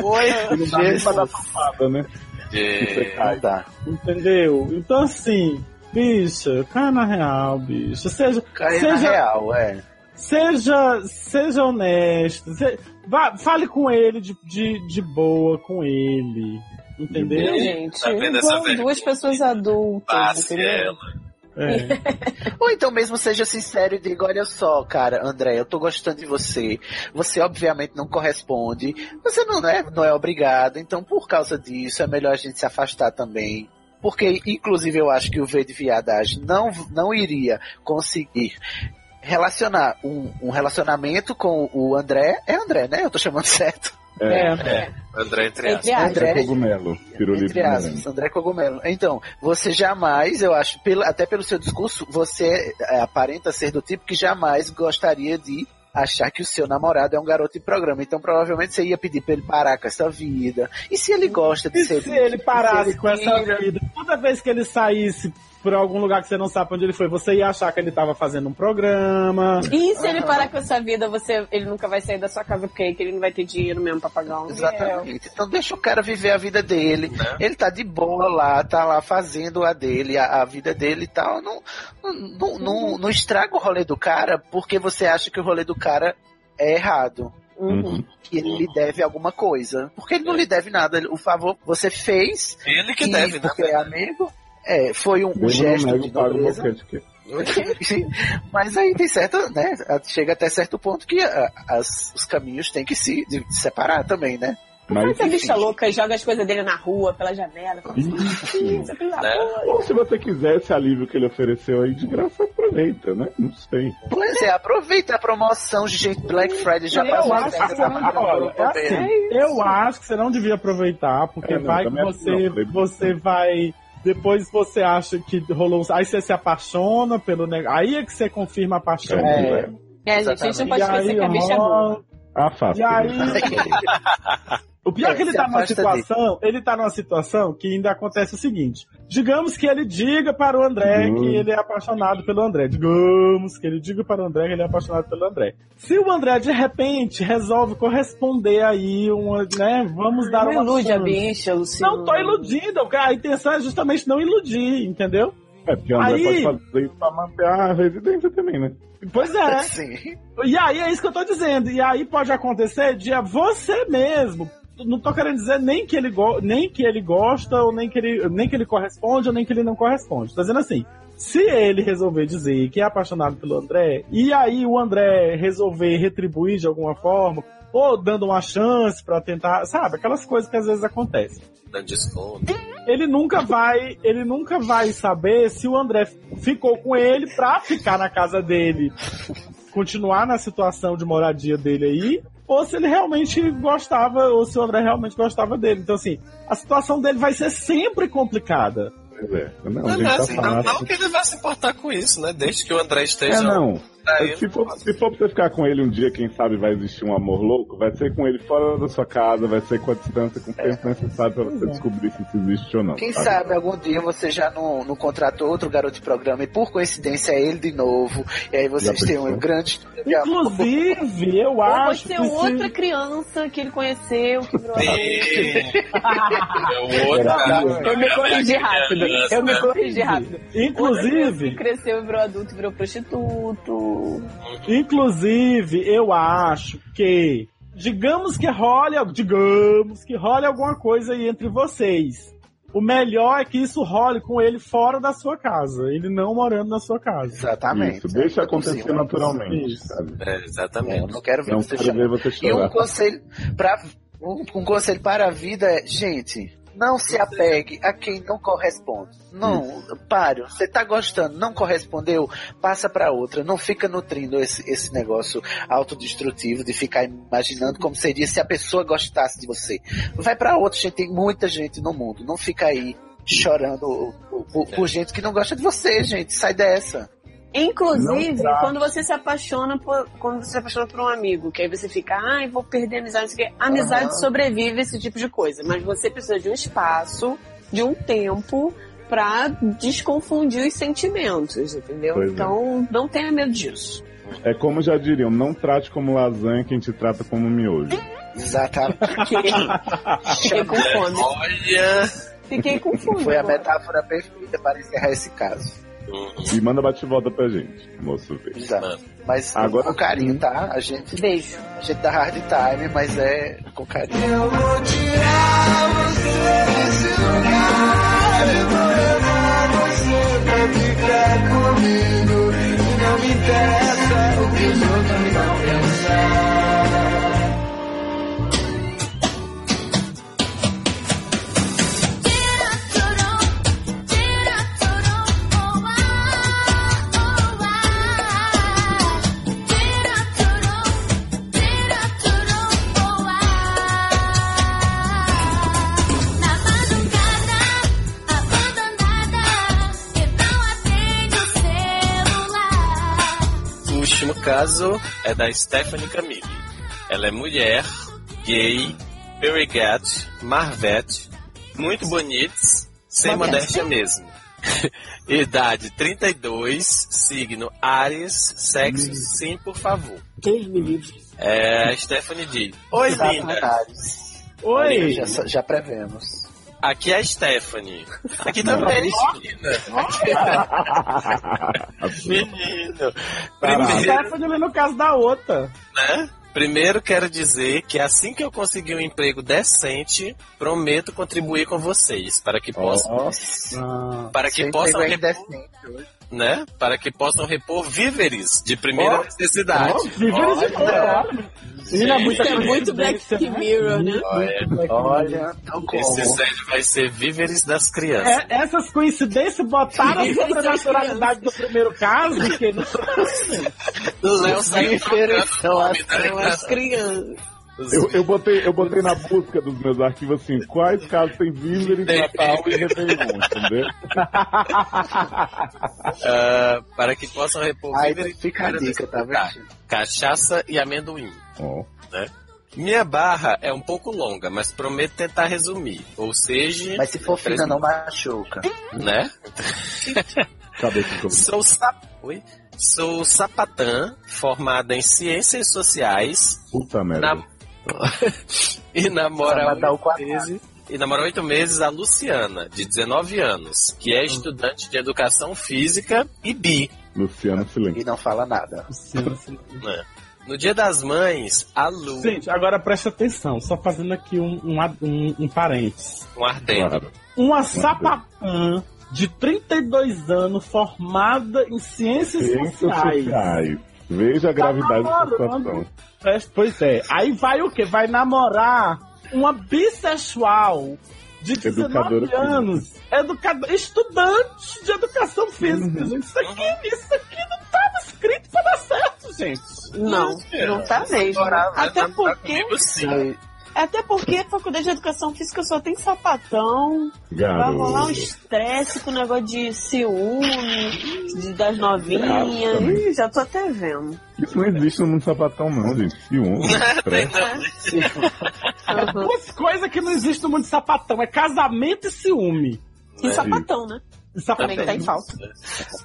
Foi?
Não dá nem pra dar papada, né?
Gente.
Não dá.
Entendeu? Então assim, bicha, cai na real, bicha. Seja,
Cai na
Seja-
real, é.
Seja, seja honesto. se- vá- fale com ele de, de, de boa com ele. Entendeu?
Viu, gente?
Tá vendo essa
Igual
velha?
duas pessoas adultas,
Passe
entendeu?
ela.
É.
Ou então mesmo seja sincero e diga, olha só, cara, André, eu tô gostando de você. Você obviamente não corresponde. Você não é, não é obrigado. Então, por causa disso, é melhor a gente se afastar tambtambém. Porque, inclusive, eu acho que o V de viadagem não, não iria conseguir relacionar um, um relacionamento com o André. É André, né? Eu tô chamando certo.
É.
André, entre aspas.
Ah, Entre aspas.
André.
É cogumelo, pirulito
Entre aspas, André Cogumelo. Então, você jamais, eu acho, pelo- até pelo seu discurso, você é, aparenta ser do tipo que jamais gostaria de achar que o seu namorado é um garoto de programa. Então, provavelmente você ia pedir pra ele parar com essa vida. E se ele gosta de
E
ser. tipo
se ele parasse
se
com essa
ele-
vida, toda vez que ele saísse por algum lugar que você não sabe onde ele foi, você ia achar que ele tava fazendo um programa.
E se ele parar com essa vida, você, ele nunca vai sair da sua casa, porque é aí que ele não vai ter dinheiro mesmo pra pagar um aluguel.
Exatamente. Então deixa o cara viver a vida dele.
Né?
Ele tá de boa lá, tá lá fazendo a dele, a, a vida dele e tal. Não, não, não, não estraga o rolê do cara porque você acha que o rolê do cara é errado.
Uhum.
que ele lhe deve alguma coisa. Porque ele não
É.
lhe deve nada. O favor você fez,
Ele que
que,
deve, né?
porque é amigo, é, foi um, um
Eu não
gesto
nego,
de
pago o
nobreza.
boquete. que-
Mas aí tem certa, né? Chega até certo ponto que a- as- os caminhos têm que se de- de separar também, né?
Mas
Essa bicha louca joga as coisas dele na rua, pela janela. fala, assim,
Isso.
"Isso, filho da
Né?
puta."
Ou se você quiser esse alívio que ele ofereceu aí, de graça aproveita, né? Não sei.
Pois é, aproveita a promoção, gente. Black Friday já
Eu
passou
acho
perto
que
da
não-
né?
marca
olha,
do
é assim,
bobeira.
Eu acho que você não devia aproveitar, porque
É, não,
vai que
também acho que
você,
não, falei.
você vai. Depois você acha que rolou. um- Aí você se apaixona pelo negócio. Aí é que você confirma a paixão.
É.
É, gente, a gente não pode
E
esquecer
aí,
que a bicha é boa.
rola-
né? Ah, fácil.
E aí- O pior é que ele
Se
tá numa
afasta
situação, ele tá numa situação que ainda acontece o seguinte. Digamos que ele diga para o
Uhum.
André
Hum.
que ele é apaixonado pelo André. Digamos que ele diga para o André que ele é apaixonado pelo André. Se o André de repente resolve corresponder aí uma, né, vamos dar
Não
uma
ilude a
chance.
bicha, Luciano.
Não tô iludindo, a intenção é justamente não iludir, entendeu?
É, porque o André
Aí-
pode fazer isso pra manter a residência também, né?
Pois é.
Sim.
E aí é isso que eu tô dizendo. E aí pode acontecer de é você mesmo. Não tô querendo dizer nem que ele, go- nem que ele gosta, ou nem que ele, nem que ele corresponde, ou nem que ele não corresponde. Tô dizendo assim. Se ele resolver dizer que é apaixonado pelo André, e aí o André resolver retribuir de alguma forma, ou dando uma chance pra tentar, sabe, aquelas coisas que às vezes acontecem
Dando desconto.
ele nunca vai, ele nunca vai saber se o André ficou com ele pra ficar na casa dele, continuar na situação de moradia dele aí, ou se ele realmente gostava, ou se o André realmente gostava dele. Então, assim, a situação dele vai ser sempre complicada.
Pois é. Não,
Não,
gente, tá
não, assim, não, não
fácil.
que ele vai se importar com isso, né? Desde que o André esteja.
É, não.
Aí,
Se for, se for pra você ficar com ele um dia, quem sabe vai existir um amor louco, vai ser com ele fora da sua casa, vai ser com a distância, com o tempo necessário pra você descobrir se isso existe ou não.
Quem sabe algum dia você já não, não contratou outro garoto de programa e por coincidência é ele de novo. E aí vocês
Já
têm
pensou?
um grande estudo de amor.
Inclusive, eu
Ou vai
acho
ser
que se-
outra criança que ele conheceu, que virou
é o outro.
Não, não,
cara.
eu me corrigi
Aquela
rápido.
criança,
Eu me
né?
corrigi rápido.
Inclusive,
Que cresceu e virou adulto, virou prostituto.
Inclusive, eu acho que. Digamos que role. Digamos que role alguma coisa aí entre vocês. O melhor é que isso role com ele fora da sua casa. Ele não morando na sua casa.
Exatamente. é.
Isso, deixa acontecer
Possível.
naturalmente,
Isso.
sabe?
É,
Eu
exatamente.
não quero ver
Não
você
quero
chorar.
ver você
E um
chorar.
conselho para um, um conselho para a vida é, gente, não se apegue a quem não corresponde. Não, pare. Você tá gostando, não correspondeu, passa para outra. Não fica nutrindo esse, esse negócio autodestrutivo de ficar imaginando como seria se a pessoa gostasse de você. Vai para outra, gente, tem muita gente no mundo. Não fica aí chorando por, por- por gente que não gosta de você, gente. Sai dessa.
Inclusive,
Não dá.
quando você se apaixona por, quando você se apaixona por um amigo, que aí você fica, ai, vou perder a amizade, não sei o quê. A amizade
Aham.
sobrevive a esse tipo de coisa, mas você precisa de um espaço, de um tempo pra desconfundir os sentimentos, entendeu?
Pois é.
então, não tenha medo disso.
É como já diriam, não trate como lasanha quem te trata como miojo.
Exatamente.
Fiquei com fome.
Olha.
Fiquei com fome.
Foi a
agora.
metáfora perfeita para encerrar esse caso.
E manda bate-volta pra gente, moço vê.
Exato. Mas
Agora
com carinho, tá? A gente,
Beijo.
a gente dá hard time, mas é com carinho.
Eu vou tirar você desse lugar e vou levar você pra ficar comigo. E não me interessa o que os outros vão pensar.
Na madrugada, abandonada, que não atende o celular.
O último caso é da Stephanie Camille. Ela é mulher, gay, perigate, marvete, muito bonita, sem modéstia mesmo. Idade 32, signo Ares, sexo sim, por favor.
Deus me livre.
É, a Stephanie diz: Oi, linda.
Oi!
Já, já prevemos.
Aqui é a Stephanie. Aqui também, menina.
A
Menino. Primeiro,
Stephanie ali no caso da outra.
né? Primeiro quero dizer que assim que eu conseguir um emprego decente, prometo contribuir com vocês para que possam,
Ó,
para que
Sem
possam
emprego é
repor,
indecente hoje.
né? Para que possam repor víveres de primeira
Ó.
necessidade.
Viveres de fora. Menina,
Ah, Gente,
muita
É muito Black
coincidência, né?
Mirror, né?
Olha,
Olha, não como.
esse sério vai ser víveres das crianças.
É, essas coincidências botaram a
Sim,
sobrenaturalidade do primeiro caso, que
O Léo saiu
Víveres
trocando
são
o
as
nome da
Eu acho criança.
É.
criança.
Eu, eu botei, eu botei na busca dos meus arquivos assim, quais casos tem víveres, Natal e Réveillon, entendeu?
Ah, para que possam repor
Aí
víveres de
fica a
primeira
dica, tá
necessidade.
vendo?
Cachaça e amendoim.
Ó,
Minha barra é um pouco longa, mas prometo tentar resumir. Ou seja,
Mas se for fina, não machuca.
né?
cadê que eu...
Sou, sap... Oi? Sou sapatã, formada em ciências sociais
Puta merda.
Na- e
Pra
namora
matar o
oito
quadrado.
meses. E namora oito meses a Luciana, de 19 anos, que é estudante de educação física e bi.
Luciano Silêncio.
E não fala nada.
né? No dia das mães, a Lu,
Gente, agora presta atenção, só fazendo aqui um, um, ad- um, um parênteses.
um ardente.
Claro.
Uma sapatã de 32 anos, formada em ciências
Ciências
sociais.
sociais.
Tá
Veja a gravidade da situação.
É, Pois é, aí vai o quê? Vai namorar uma bissexual de 19
Educadora física.
anos, educador,
Uhum.
estudante de educação física. Gente, isso aqui, isso aqui não estava escrito para dar certo, gente?
Não, não tá mesmo. Até porque,
Aí,
até porque a faculdade de educação física só tem sapatão, vai rolar um
Garoto.
estresse com o negócio de ciúme, de, das novinhas. Ih, já tô até vendo.
Isso não existe no mundo sapatão, não, gente. Ciúme, estresse.
Uhum.
Duas coisas que não existem no mundo de sapatão: é casamento e ciúme.
E sapatão, né?
E
Também
sapatão.
tá em falta.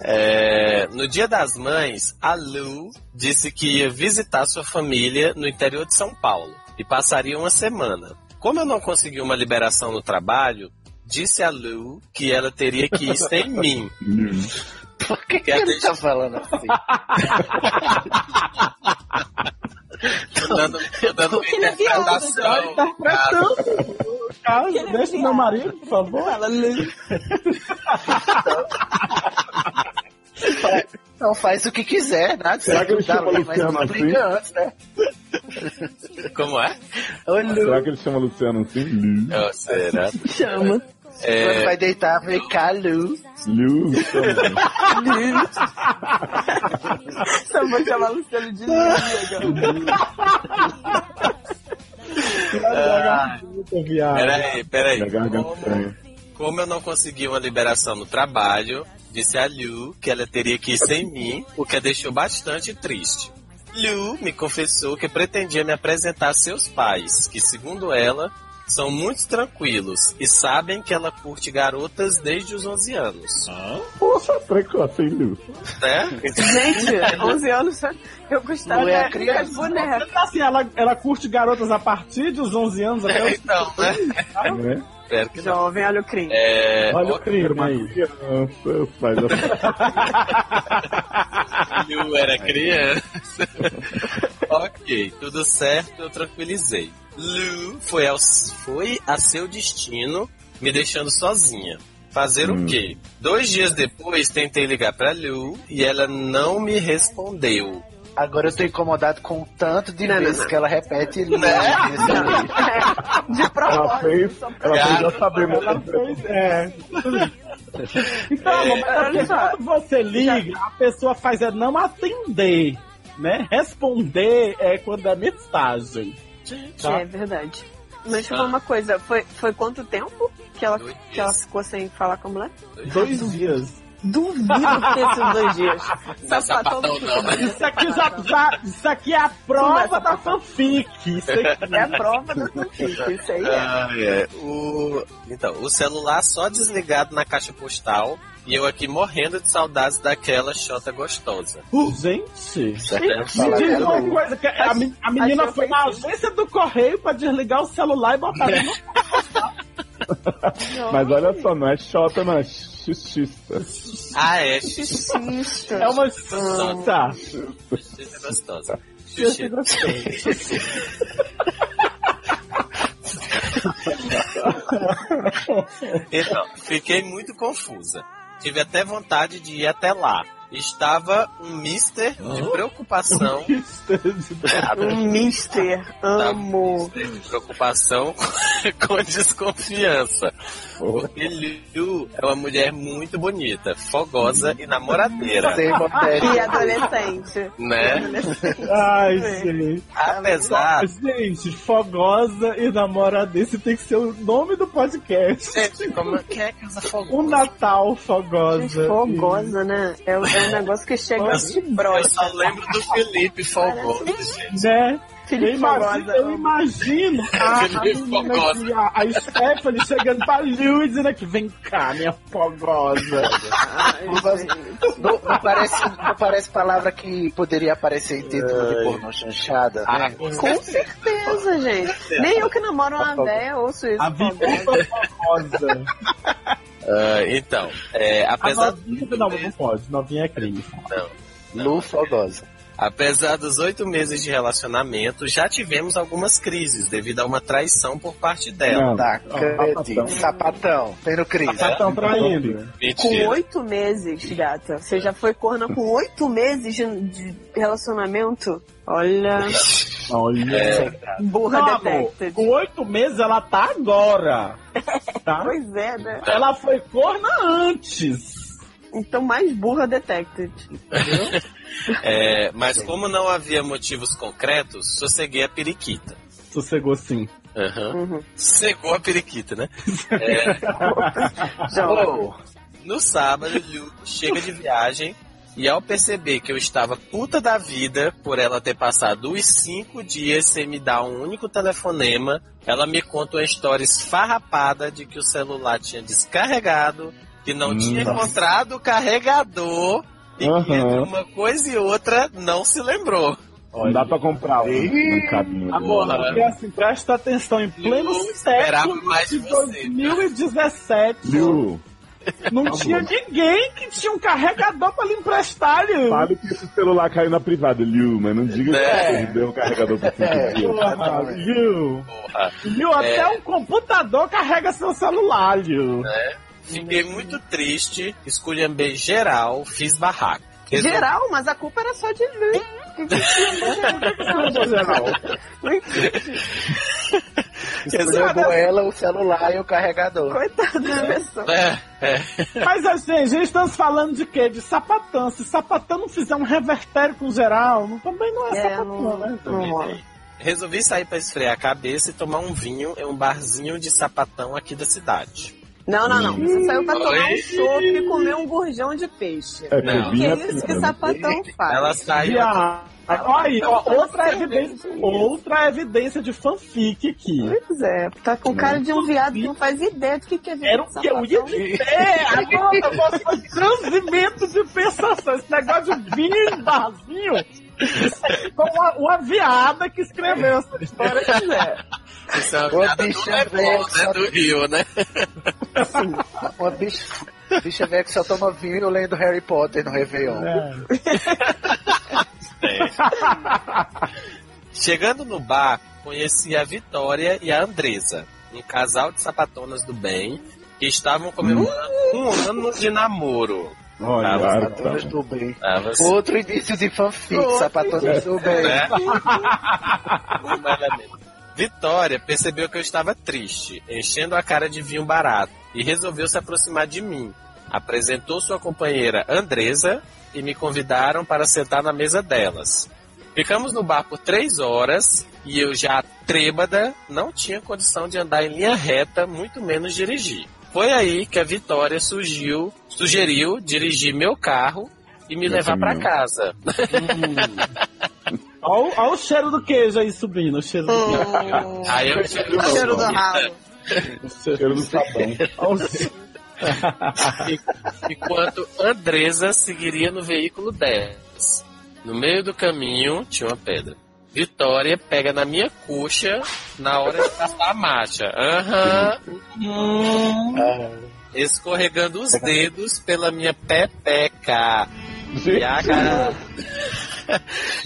É, no Dia das Mães, a Lu disse que ia visitar sua família no interior de São Paulo e passaria uma semana. Como eu não consegui uma liberação no trabalho, disse a Lu que ela teria que ir sem mim.
por que, que ele tá falando assim?
Tô dando, tô dando uma
Ele é viado, tá
interpretação.
Interpretando o caso.
Ele é
Deixa meu
viado.
marido, por favor.
Fala, Lu.
Não faz o que quiser, né?
Será que ele
Tá
chama
lá,
Luciano
mas
assim?
explica antes, né?
Como é?
Ô, Lu,
Será que ele chama Luciano assim? Lu,
Oh, será?
Chama.
quando
É,
vai deitar, vem cá, Lu.
Lu, chama.
Chama,
tá
chama Luciano de Lu.
ah,
Viado.
peraí, peraí.
Da garganta
Como-
estranha.
Como eu não consegui uma liberação no trabalho, disse a Liu que ela teria que ir sem mim, o que a deixou bastante triste. Liu me confessou que pretendia me apresentar a seus pais, que, segundo ela, são muito tranquilos e sabem que ela curte garotas desde os 11 anos.
Poxa, precoce, hein, Lu?
Né?
Gente, 11 anos eu gostava
Lu é a
da-
criança.
das bonecas.
Assim, ela, ela curte garotas a partir dos 11 anos até os
Então, né?
Né?
Espero que não.
Jovem, olha o crime.
É,
Olha o crime
Uma
aí.
criança, faz assim.
Eu era criança. ok, tudo certo, eu tranquilizei. Lu foi, ao, foi a seu destino, me deixando sozinha. Fazer
Hum.
o quê? Dois dias depois, tentei ligar pra Lu e ela não me respondeu.
Agora eu tô incomodado com o tanto de
Não, não,
vezes
não.
que ela repete Lu.
De
Ela
propósito.
fez, ela fez já né? sabemos.
é um Ela fez, é. Então, amor, mas
olha
assim,
só.
quando você liga, a pessoa faz é não atender, né? Responder é quando é mensagem. Tá?
É verdade. Mas tipo, uma coisa, foi, foi quanto tempo que ela,
Dois
que ela
dias.
ficou sem falar com a mulher?
Dois dias.
Duvido que tenha sido dois dias.
Não é sapatão, não, mas-
Isso aqui, já, já- isso aqui é a prova da fanfic. Isso aqui.
É a prova da fanfic, isso aí é.
Ah, é. O, então, o celular só desligado na caixa postal e eu aqui morrendo de saudades daquela xota gostosa.
Gente. Me
Fala,
diz
cara,
uma
Lu.
coisa, que a, men- a menina
achei
foi na agência do correio pra desligar o celular e botar no
Mas olha só, não é xota, não, é xixista.
Ah, é.
Xixista.
É uma santa.
Xuxa gostosa.
Xuxa
Xuxa
gostosa.
Então, fiquei muito confusa. Tive até vontade de ir até lá. Estava um mister de preocupação, Tá,
Um mister, amo.
de preocupação com desconfiança. Porque Liu é uma mulher muito bonita, fogosa e namoradeira,
Sem
E
modéstia.
adolescente.
né?
Adolescente.
Ai,
É.
gente.
Apesar
Gente, fogosa e namoradense tem que ser o nome do podcast.
Gente, como é que é casa
O
fogosa?
Natal fogosa.
Fogosa, né? É, é um negócio que chega de
Eu
brocha.
só lembro do Felipe fogosa, gente.
Né? Eu
Felipe
imagino,
Fogosa.
eu
amo.
imagino a, a
Felipe
menina
Fogosa.
aqui, a, a Stephanie chegando pra Liu e dizendo aqui, vem cá, minha fogosa.
Ai, gente.
Não, não parece, não parece palavra que poderia aparecer em título de pornô chanchada,
Ah,
né?
com certeza.
Com certeza, gente. Nem eu que namoro uma véia ouço isso.
A Viúva Fogosa.
Ah, então, é,
A
apesar
novinha, não, não pode, novinha é crime.
Lu Fogosa.
Apesar dos oito meses de relacionamento, já tivemos algumas crises devido a uma traição por parte dela.
Não,
Tá,
Ó,
acredito. Sapatão. Tendo crise.
Sapatão
Então,
traindo.
né?
Com
Mentira.
oito meses, gata. Você já foi corna com oito meses de, de relacionamento? Olha,
Olha.
É.
burra
Não, amor,
detected.
com oito meses ela tá agora. Tá?
Pois é, né?
Ela foi corna antes.
Então, mais burra detected. Entendeu?
É, mas como não havia motivos concretos, sosseguei a periquita.
Sossegou sim.
Aham.
Uhum.
Cegou a periquita, né?
Já,
Pô, no sábado, Yu chega de viagem e ao perceber que eu estava puta da vida por ela ter passado os cinco dias sem me dar um único telefonema, ela me conta uma história esfarrapada de que o celular tinha descarregado, que não tinha
Hum, Nossa.
encontrado o carregador e que
Aham.
entre uma coisa e outra não se lembrou.
Não dá pra comprar um
Ih,
mercado negro.
agora.
Porque assim, presta atenção, em pleno
Eu esperava
século
mais
de
de você.
2017,
Liu,
não
Tá
tinha
bom.
ninguém que tinha um carregador pra lhe emprestar, Liu.
fale que esse celular caiu na privada, Liu, mas não diga
É.
que perdeu o carregador por
É.
cinco dias.
Porra, Liu.
Porra.
Liu,
É.
até um computador carrega seu celular, Liu.
Fiquei muito triste, esculhambei geral, fiz barraco. Resol-
Geral, mas a culpa era só de mim. Que que tinha?
Geral.
Levou ela, o celular e o carregador.
Coitada da pessoa.
É, é.
Mas assim, gente, estamos falando de quê? De sapatão. Se sapatão não fizer um revertério com geral, não- também não é,
É,
sapatão,
não,
né?
não rola.
Resolvi sair pra esfriar a cabeça e tomar um vinho em um barzinho de sapatão aqui da cidade.
Não, não, não. Você saiu pra tomar um
Oi.
chope e comer um gurjão de peixe.
É,
Não.
Que
Pebinha
é isso que
Pina.
sapatão faz.
Ela saiu.
Viado. Olha aí, ó, outra
Nossa,
evidência,
gente.
outra evidência de fanfic aqui.
Pois é, tá com cara de um viado que não faz ideia do que, que é viado.
Era o que eu ia dizer. Agora o negócio foi transimento um de pensação. Esse negócio de vinho vazio. Isso aí ficou uma, uma viada que escreveu essa história. né?
Isso é uma
Ô,
piada do
bicha velha,
Leblon, né? Do Rio, né?
Uma bicha, bicha velha que só toma vinho lendo Harry Potter no
É.
Réveillon.
Chegando no bar, conheci a Vitória e a Andresa, um casal de sapatonas do bem, que estavam comemorando um ano de namoro.
Olha,
Tava
claro,
Sapatonas
tá.
do bem.
Tava assim,
Outro indício de fanfic, sapatonas do bem.
né? Um elemento. Vitória percebeu que eu estava triste, enchendo a cara de vinho barato, e resolveu se aproximar de mim. Apresentou sua companheira Andresa e me convidaram para sentar na mesa delas. Ficamos no bar por três horas e eu já trêbada não tinha condição de andar em linha reta, muito menos dirigir. Foi aí que a Vitória surgiu, sugeriu dirigir meu carro e me
Meu
levar para
caminhão.
casa.
Olha, o cheiro do queijo aí subindo. O cheiro do queijo.
Aí eu
O cheiro do ralo.
Cheiro do sabão.
Olha o cheiro.
enquanto Andresa seguiria no veículo 10. No meio do caminho tinha uma pedra. Vitória pega na minha coxa na hora de passar a marcha. Aham. Hum. Escorregando os dedos pela minha pepeca. E, aca-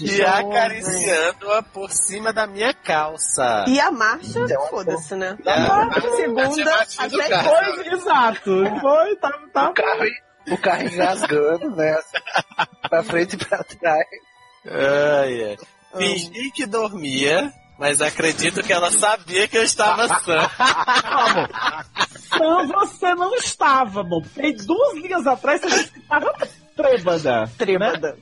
e acariciando-a por cima da minha calça.
E a marcha, foda-se, né?
É,
segunda,
a marcha do
até
carro.
Foi, exato. Foi, tá, tá.
O carro, o carro engasgando, né? Pra frente e pra trás.
Ai, ai. Fingi que dormia, mas acredito que ela sabia que eu estava sã.
Não, você não estava, bom. Tem duas linhas atrás, você disse que estava trêbada. né? Trêbada.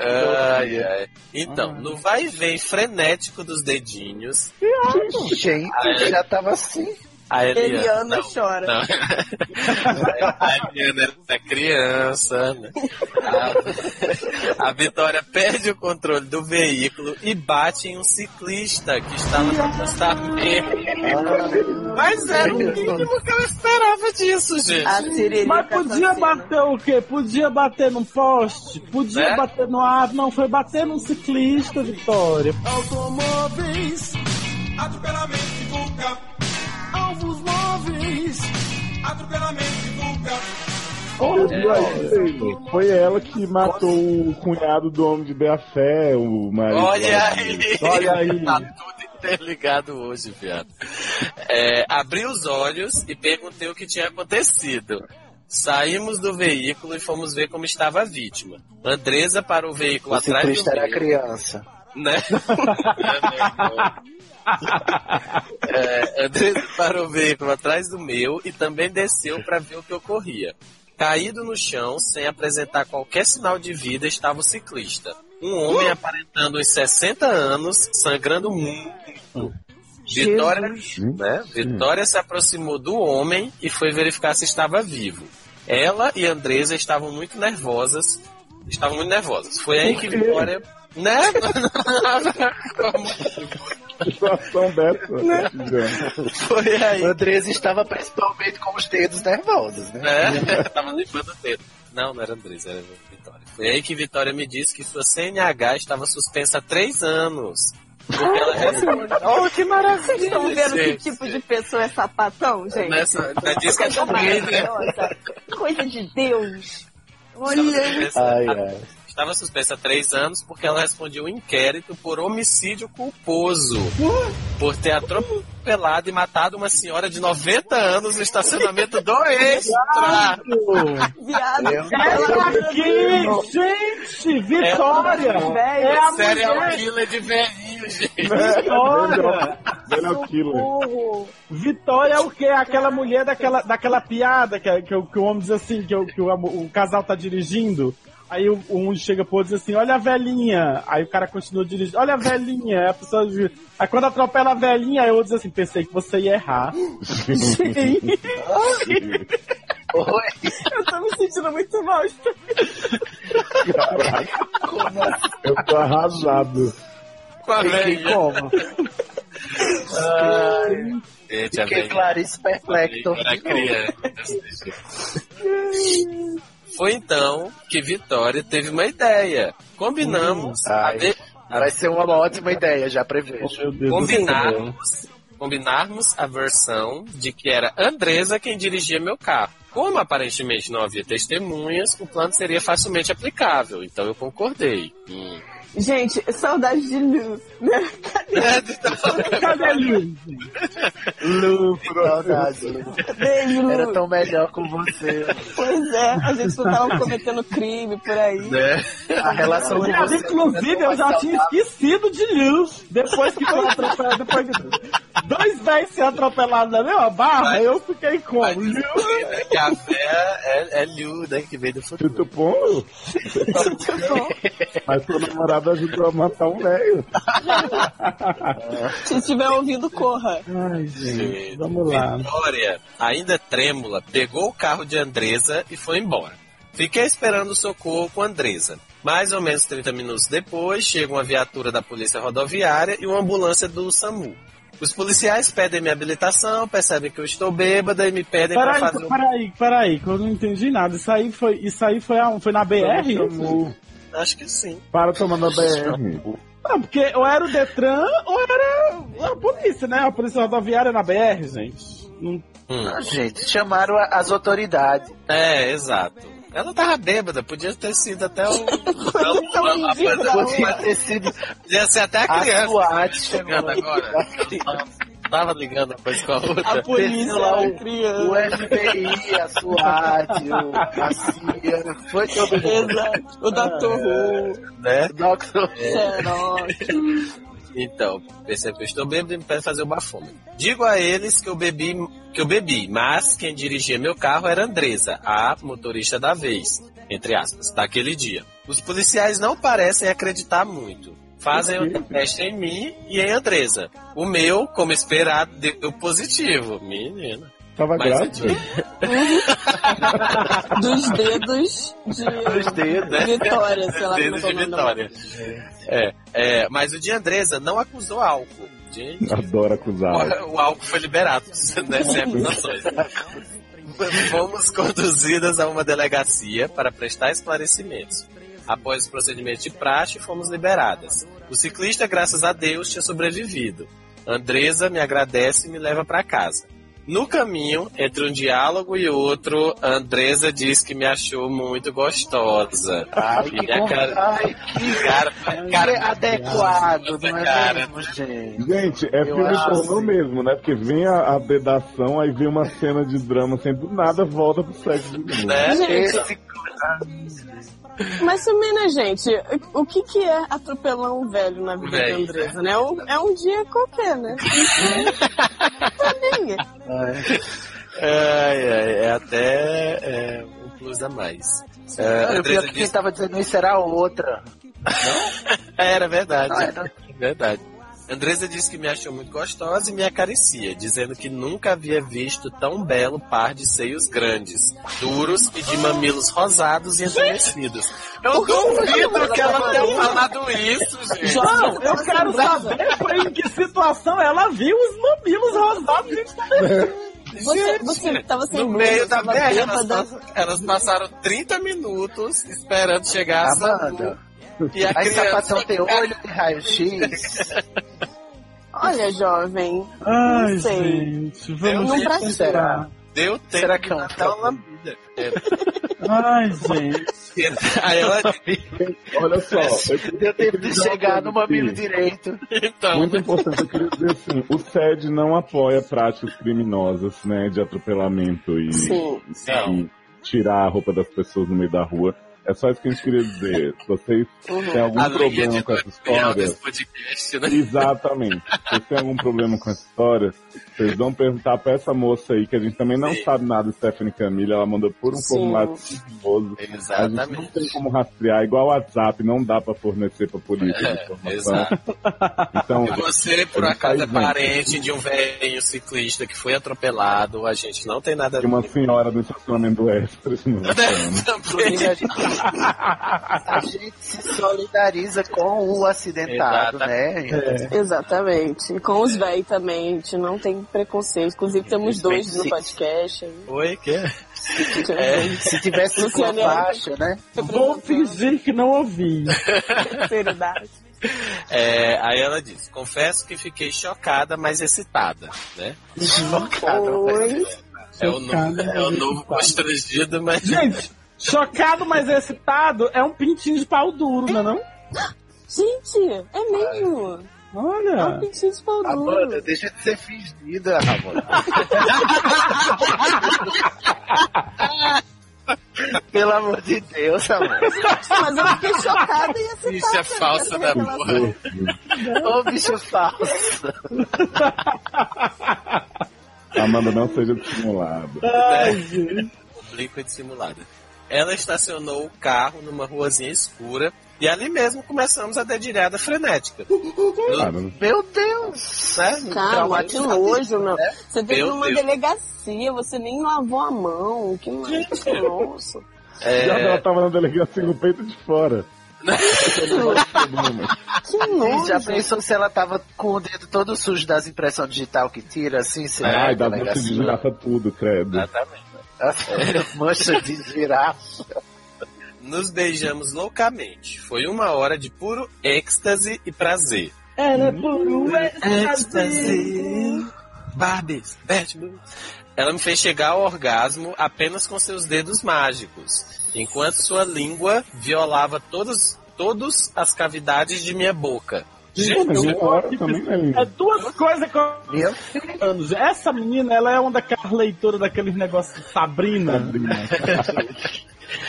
Ai, ai. Então, no vai e vem frenético dos dedinhos,
Gente, já tava assim.
a Eliana.
Eliana
não,
chora.
não. a Eliana era criança. né? A, a Vitória perde o controle do veículo e bate em um ciclista que estava no acostamento. Mas é, era o mínimo que eu esperava disso, gente.
A tiririca
Mas podia
assassina.
bater o quê? Podia bater num poste? Podia
Né?
bater no ar? Não, foi bater num ciclista, Vitória.
Automóveis, atropelamento de vulca. Alvos móveis, atropelamento de vulca.
É.
Foi ela que matou o cunhado do homem de Beafé, o marido.
Olha
lá.
aí.
Olha aí.
Tá tudo interligado hoje, viado. É, abri os olhos e perguntei o que tinha acontecido. Saímos do veículo e fomos ver como estava a vítima. Andresa parou o veículo
O
atrás
ciclista
do
era
meu,
criança.
né? é, Andresa parou o veículo atrás do meu e também desceu para ver o que ocorria. Caído no chão, sem apresentar qualquer sinal de vida, estava o ciclista. Um homem aparentando uns 60 anos, sangrando muito. Vitória, né? Vitória se aproximou do homem e foi verificar se estava vivo. Ela e Andresa estavam muito nervosas. Estavam muito nervosas. Foi aí que Vitória. Né?
Situação dessa.
Né?
gente.
Foi aí.
Andresa estava principalmente com os dedos nervosos, né?
né? Tava limpando o dedo. Não, não era Andressa, era Vitória. Foi aí que Vitória me disse que sua CNH estava suspensa há três anos. Porque ela recebeu.
Oh, que maravilha!
Vocês estão vendo que
Gente.
tipo de pessoa é sapatão, gente?
Nessa, ela disse que é
Coisa
também, né?
maravilhosa. Coisa de Deus.
Ai,
Estava
ai.
suspensa- Estava suspensa há três anos porque ela respondeu um inquérito por homicídio culposo. Por ter atropelado e matado uma senhora de 90 anos no estacionamento do extra.
Viado.
Eu-
Ela-
Que tá gente! Vitória!
É,
É a
Serial
mulher!
killer de velhinho, gente.
Vitória!
Melhor killer.
Burro.
Vitória é o quê? Aquela mulher daquela, daquela piada que, que, o- que o homem diz assim, que, o- que o, amo- o casal tá dirigindo. Aí o- um chega pro outro e diz assim, olha a velhinha. Aí o cara continua dirigindo, olha a velhinha. Aí, a pessoa, diz- aí quando atropela a velhinha, aí o outro diz assim, pensei que você ia errar.
Oi,
Eu tô me sentindo muito mal.
Eu tô arrasado.
Com a
fiquei
velhinha.
como?
Gente, a
Fiquei
velhinha.
Clarice Perplecto.
Era criança. né? Foi então que Vitória teve uma ideia. Combinamos a
Hum. ai.
de-
Vai ser uma ótima ideia, já prevejo.
Meu Deus
combinarmos, combinarmos a versão de que era Andresa quem dirigia meu carro. Como aparentemente não havia testemunhas, o plano seria facilmente aplicável, então eu concordei. Hum.
Gente, saudade de Lu. né?
Cadê Lu?
Lu, saudade. Lu.
Beijo, Lu.
Era tão melhor com você.
Pois é, a gente não tava cometendo crime por aí.
A relação de
Viado,
Então, você.
inclusive, eu já tinha esquecido de Luz. Depois que foi atropelado, depois de dois velhos ser atropelados na mesma barra, eu fiquei com
Mas
Luz.
descobri, né, que a fé é, é Liu, né, que veio do futuro.
Tito Pombo? tá Mas seu namorado ajudou a matar um velho.
Se tiver ouvido, corra.
Ai, gente, vamos lá.
Vitória, ainda trêmula, pegou o carro de Andresa e foi embora. Fiquei esperando o socorro com Andresa. Mais ou menos 30 minutos depois, chega uma viatura da polícia rodoviária e uma ambulância do SAMU. Os policiais pedem minha habilitação, percebem que eu estou bêbada e me pedem para
Peraí,
fazer um...
peraí, peraí, que eu não entendi nada. Isso aí foi, isso aí foi, a, foi na BR?
Chamou.
Acho que sim.
Para tomar na BR.
Não, porque ou era o Detran ou era a polícia, né? A polícia rodoviária na BR, gente. Não-
Ah, gente, chamaram a- as autoridades.
Hum, É, exato. Ela tava bêbada, podia ter sido até um, o... Então, a- a-
Podia ter sido
Podia ser até a
né? a
criança.
SWAT
Ligando
chegando
Tá agora. Tava ligando uma coisa com a outra.
A polícia,
Desceu lá
a
o- O
criança.
FBI, a SWAT, o, a CIA, foi todo mundo.
Exato. O Dr. Who,
Né?
Doctor-
É, Xerox.
Então, percebe que eu estou bêbado e me pede fazer o bafômetro. Digo a eles que eu bebi, que eu bebi, mas quem dirigia meu carro era Andresa, a motorista da vez, entre aspas, daquele dia. Os policiais não parecem acreditar muito. Fazem um teste em mim e em Andresa. O meu, como esperado, deu positivo. Menina. um
Tava
Mas-
grávida?
Dos dedos
Os
de
dedos.
Vitória, sei lá como
Dedos
é que é
de
o nome da
vitória. É, é, mas o de Andresa não acusou álcool. Gente,
Adoro acusar.
O- O álcool foi liberado, né, sem acusações. Fomos conduzidas a uma delegacia para prestar esclarecimentos. Após o procedimento de praxe, fomos liberadas. O ciclista, graças a Deus, tinha sobrevivido. Andresa me agradece e me leva para casa. No caminho, entre um diálogo e outro, a Andresa diz que me achou muito gostosa.
Ai, que,
E É, a cara,
Ai, que
cara,
cara
cara,
é adequado, não é
cara.
mesmo, gente?
Gente, é
Eu
filme
acho
pornô
assim.
mesmo, né? Porque vem a, a dedação, aí vem uma cena de drama, assim, do nada volta pro sexo de novo.
né?
Esse
Mas também, né, gente? O que, que é atropelar um velho na vida
Velho.
da Andresa, né? É um, é um dia qualquer, né? Também.
Ai, ai, é até é, um plus a mais.
É,
É,
eu vi
Andressa
que quem
disse- É,
tava dizendo isso era a outra.
Era verdade.
Não, é, tá- era.
Verdade. Andresa disse que me achou muito gostosa e me acaricia, dizendo que nunca havia visto tão belo par de seios grandes, duros e de mamilos rosados e entumecidos. Eu
tá
duvido que ela tenha falado isso, gente.
Não, eu quero saber foi em que situação ela viu os mamilos rosados. gente.
Você, você é tava sem
No
luz,
meio da
tava
BR, elas,
bêbada.
pass- elas passaram 30 minutos esperando chegar a Sandu.
Amanda.
E a
Tá Aí tá sapatão
criança...
tem olho de raio-x.
Olha, jovem.
Ai,
Não sei.
gente,
Não
vamos
pra
esperar.
Deu tempo
Será que
de
é um
dar uma lambida.
Ai, gente.
Aí ela...
Olha
É
só, eu queria
Deu tempo de
dizer uma
chegar
coisa
no mamilo
aqui.
direito.
Então,
Muito importante, eu queria dizer assim, o SED não apoia práticas criminosas, né, de atropelamento e,
Sim.
Não.
e tirar a roupa das pessoas no meio da rua. É só isso que a gente queria dizer. Se vocês
Uhum.
têm algum
a linha
problema com essa
editorial
história,
desse podcast, né?
Exatamente. Se vocês têm algum problema com essa história, vocês vão perguntar pra essa moça aí, que a gente também não
Sim.
sabe nada, Stephanie Camille, ela mandou por um
Sim.
formulário sigiloso. A gente não tem
Exatamente.
como rastrear, igual o WhatsApp, não dá pra fornecer pra polícia de informação.
É, Exato.
Então,
Se você, por
Ele
acaso, é
faz muito.
parente de um velho ciclista que foi atropelado, a gente não tem nada a
de uma né? senhora do estacionamento extra, isso não é vai falando.
Também.
A gente, a gente se solidariza com o acidentado, né?
Exatamente. E com os véi também, a gente não tem preconceito. Inclusive, temos dois no
26.
podcast. aí.
Oi, que?
É.
Se tivesse uma
Luciana,
faixa, né?
Vou fingir que não ouvi.
Terceira idade.
É, aí ela diz, confesso que fiquei chocada, mas excitada, né? Então
Chocado.
tá.
Oi.
é o novo,
Chocada,
é o
mas
novo
excitada.
constrangido, mas...
Gente, chocado, mas excitado é um pintinho de pau duro, não é não?
Gente, é mesmo. É um
Olha.
pintinho de pau
Amanda,
duro.
deixa de ser fingida, Amanda. Pelo amor de Deus, Amanda.
Mas eu fiquei chocada e assim.
Isso é falsa da porra.
Ô, bicho falso.
Amanda, não seja dissimulada.
Ai, gente.
oblíqua e dissimulada. Ela estacionou o carro numa ruazinha escura e ali mesmo começamos a dedilhada frenética.
Claro, né?
Meu Deus.
Né?
Calma, que nojo, meu. Você veio
Meu
numa
Deus.
delegacia, você nem lavou a mão. Que maravilhoso.
Já que ela
É,
tava na delegacia com o peito de fora.
Que
E já
nojo.
pensou se ela tava com o dedo todo sujo das impressões digital que tira, assim, sei lá,
Ai, dá
aquela
pra se
gracinha.
desgraça tudo, credo.
exatamente.
As manchas É, de girafa.
Nos beijamos loucamente. Foi uma hora de puro êxtase e prazer.
Era por um
Barbies, Batman. Ela me fez chegar ao orgasmo apenas com seus dedos mágicos, enquanto sua língua violava todas todas as cavidades de minha boca.
Pô, mas
eu-
uma hora também, né,
É
linda?
duas coisas que eu
Meu
anos. Essa menina, ela é uma daquelas leitoras daqueles negócios de Sabrina.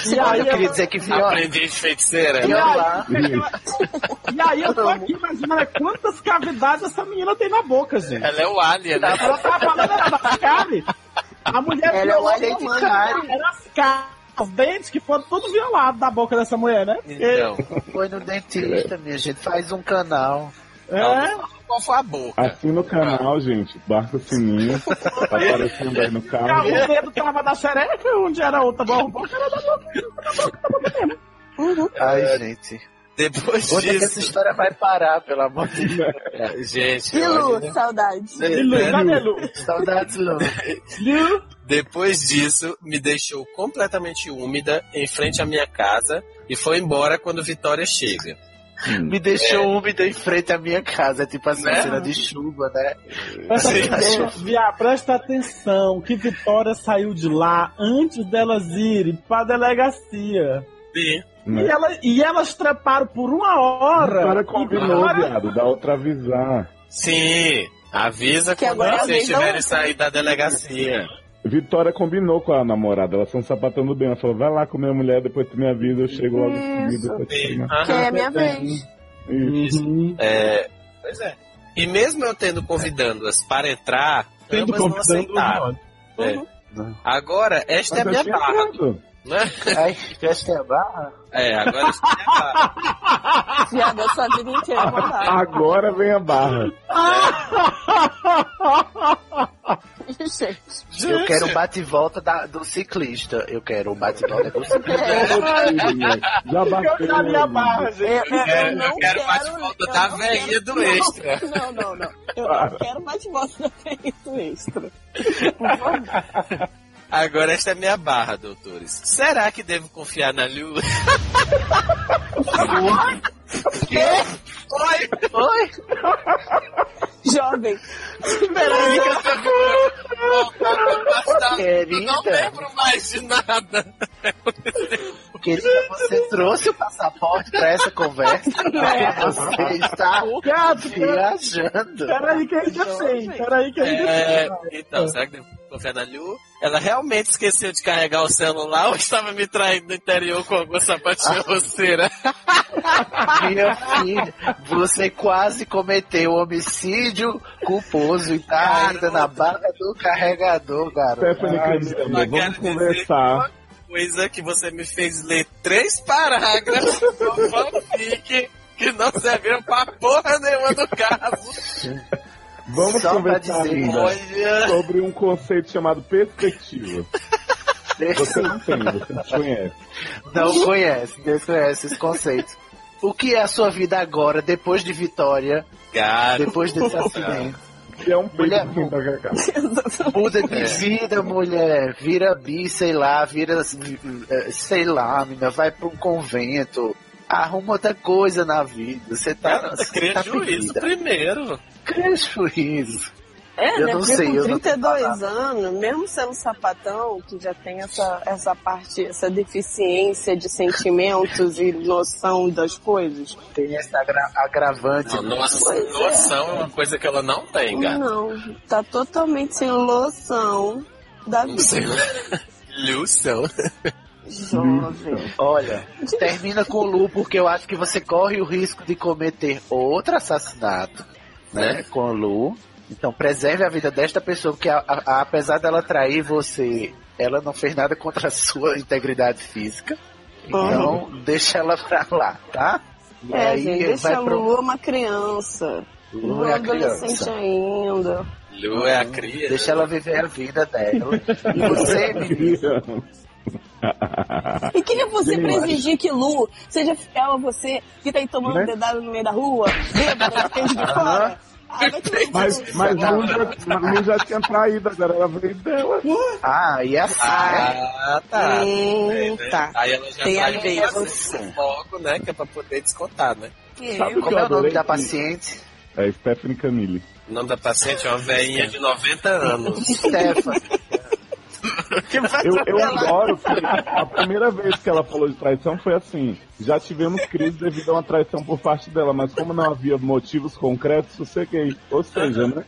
E aí,
eu queria
ela-
dizer que viola.
Aprendiz de feiticeira. né?
Viola.
e aí eu tô aqui imaginando quantas cavidades essa menina tem na boca, gente.
Ela é o alien, né?
Ela tá falando era da carne. A mulher
Ela é
violou
uma
a
lady
mãe.
Karen.
Era as caras. Os dentes que foram todos violados da boca dessa mulher, né?
é.
Então,
Foi no dentista, minha gente. Faz um canal.
É,
qual foi a boca?
Assina o canal, gente. Barca o sininho. Tá aparecendo aí no
o
carro.
dedo tava da xereca, onde era a outra boca, era da boca.
Ai, gente.
Depois
Onde é que essa
disso, é,
história vai parar, pelo amor de Deus?
gente,
Que
olha,
Lu,
né?
saudade.
E Lu, cadê Lu?
Saudades, Lu.
Lu?
depois disso, me deixou completamente úmida em frente à minha casa e foi embora quando Vitória chega.
Me deixou úmida em frente à minha casa. É tipo assim,
Né?
cena de chuva, né?
Presta atenção, Viá, presta atenção que Vitória saiu de lá antes delas irem pra delegacia.
Sim.
E,
Né?
ela- e elas treparam por uma hora.
Para
E
combinou,
Vitória-
viado. Dá outra avisar.
Sim. Avisa
Que
quando
agora é a
vocês
vez da
tiverem
outra.
sair da delegacia.
Vitória combinou com a namorada. Elas estão sapatando bem. Ela falou: vai lá com minha mulher, depois tu me avisa. Eu chego logo em seguida pra te
Sim.
chamar.
Ah.
Que
Aham.
é a minha vez.
Isso.
Uhum.
É, pois é. E mesmo eu tendo convidando-as para entrar,
Tendo
ambas não
convidando
aceitaram.
o
Agora, esta é a
Mas
minha
eu tinha
barra.
errado.
Né?
Ai, esta é a barra?
É, agora isso é a-
Viado, eu sou a vida inteira mandava.
Agora vem a barra.
Gente,
Eu quero o bate-volta da- do ciclista. Eu quero o bate-volta do ciclista.
Já
Eu já li a barra,
bateu.
eu,
gente.
É.
eu- eu
quero-
não
eu quero bate-volta
eu
da
não
veinha
quero-
do extra.
Não, não, não. Eu
Para.
não quero bate-volta da veinha do extra.
Agora esta é a minha barra, doutores. Será que devo confiar na Lu?
É.
Oi!
Oi!
Jovem,
Peraí que eu tô com... Eu não
Querida,
lembro mais de nada.
querida, você trouxe o passaporte pra essa conversa?
É.
Você está
Gato,
viajando.
peraí que eu ainda sei. Peraí que eu ainda
Então, É,
sei.
então, será que devo confiar na Lu? Ela realmente esqueceu de carregar o celular ou estava me traindo no interior com alguma
Ah.
sapatilha roceira?
Minha filha, você quase cometeu homicídio culposo e tá ainda na barra do carregador, garoto.
Stephanie Candela,
eu quero
vamos
dizer-
conversar.
Coisa que você me fez ler três parágrafos do fanfic que não serviram pra porra nenhuma do caso.
Vamos
Só pra
conversar
dizer,
ainda
Olha...
sobre um conceito chamado perspectiva. Você não tem, você não conhece.
Não conhece, desconhece esse conceito. O que é a sua vida agora, depois de Vitória,
Cara,
depois desse acidente?
Que é um peito
Mulher,
assim da Cacá.
Muda
É.
de vida, mulher. Vira bi, sei lá, vira. eh, Sei lá, menina, vai pra um convento. Arruma outra coisa na vida. Você tá.
cara,
Você
cria
tá
juízo
perdida.
primeiro.
Cria juízo.
É,
Eu
né?
não
Porque
sei, eu
com
não tenho
32
palavra.
anos, mesmo sendo sapatão, que já tem essa, essa parte, essa deficiência de sentimentos e noção das coisas.
Tem essa agra- agravante.
Não, nossa,
Pois é.
noção é uma coisa que ela não tem, cara.
Não, tá totalmente sem noção da
Não
vida.
sei. Lução.
Jovem.
Olha, termina com o Lu, porque eu acho que você corre o risco de cometer outro assassinato,
É.
né? Com o Lu. Então preserve a vida desta pessoa, porque a- a- a- apesar dela trair você, ela não fez nada contra a sua integridade física. Então deixa ela pra lá, tá? E
É, gente, deixa a
pro-
Lulu uma criança.
Lu
Lulu
é
é
a
adolescente
criança.
ainda.
Lu é a cria.
Deixa ela viver a vida dela. E você, é menino,
E queria você
Sim,
pra
eu
exigir que Lu seja fiel a você, que tá aí tomando
Né?
dedada no meio da rua, bêbada, dentro de fora? Ah, vai tomar no
Mas,
cu.
mas Lu, já, Lu já tinha traído, agora ela veio dela.
Ah, e assim, né?
Ah, tá.
Hum, tá.
Aí ela já
Tem
vai
a ver,
fazer fogo, né? Que é pra poder descontar, né?
Sabe o que eu
Como é o nome
adorei?
da paciente?
É Stephanie Camille.
O nome da paciente é uma velhinha de 90 anos.
Stephanie.
Eu, eu adoro que a primeira vez que ela falou de traição foi assim: já tivemos crise devido a uma traição por parte dela, mas como não havia motivos concretos, sosseguei. Ou seja, né?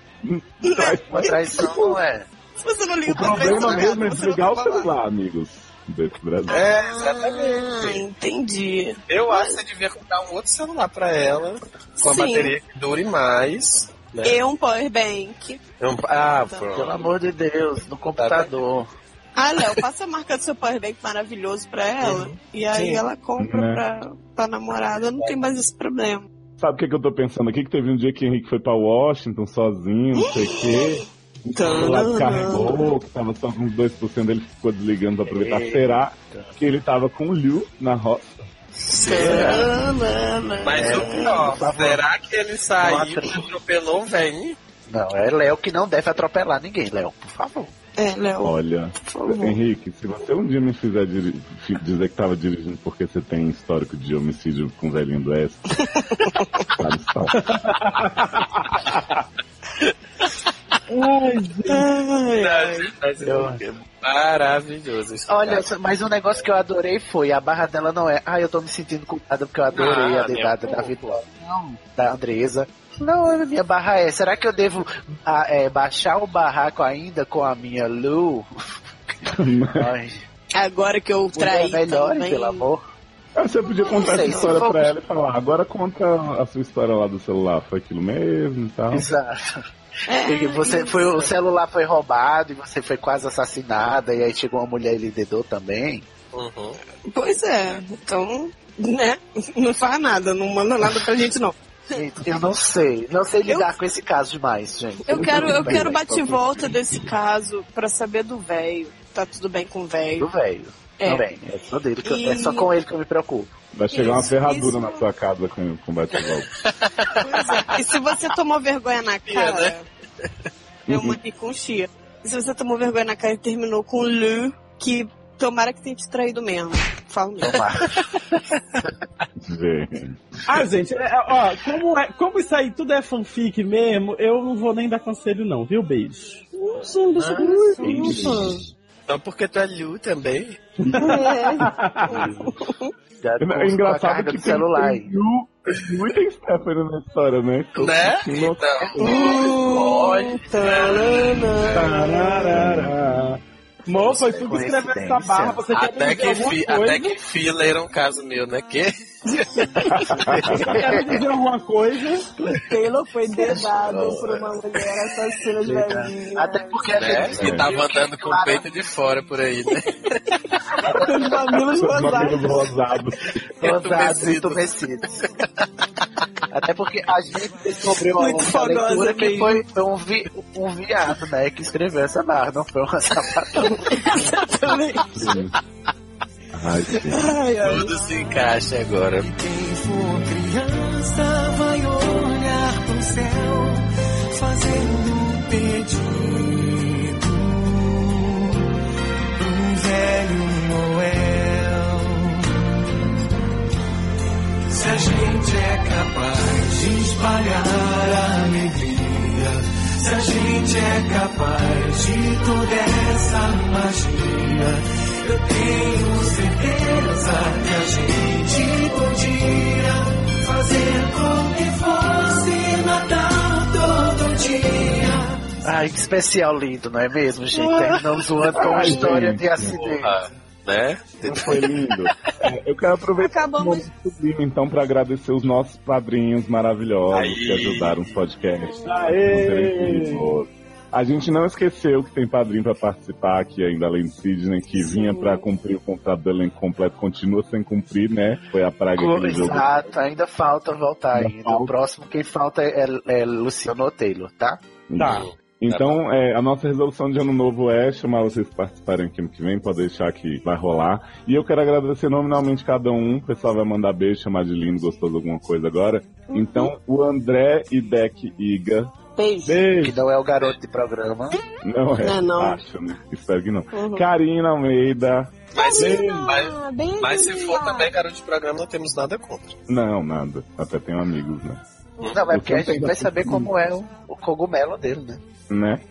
Uma traição não é.
Você não liga
O problema mesmo é desligar o celular, amigos. Desse Brasil.
É,
Ah, entendi.
Eu acho que você devia comprar um outro celular pra ela, com a
Sim.
bateria que dure mais. Né?
É.
E um powerbank.
Um- Ah,
Pelo
pronto.
amor de Deus, no computador.
Ah, Léo, passa a marca do seu powerbank maravilhoso pra ela. E aí
Sim.
ela compra
Né?
pra, pra namorada, não tem mais esse problema.
Sabe o que, que eu tô pensando aqui? Que teve um dia que o Henrique foi pra Washington sozinho, não sei o quê. O celular carregou, que tava só com uns 2%, ele ficou desligando pra aproveitar. Será que ele tava com o Liu na roça?
Tanana.
Mas o pior,
tá bom.
será que ele saiu e atropelou um velhinho?
Não, é Léo que não deve atropelar ninguém, Léo, por favor.
É, Léo,
Olha,
por favor.
Henrique, se você um dia me fizer diri- fi- dizer que tava dirigindo porque você tem histórico de homicídio com o velhinho do S, sabe, sabe?
Ai,
é um Maravilhoso. esse
Olha,
cara.
só- mas um negócio que eu adorei foi, a barra dela não é, ah, eu tô me sentindo culpada porque eu adorei
Ah,
a dedada
meu
da Vitória. Não, da Andresa. Não, a minha barra é, será que eu devo ah, é, baixar o barraco ainda com a minha Lu? Ai, é
Agora que eu traí
melhor,
também.
pelo amor.
Ah, Você podia contar
sei,
essa história
vamos-
pra ela e falar, "Ah, agora conta a sua história lá do celular, foi aquilo mesmo e tal.
Exato.
É,
E você foi, o celular foi roubado e você foi quase assassinada e aí chegou uma mulher e lhe dedou também.
Uhum.
Pois é, então, né? Não faz nada, não manda nada pra gente, não.
Gente, eu não sei. Não sei lidar com esse caso demais, gente.
Eu quero, eu
Bem,
quero
bem,
bate e volta desse caso pra saber do velho. Tá tudo bem com o
Do
velho.
velho.
É.
Também. É só dele que eu-
E-
é só com ele que eu me preocupo.
Vai chegar uma
Isso,
ferradura
isso.
na sua casa com, com bate-volta.
Pois é. E se você tomou vergonha na
É,
cara, é eu mandei com chia. E se você tomou vergonha na cara e terminou com Lu, que tomara que tenha te traído mesmo. Falo mesmo.
Tomara.
Gente.
Ah, gente, é, ó, como, é- como isso aí tudo é fanfic mesmo, eu não vou nem dar conselho, não, viu? Beijo.
Só porque tu é Liu também.
Já tô com
É
a
engraçado
carga
que
do celular.
tem, tem Ju Ju e tem Stephanie na história, né?
Né?
Nossa.
Então.
Tararara. Mô, foi tudo escrever essa barra, você quer
é Até
me
que,
dizer
fi,
alguma coisa?
até que fila era um caso meu, né? Que?
Você quer me dizer alguma coisa?
Taylor foi dedado por uma mulher assassina de velhinha.
Até porque a
né?
gente
Que tava andando com o peito de fora por aí, né?
Os mamilos rosados.
Mamilos rosados.
Rosados e
Entumecido.
entumecidos. Até porque a gente descobriu ao longo
Muito
da
fogosa
leitura que
mesmo.
foi um, vi, um viado, né, que escreveu essa barra, não foi uma sapatão.
Ai, gente.
Tudo se encaixa agora.
Quem for criança vai olhar pro céu, fazendo um pedido pro velho Noel. Se a gente é capaz de espalhar a alegria, se a gente é capaz de é toda essa magia. Eu tenho certeza que a gente podia fazer com que fosse Natal todo dia.
Ai, que especial lindo, não é mesmo, gente? Terminamos o ano com uma
Ai,
história de
gente.
acidente.
Porra, né?
Não Foi lindo. É, Eu quero aproveitar o
Acabamos.
momento sublime, então, para agradecer os nossos padrinhos maravilhosos
Aí.
que ajudaram os podcasts.
Aê.
manterem vivos. A gente não esqueceu que tem padrinho para participar aqui ainda, além de Sidney, que vinha para cumprir o contrato do elenco completo, continua sem cumprir, né? Foi a praga que ele jogou.
Exato, ainda falta voltar
Ainda
ainda.
falta.
O próximo quem falta é, é Luciano Taylor, tá?
Tá.
Então, é, a nossa resolução de ano novo é chamar vocês que participarem aqui ano que vem, pode deixar que vai rolar. E eu quero agradecer nominalmente cada um. O pessoal vai mandar beijo, chamar de lindo, gostou de alguma coisa agora. Então, o André Idec Iga.
Beijo.
Que
Beijo.
não é o garoto de programa.
Não é,
Não, não.
acho, né? Espero que não.
Uhum.
Karina Almeida.
Mas,
Beijo.
mas,
Ah, bem
mas se for também garoto de programa, não temos nada contra.
Não, nada. Até tenho amigos, né?
Não, é porque a gente vai saber como é o, o cogumelo dele, né?
né?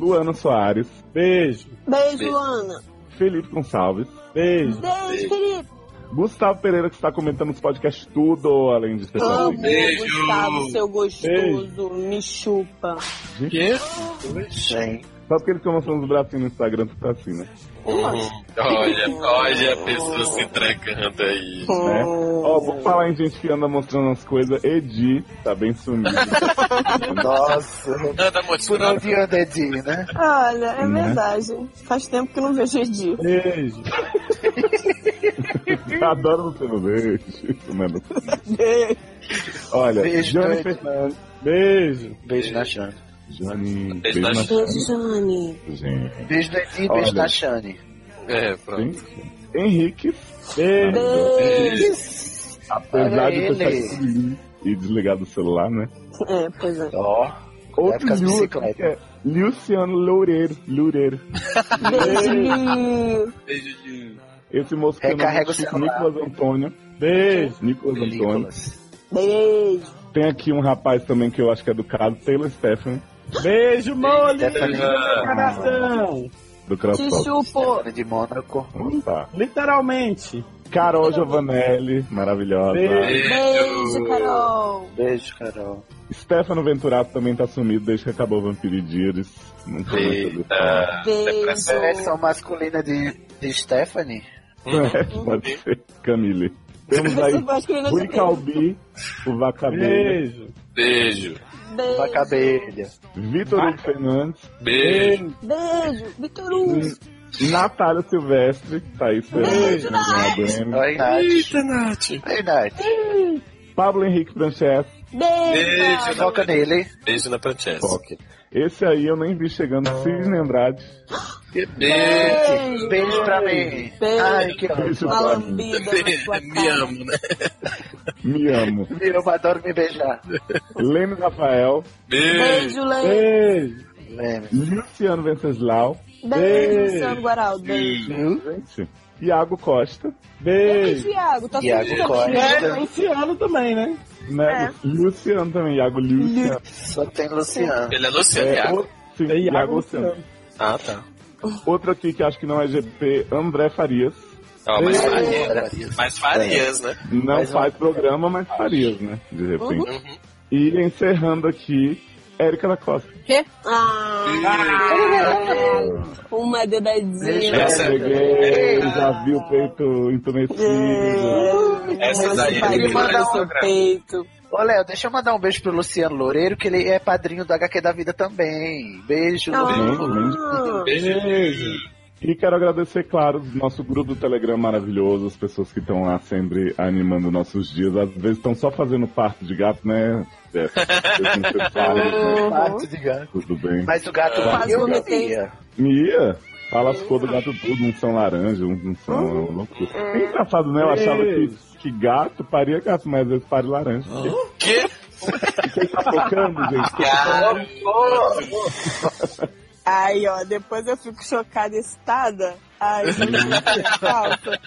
Luana Soares.
Beijo.
Beijo,
Beijo.
Ana.
Felipe Gonçalves.
Beijo.
Beijo, Felipe.
Gustavo Pereira, que está comentando os podcasts tudo, além de ser
Amo,
padrinho.
Beijo.
Gustavo, seu gostoso. Me chupa.
Que?
Gente,
Só porque ele fica mostrando os bracinhos no Instagram, tu tá assim, né?
Hum, olha, olha a pessoa se trancando aí.
né?
Hum.
Ó, vou falar em gente que anda mostrando as coisas. Edi tá bem sumido.
nossa.
Anda
Por
mostrando.
onde anda, Edinho, né?
Olha, é
Né?
verdade. Faz tempo que eu não vejo Edi.
Beijo.
Adoro você, meu beijo. Mano. Olha,
Beijo,
Johnny
Edi.
Fernandes.
Beijo.
Beijo na Xane.
Johnny,
Beijo na
Beijo, Johnny.
gente.
Beijo no Edinho, beijo
Olha.
na Xane.
É, pronto.
Gente. Henrique,
Beijo.
Beijo.
apesar
Olha
de ter
ele.
saído de mim e desligado o celular, né?
É, pois é.
Ó, vai
Outro
ficar de
Liu, que
bicicleta.
é Luciano Loureiro. Loureiro.
Beijo, Lu.
Beijo de.
Esse moço que eu não
Recarrega o
conheço,
celular.
Nicolas Antônio.
Beijo.
Nicolas Antônio.
Nicolas.
Beijo.
Tem aqui um rapaz também que eu acho que é do caso, Taylor Stephen,
Beijo, Molly.
Stephanie.
Coração.
do
Te
Crosstalk.
chupo.
Ana de Mônaco.
Vamos lá.
Literalmente.
Carol Giovanelli, maravilhosa.
Beijo.
Beijo, Carol.
Beijo, Carol.
Stefano Venturato também tá sumido desde que acabou Vampiridires. Não tô mais ouvindo falar.
Eita.
Beijo.
Depressão.
Seleção masculina de, de Stephanie.
É, Pode ser. Camille. Temos aí Rui Calbi, o Vacabeira,
Beijo.
Beijo.
Pra
Beijo.
cabelha.
Vitor Hugo Fernandes,
Beijo.
Hum.
Beijo, Vitor Hugo.
Natália Silvestre, que tá aí esperando. ganhar Grammy.
Oi, Nath.
Eita, Nath.
Oi, Nath.
Pablo Henrique Frances.
Beijo,
Foca nele.
Beijo na Francesca.
Foque. Esse aí eu nem vi chegando, Sidney Andrade.
Beijo.
Beijo pra mim.
Beijo.
Ai, que ótimo.
Beijo
Uma
pra mim.
lambida na sua
Me
cara.
amo, né?
Me amo.
Eu adoro me beijar.
Leme Rafael.
Beijo.
Beijo, Lê.
Ei,
Lembra?
Luciano Venceslau.
Beijo,
Beijo.
Luciano Guaral. Beijo.
Gente. Iago Costa.
Beijo,
beijo.
Thiago. Tá
Iago
sumido
Costa.
também.
É, Luciano também, né?
Né?
É.
Luciano também, Iago Luciano.
Só tem Luciano.
Ele é Luciano
É,
Iago.
o- sim,
É Iago
Iago
Luciano.
Luciano.
Ah, tá.
Outro aqui que acho que não é GP, André Farias.
Ó, mas
Beijo.
Farias,
Farias.
mas Farias, né?
Não
Mais
faz programa, mas Farias, né? De repente.
Uhum.
E encerrando aqui, Érica da Costa.
Quê? Ah, uma
Beijo.
dedadinha.
Já
Essa-
é
peguei, já vi o peito entumecido.
Essa
Nossa,
daí é
padrinho,
demais,
olha o seu
Sandra.
peito.
Ô, Léo, deixa eu mandar um beijo pro Luciano Loureiro, que ele é padrinho do HQ da Vida também. Beijo,
Ah.
Loureiro.
Beijo.
E quero agradecer, claro, o nosso grupo do Telegram maravilhoso, as pessoas que estão lá sempre animando nossos dias. Às vezes estão só fazendo parte de gato, né? É, desnecessários, né?
Parte de gato.
Tudo bem.
Mas o gato
Quase
eu não
vomitei.
via.
Mia, fala as cores do gato tudo, uns são laranja, uns não são. é uma loucura. É engraçado, né? Eu achava que, que gato paria gato, mas às vezes pare laranja.
Que?
Quem tá tocando, gente?
Cara,
Aí, ó, depois eu fico chocada, excitada. Ai, isso não é falta.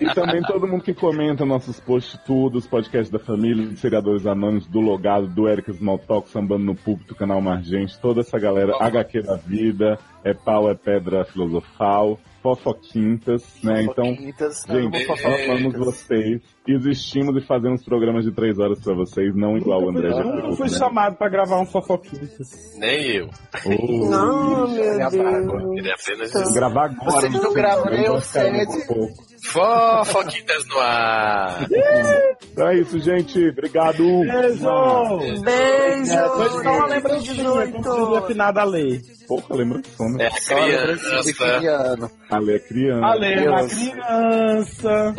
E também todo mundo que comenta nossos posts, tudo, os podcasts da família, dos seriadores anônimos, do Logado, do Eric Smalltalk, Sambando no Púlpito, Canal Margente, toda essa galera, HQ da Vida, é pau, é pedra filosofal, fofoquintas, né? Então,
Fofoquitas, não,
gente,
vou fofocar.
amamos vocês, existimos e fazemos programas de três horas pra vocês, não igual o André já
Eu fui
fez, né?
chamado pra gravar um fofoquinhas.
nem eu.
Oh,
Não,
Olha
meu
a
Deus.
mágoa.
Ele é apenas
Gravar agora,
Vocês não gravam,
né?
eu
Vai ficar
sei.
um pouco.
Fofoquitas no ar.
Então é isso, gente. Obrigado.
Beijo. Vou te dar uma
Beijo.
lembrancinha, é como se não
18.
afinar da lei.
Pouca lembrança, né?
É
Só lembrança de
criança.
criano.
Ale é criança.
A lei é uma
Deus.
criança.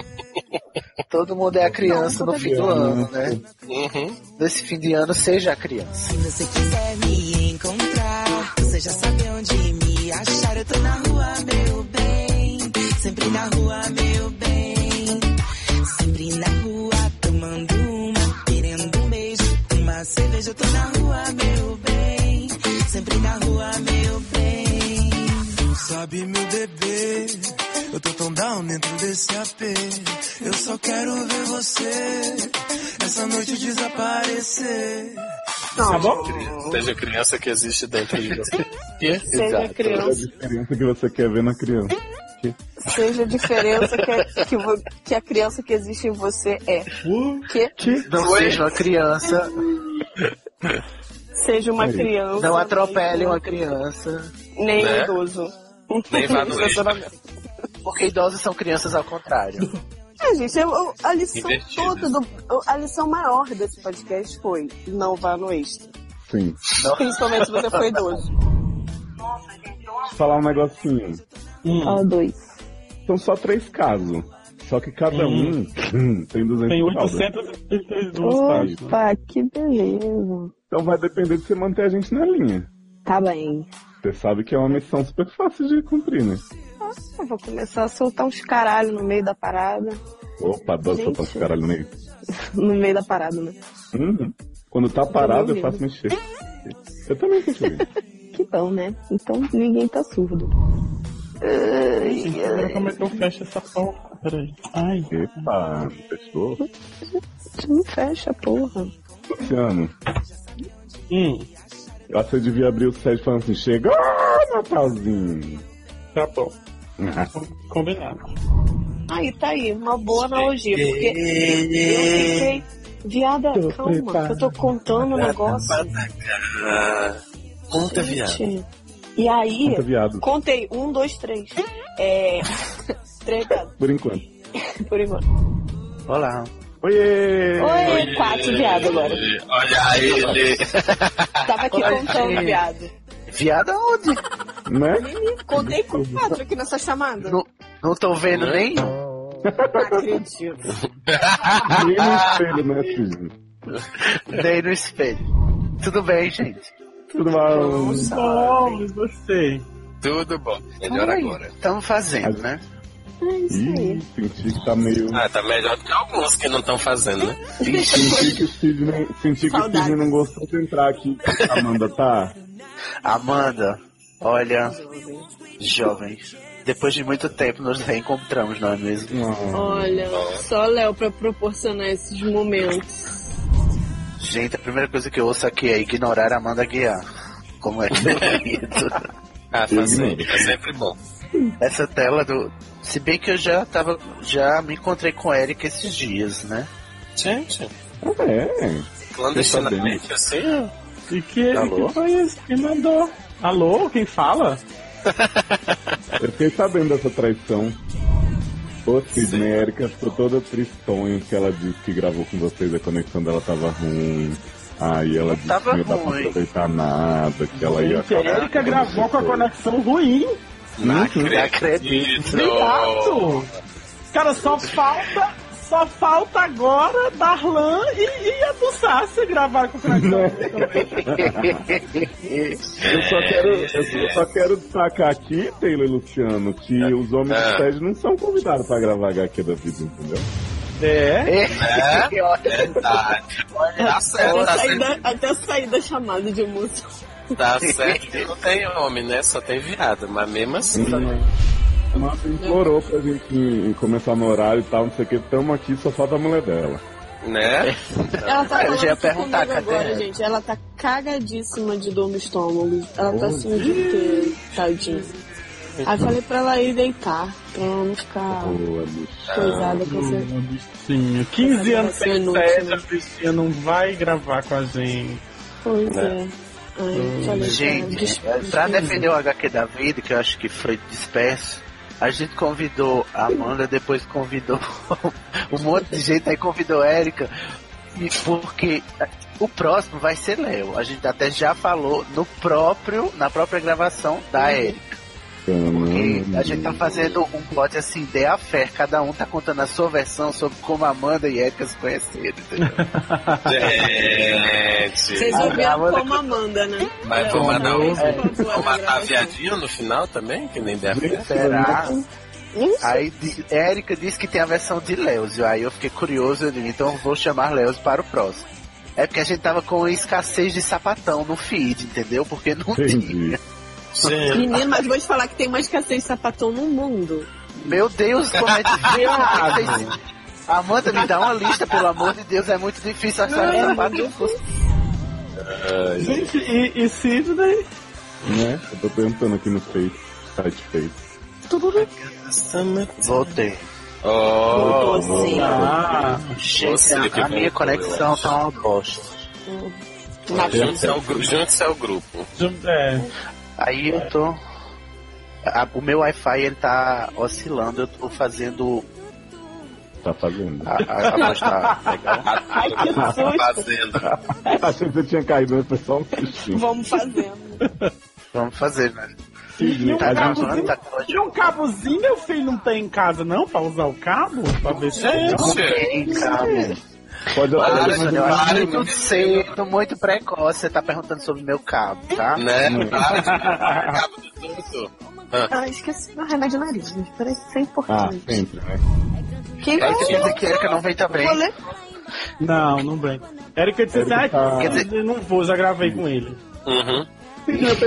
Todo mundo é a criança no fim do ano, né?
Uhum.
Nesse fim de ano, seja a criança.
Se você quiser me encontrar, você já sabe onde me achar. Eu tô na rua, meu bem. Sempre na rua, meu bem. Sempre na rua, tomando uma, querendo um beijo, uma cerveja. Eu tô na rua, meu bem. Sempre na rua, meu bem. Sabe, meu bebê, eu tô tão down dentro desse AP. Eu só quero ver você essa noite desaparecer.
Tá bom?
Seja a criança que existe dentro de você. Que?
Seja
Qual é a
criança,
diferença que você quer ver na criança.
seja a diferença que, a- que, vo- que a criança que existe em você é. Que
Não seja uma criança,
seja uma criança. né?
não atropele uma criança.
Nem
Né?
idoso.
Nem vá no lixo.
Porque idosos são crianças ao contrário.
É, gente, eu- eu- a lição
Invertido.
toda do. A lição maior desse podcast foi não vá no extra.
Sim.
Principalmente se você for idoso.
Deixa eu falar um negocinho.
Ó, dois.
São só três casos. Só que cada um hum, tem 200
Tem
causas.
832 páginas.
Opa, que beleza.
Então vai depender de você manter a gente na linha.
Tá bem.
Você sabe que é uma missão super fácil de cumprir, né?
Nossa, eu vou começar a soltar uns caralho no meio da parada.
Opa, adoro
Gente.
soltar os caralho no meio.
No meio da parada, né?
Uhum. Quando tá parado, eu
ouvindo.
faço mexer. Eu também consigo.
Que bom, né? Então ninguém tá surdo.
Gente, agora como é que eu fecho essa porta? Peraí. Ai.
Epa, fechou.
Não fecha, porra.
Luciano,
Hum,
eu acho que você devia abrir o site falando assim, chega, ah, Natalzinho.
tá bom.
Ah,
Com- Combinado.
Aí, tá aí, uma boa analogia, porque eu fiquei. Viada,
Tô
calma, que eu tô contando o negócio.
Ah, Conta, viado.
Gente. E aí,
Puta viado,
contei, um, dois, três. É. Três, viado,
por enquanto.
por enquanto.
Olá.
Oiê!
Oi, quatro, viado agora.
Olha aí, ele.
Tava aqui
Oi,
contando,
gente.
viado.
Viada onde?
Né?
Menino, contei com quatro aqui nessa chamada.
Não, não tô vendo
Não é?
nem.
Tá,
Não acredito.
Nem no espelho, né, filho?
Dei no espelho. Tudo bem, gente.
Tudo mal.
Somos, gostei.
Tudo bom. Melhor agora.
Estamos fazendo, né?
É
Ih, senti que tá meio.
Ah, tá melhor do que alguns que não estão fazendo, né?
Senti que o Sidney, senti que o Sidney não gostou de entrar aqui. Amanda, tá?
Amanda, olha, jovem. Depois de muito tempo nos reencontramos, não é mesmo?
Não.
Olha, só Léo pra proporcionar esses momentos.
Gente, a primeira coisa que eu ouço aqui é ignorar Amanda Guiar. Como é que eu
Ah, fazendo. É sempre bom.
Essa tela do. Se bem que eu já tava. Já me encontrei com o Eric esses dias, né?
Gente,
É.
clandestinamente assim.
E que,
Alô?
que foi isso que mandou? Alô, quem fala?
Eu fiquei sabendo dessa traição. Ô Sidney, a Erika ficou toda tristonha que ela disse que gravou com vocês, a conexão dela tava ruim. Aí ela disse
Tava
que não ia dar pra
ruim.
aproveitar nada, que ela ia
Gente, a Erika gravou com a conexão ruim.
Não
Não acredito.
Exato! Cara, só falta. Só falta agora Darlan e, e a do Sassi gravar com o Cracão também.
Eu só quero, eu só quero destacar aqui, Taylor e Luciano, que os homens
Ah.
do SED não são convidados pra gravar HQ da vida, entendeu?
É.
Que ótimo.
Verdade. Olha, tá certo,
Até
tá
sair,
certo.
da, até sair da chamada de música.
Tá certo que não tem homem, né? Só tem viado. Mas mesmo assim.
A Márcia implorou pra gente em- em começar no horário e tal, não sei o que, tamo aqui, só falta a mulher dela.
Né?
Ela tá
Eu
falando
já ia
isso
perguntar,
comigo
cadê
agora,
ela?
gente. Ela tá cagadíssima de dor no estômago. Ela tá
Oh,
assim o dia inteiro, tadinha. Aí eu falei pra ela ir deitar, pra ela não
Ah.
ficar
Boa, bicho.
coisada com você.
Ô, bichinho, 15 anos
Vai ser
sem
inútil,
sede,
né?
a bichinha não vai gravar com a gente.
Pois é. Ai, falei
é um
pra
Né? Gente,
ela, desculpa.
pra defender o HQ da vida, que eu acho que foi disperso, a gente convidou a Amanda, depois convidou um monte de gente, aí convidou a Erika, e porque o próximo vai ser Léo. A gente até já falou no próprio, na própria gravação da Erika. Porque
Uhum.
a gente tá fazendo um plot assim, de a fé, cada um tá contando a sua versão sobre como a Amanda e a Erika se conheceram. entendeu?
Gente.
Vocês ouviram
Amanda-
como Amanda, né?
Mas vou
Ela
mandar
não É,
um.
É.
fez uma boa
Vou matar
gravação.
viadinho no final também, que nem deve.
Será? Aí di- Érica disse que tem a versão de Leozio. Aí eu fiquei curioso, eu digo, então eu vou chamar Leozio para o próximo. É porque a gente tava com escassez de sapatão no feed, entendeu? Porque não tinha.
Entendi.
Gente,
Menina, mas vou te falar que tem mais escassez de sapatão no mundo.
Meu Deus, como é difícil. Amanda, me dá uma lista, pelo amor de Deus, é muito difícil achar um sapato.
Gente, e, e Sidney?
Né? Eu tô perguntando aqui no Face, site Face.
Voltei.
Oh,
Doce.
tá
Ah,
Gente,
Você que
a, a minha
voltou,
conexão tá uma bosta.
junte-se Tá ao, gru- junte-se ao grupo.
é.
Aí eu tô. a- o meu Wi-Fi ele tá oscilando, eu tô fazendo
Tá fazendo.
a, a, a voz tá legal.
Ai,
que susto.
Fazenda.
Achei que você tinha caído, mas foi só um sustinho.
Vamos fazendo.
Vamos fazer, né?
E um
Tá
cabozinho?
gravando, tá com
E um cabozinho, meu filho, não tem em casa não? Pra usar o cabo? É. Pra ver se
Gente,
Sim, cabo.
Pode
Para,
olhar,
Olha,
Para,
eu acho
para,
muito cedo, muito precoce. Você tá perguntando sobre meu cabo, tá?
né? Para de cabo de tudo.
Ah, esqueci meu remédio nariz. gente. Peraí, isso é
Ah,
importante.
sempre, né?
Quem
Aí você quer dizer É que a Erika não vem também.
Vou ler.
Não, não vem. Érica disse assim,
Érica
ah,
tá-
quer dizer, não vou, já gravei com ele.
Uhum.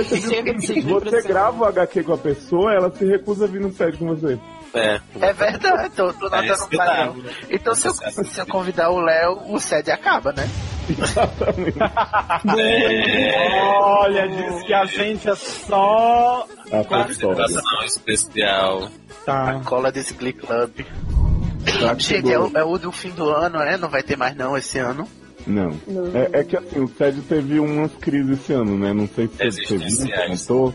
Chega de seguir
Você grava o HQ com a pessoa, ela se recusa a vir no site com você.
É.
É verdade, tô, tô
É
notando
isso
um
que dá.
padrão. Então, se eu, se eu convidar o Léo, o sede acaba, né?
É. Olha, diz que a gente é só...
A pessoa.
Apresentação especial.
Tá.
Cola desse Glee Club.
Tá
Gente, é o, é o do fim do ano, né? Não vai ter mais não esse ano.
Não. É, é que assim, o SED teve umas crises esse ano, né? Não sei se você viu, se
Existenciais.
comentou.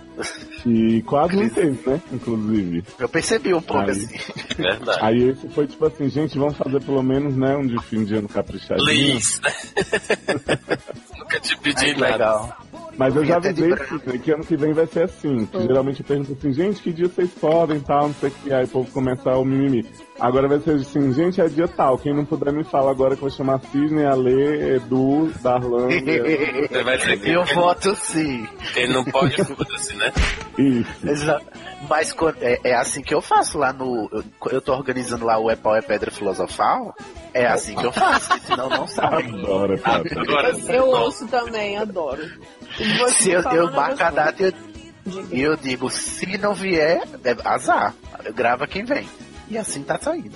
E quase não teve, né? Inclusive.
Eu percebi um pouco
Aí.
assim.
Verdade.
Aí esse foi tipo assim, gente, vamos fazer pelo menos, né? Um de fim de ano caprichadinho.
Liz. Nunca te pedi
Ai, que
nada.
legal.
Mas eu
Ia
já
até de
avisei
branco.
que, que ano que vem vai ser assim. que Geralmente eu pergunto assim, gente, que dia vocês podem tal, não sei o que. Aí o povo começa o mimimi. Agora vai ser assim, gente, é dia tal. Quem não puder me fala agora que eu vou chamar Cisne, Ale, Edu, Darlan. e-
Você vai ter
Eu
que.
voto sim.
Ele não pode, foda-se, né?
Isso.
Exa- Mas quando- é, é assim que eu faço lá no. Eu, eu tô organizando lá o É Pau é Pedra Filosofal. É assim que eu faço, senão não sabe.
Adoro, cara.
Agora né? sim.
É.
Eu ouço também, adoro. E você
Se eu, eu
falando,
marco a
você-
data e eu,
Diga.
e eu digo, se não vier, é azar. Grava quem vem. E assim tá saindo.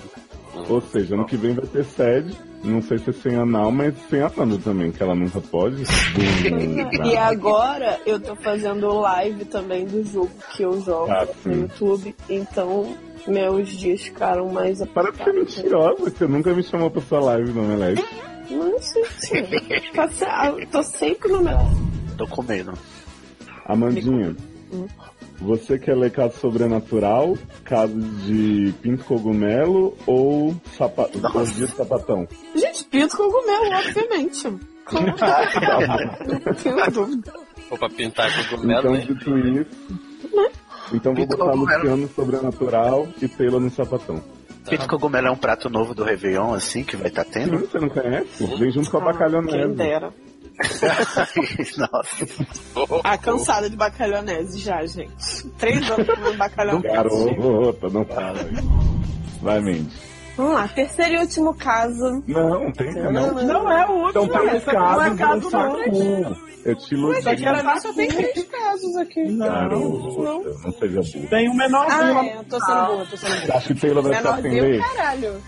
Ou seja, ano que vem vai ter sede. Não sei se é sem anal, mas sem anal também, que ela nunca pode. Bum,
E
tá.
agora eu tô fazendo live também do jogo que eu jogo
Ah,
no
sim.
YouTube, então meus dias ficaram mais
Para de ser
apertados.
é mentirosa, que você nunca me chamou pra sua live, não, Melete.
Não, gente. tá se- ah, eu tô sempre no meu.
Tô comendo.
Amandinha, você quer ler caso sobrenatural, caso de pinto cogumelo ou sapa... gordinho de sapatão?
Gente, pinto cogumelo, obviamente. Claro. Não tenho dúvida.
Ou pra pintar cogumelo,
Então,
né?
dito isso. Então vou
Pinto
botar
cogumelo.
Luciano no sobrenatural e Taylor no sapatão.
Pito cogumelo é um prato novo do Réveillon, assim, que vai estar tá
Sim,
tendo.
você não conhece? Vem junto com a bacalhonese.
Quem dera.
Nossa.
Ah, cansada de bacalhonese já, gente. Três anos comendo bacalhonese.
Garota, não fala isso. Vai, Mendes.
Vamos lá, terceiro e último caso.
Não, tem que não.
Não é o último,
Então tem um
esse aqui não é
caso
caso
do
não.
sacu. Eu te iludi,
Isso aqui é era
Pra mim
só tem três casos aqui.
garota. Não seja burro.
Tem um
Ah,
menorzinho.
é, eu tô sendo boa, tô sendo boa.
Acho que Taylor
É
vai se
Menorzinho,
acender.
caralho.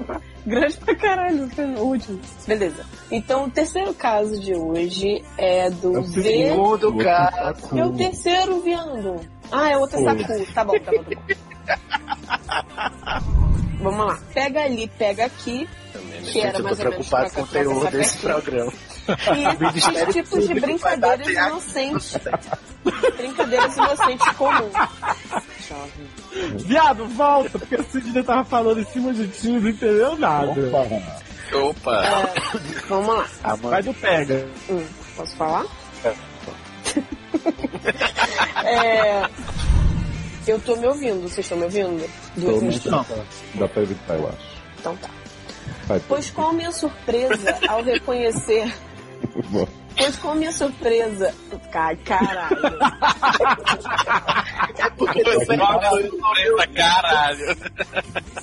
Grande pra caralho, o último. Beleza. Então, o terceiro caso de hoje é
É
do
o
V.
Segundo
Outro
cara.
sacu.
É o terceiro, viando. Ah, é outra
Pô.
sacu. Tá bom, tá bom, tá bom. Vamos lá. Pega ali, pega aqui. Que
Gente,
era
eu tô
mais ou menos
preocupado com
pra
o
cá, pra
teor
cá,
desse
pra cá.
programa.
E esses tipos de
Público vai dar
brincadeiras
até
inocentes. Brincadeiras inocentes comuns. Jovem.
Viado, volta, porque a Sidney tava falando em cima de ti, não entendeu nada.
Opa.
Opa!
É, vamos lá.
tá
Vai do pega.
Hum, posso falar? É, eu tô me ouvindo, vocês estão me ouvindo? Duas
Tô me
vezes.
Dá pra evitar, eu acho.
Então tá.
Vai,
Pois qual minha surpresa ao reconhecer.
Taylor.
Pois qual minha surpresa. Ai, caralho.
Você é caralho!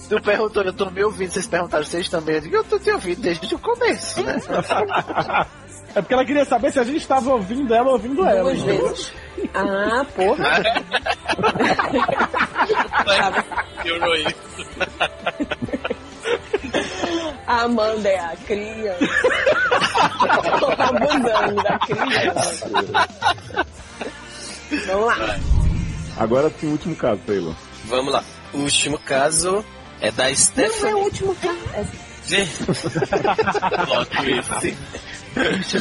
Tu perguntou, eu tô me ouvindo, vocês perguntaram, vocês também. Eu digo, eu tô te ouvindo desde o começo, né?
É porque ela queria saber se a gente tava ouvindo ela ou ouvindo ela.
Duas vezes. Ah, porra.
Piorou isso.
A Amanda é a criança. Tô abusando da criança. Vamos lá.
Agora sim, último caso, Taylor.
Vamos lá. O último caso é da
Não é o
Stephanie.
último caso. É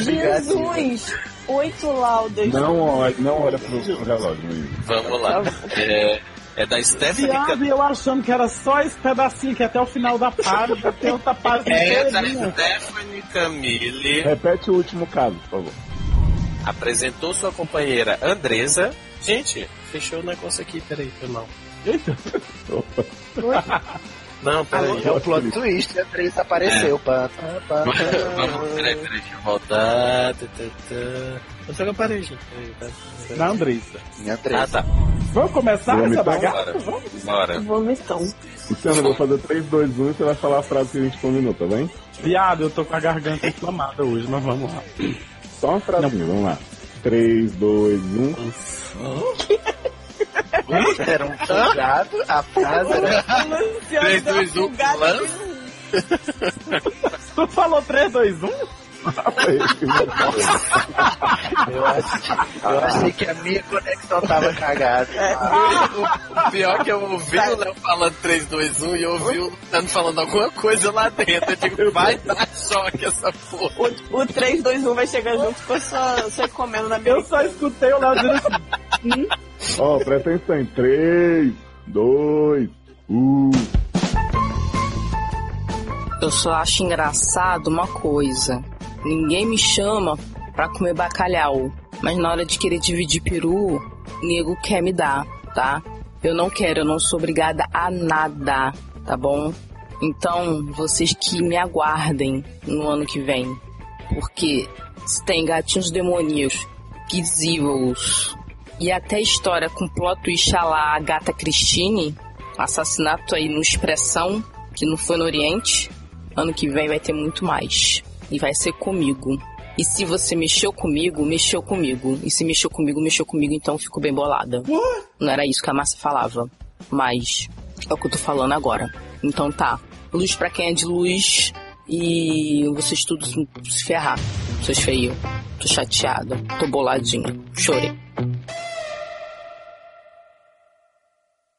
Jesus! Oito laudas.
Não olha, não olha pro pro relógio, Luiz.
Vamos lá. É, é da Stephanie.
Viado, e eu achando que era só esse pedacinho que é até o final da página tem outra página
É da
inteirinha.
Stephanie Camille
Repete o último caso, por favor.
apresentou sua companheira Andresa. Gente, fechou o negócio aqui, peraí, foi mal.
Opa.
Não, peraí.
É o plot twist, a atriz
É.
apareceu. Pá, pá, pá,
Vamos, peraí, peraí, deixa eu voltar. Tã, tã, tã. Onde foi que eu parei, gente? Peraí, tá.
Na Andressa.
Minha atriz.
Ah, tá.
Vamos começar
Vamos
essa
então,
bagaça?
Bora. Bora.
Vomitão.
Luciano, Então, eu vou fazer 3, 2, 1 e você vai falar a frase que a gente combinou, tá bem?
Viado, eu tô com a garganta inflamada hoje, mas vamos lá.
Só uma frasinha, vamos lá. um. 3, 2, 1.
Era um folgado, a frase né? era.
3, 2, 1, lance.
Tu falou um? 3, 2, 1?
Eu achei,
Ah.
eu achei que a minha conexão tava cagada.
O pior é que eu ouvi o Léo falando 3, 2, 1 e eu ouvi o Tano falando alguma coisa lá dentro. Eu digo, vai dar choque essa porra.
O, o 3, 2, 1 vai chegar junto com a sua, sua encomenda na minha.
Eu só escutei o Léo dizendo assim,
Ó, presta atenção em 3, 2, 1.
Eu só acho engraçado uma coisa. Ninguém me chama pra comer bacalhau. Mas na hora de querer dividir peru, nego quer me dar, tá? Eu não quero, eu não sou obrigada a nada, tá bom? Então, vocês que me aguardem no ano que vem. Porque se tem gatinhos demoníacos, kids evils, e até história com plot twist à lá a gata Christine, assassinato aí no Expressão, que não foi no Oriente, ano que vem vai ter muito mais. E vai ser comigo. E se você mexeu comigo, mexeu comigo. E se mexeu comigo, mexeu comigo, então eu fico bem bolada. Não era isso que a Márcia falava, mas é o que eu tô falando agora. Então tá. Luz pra quem é de luz e vocês tudo se se ferrar. Vocês feios. Tô chateada, tô boladinha, chorei.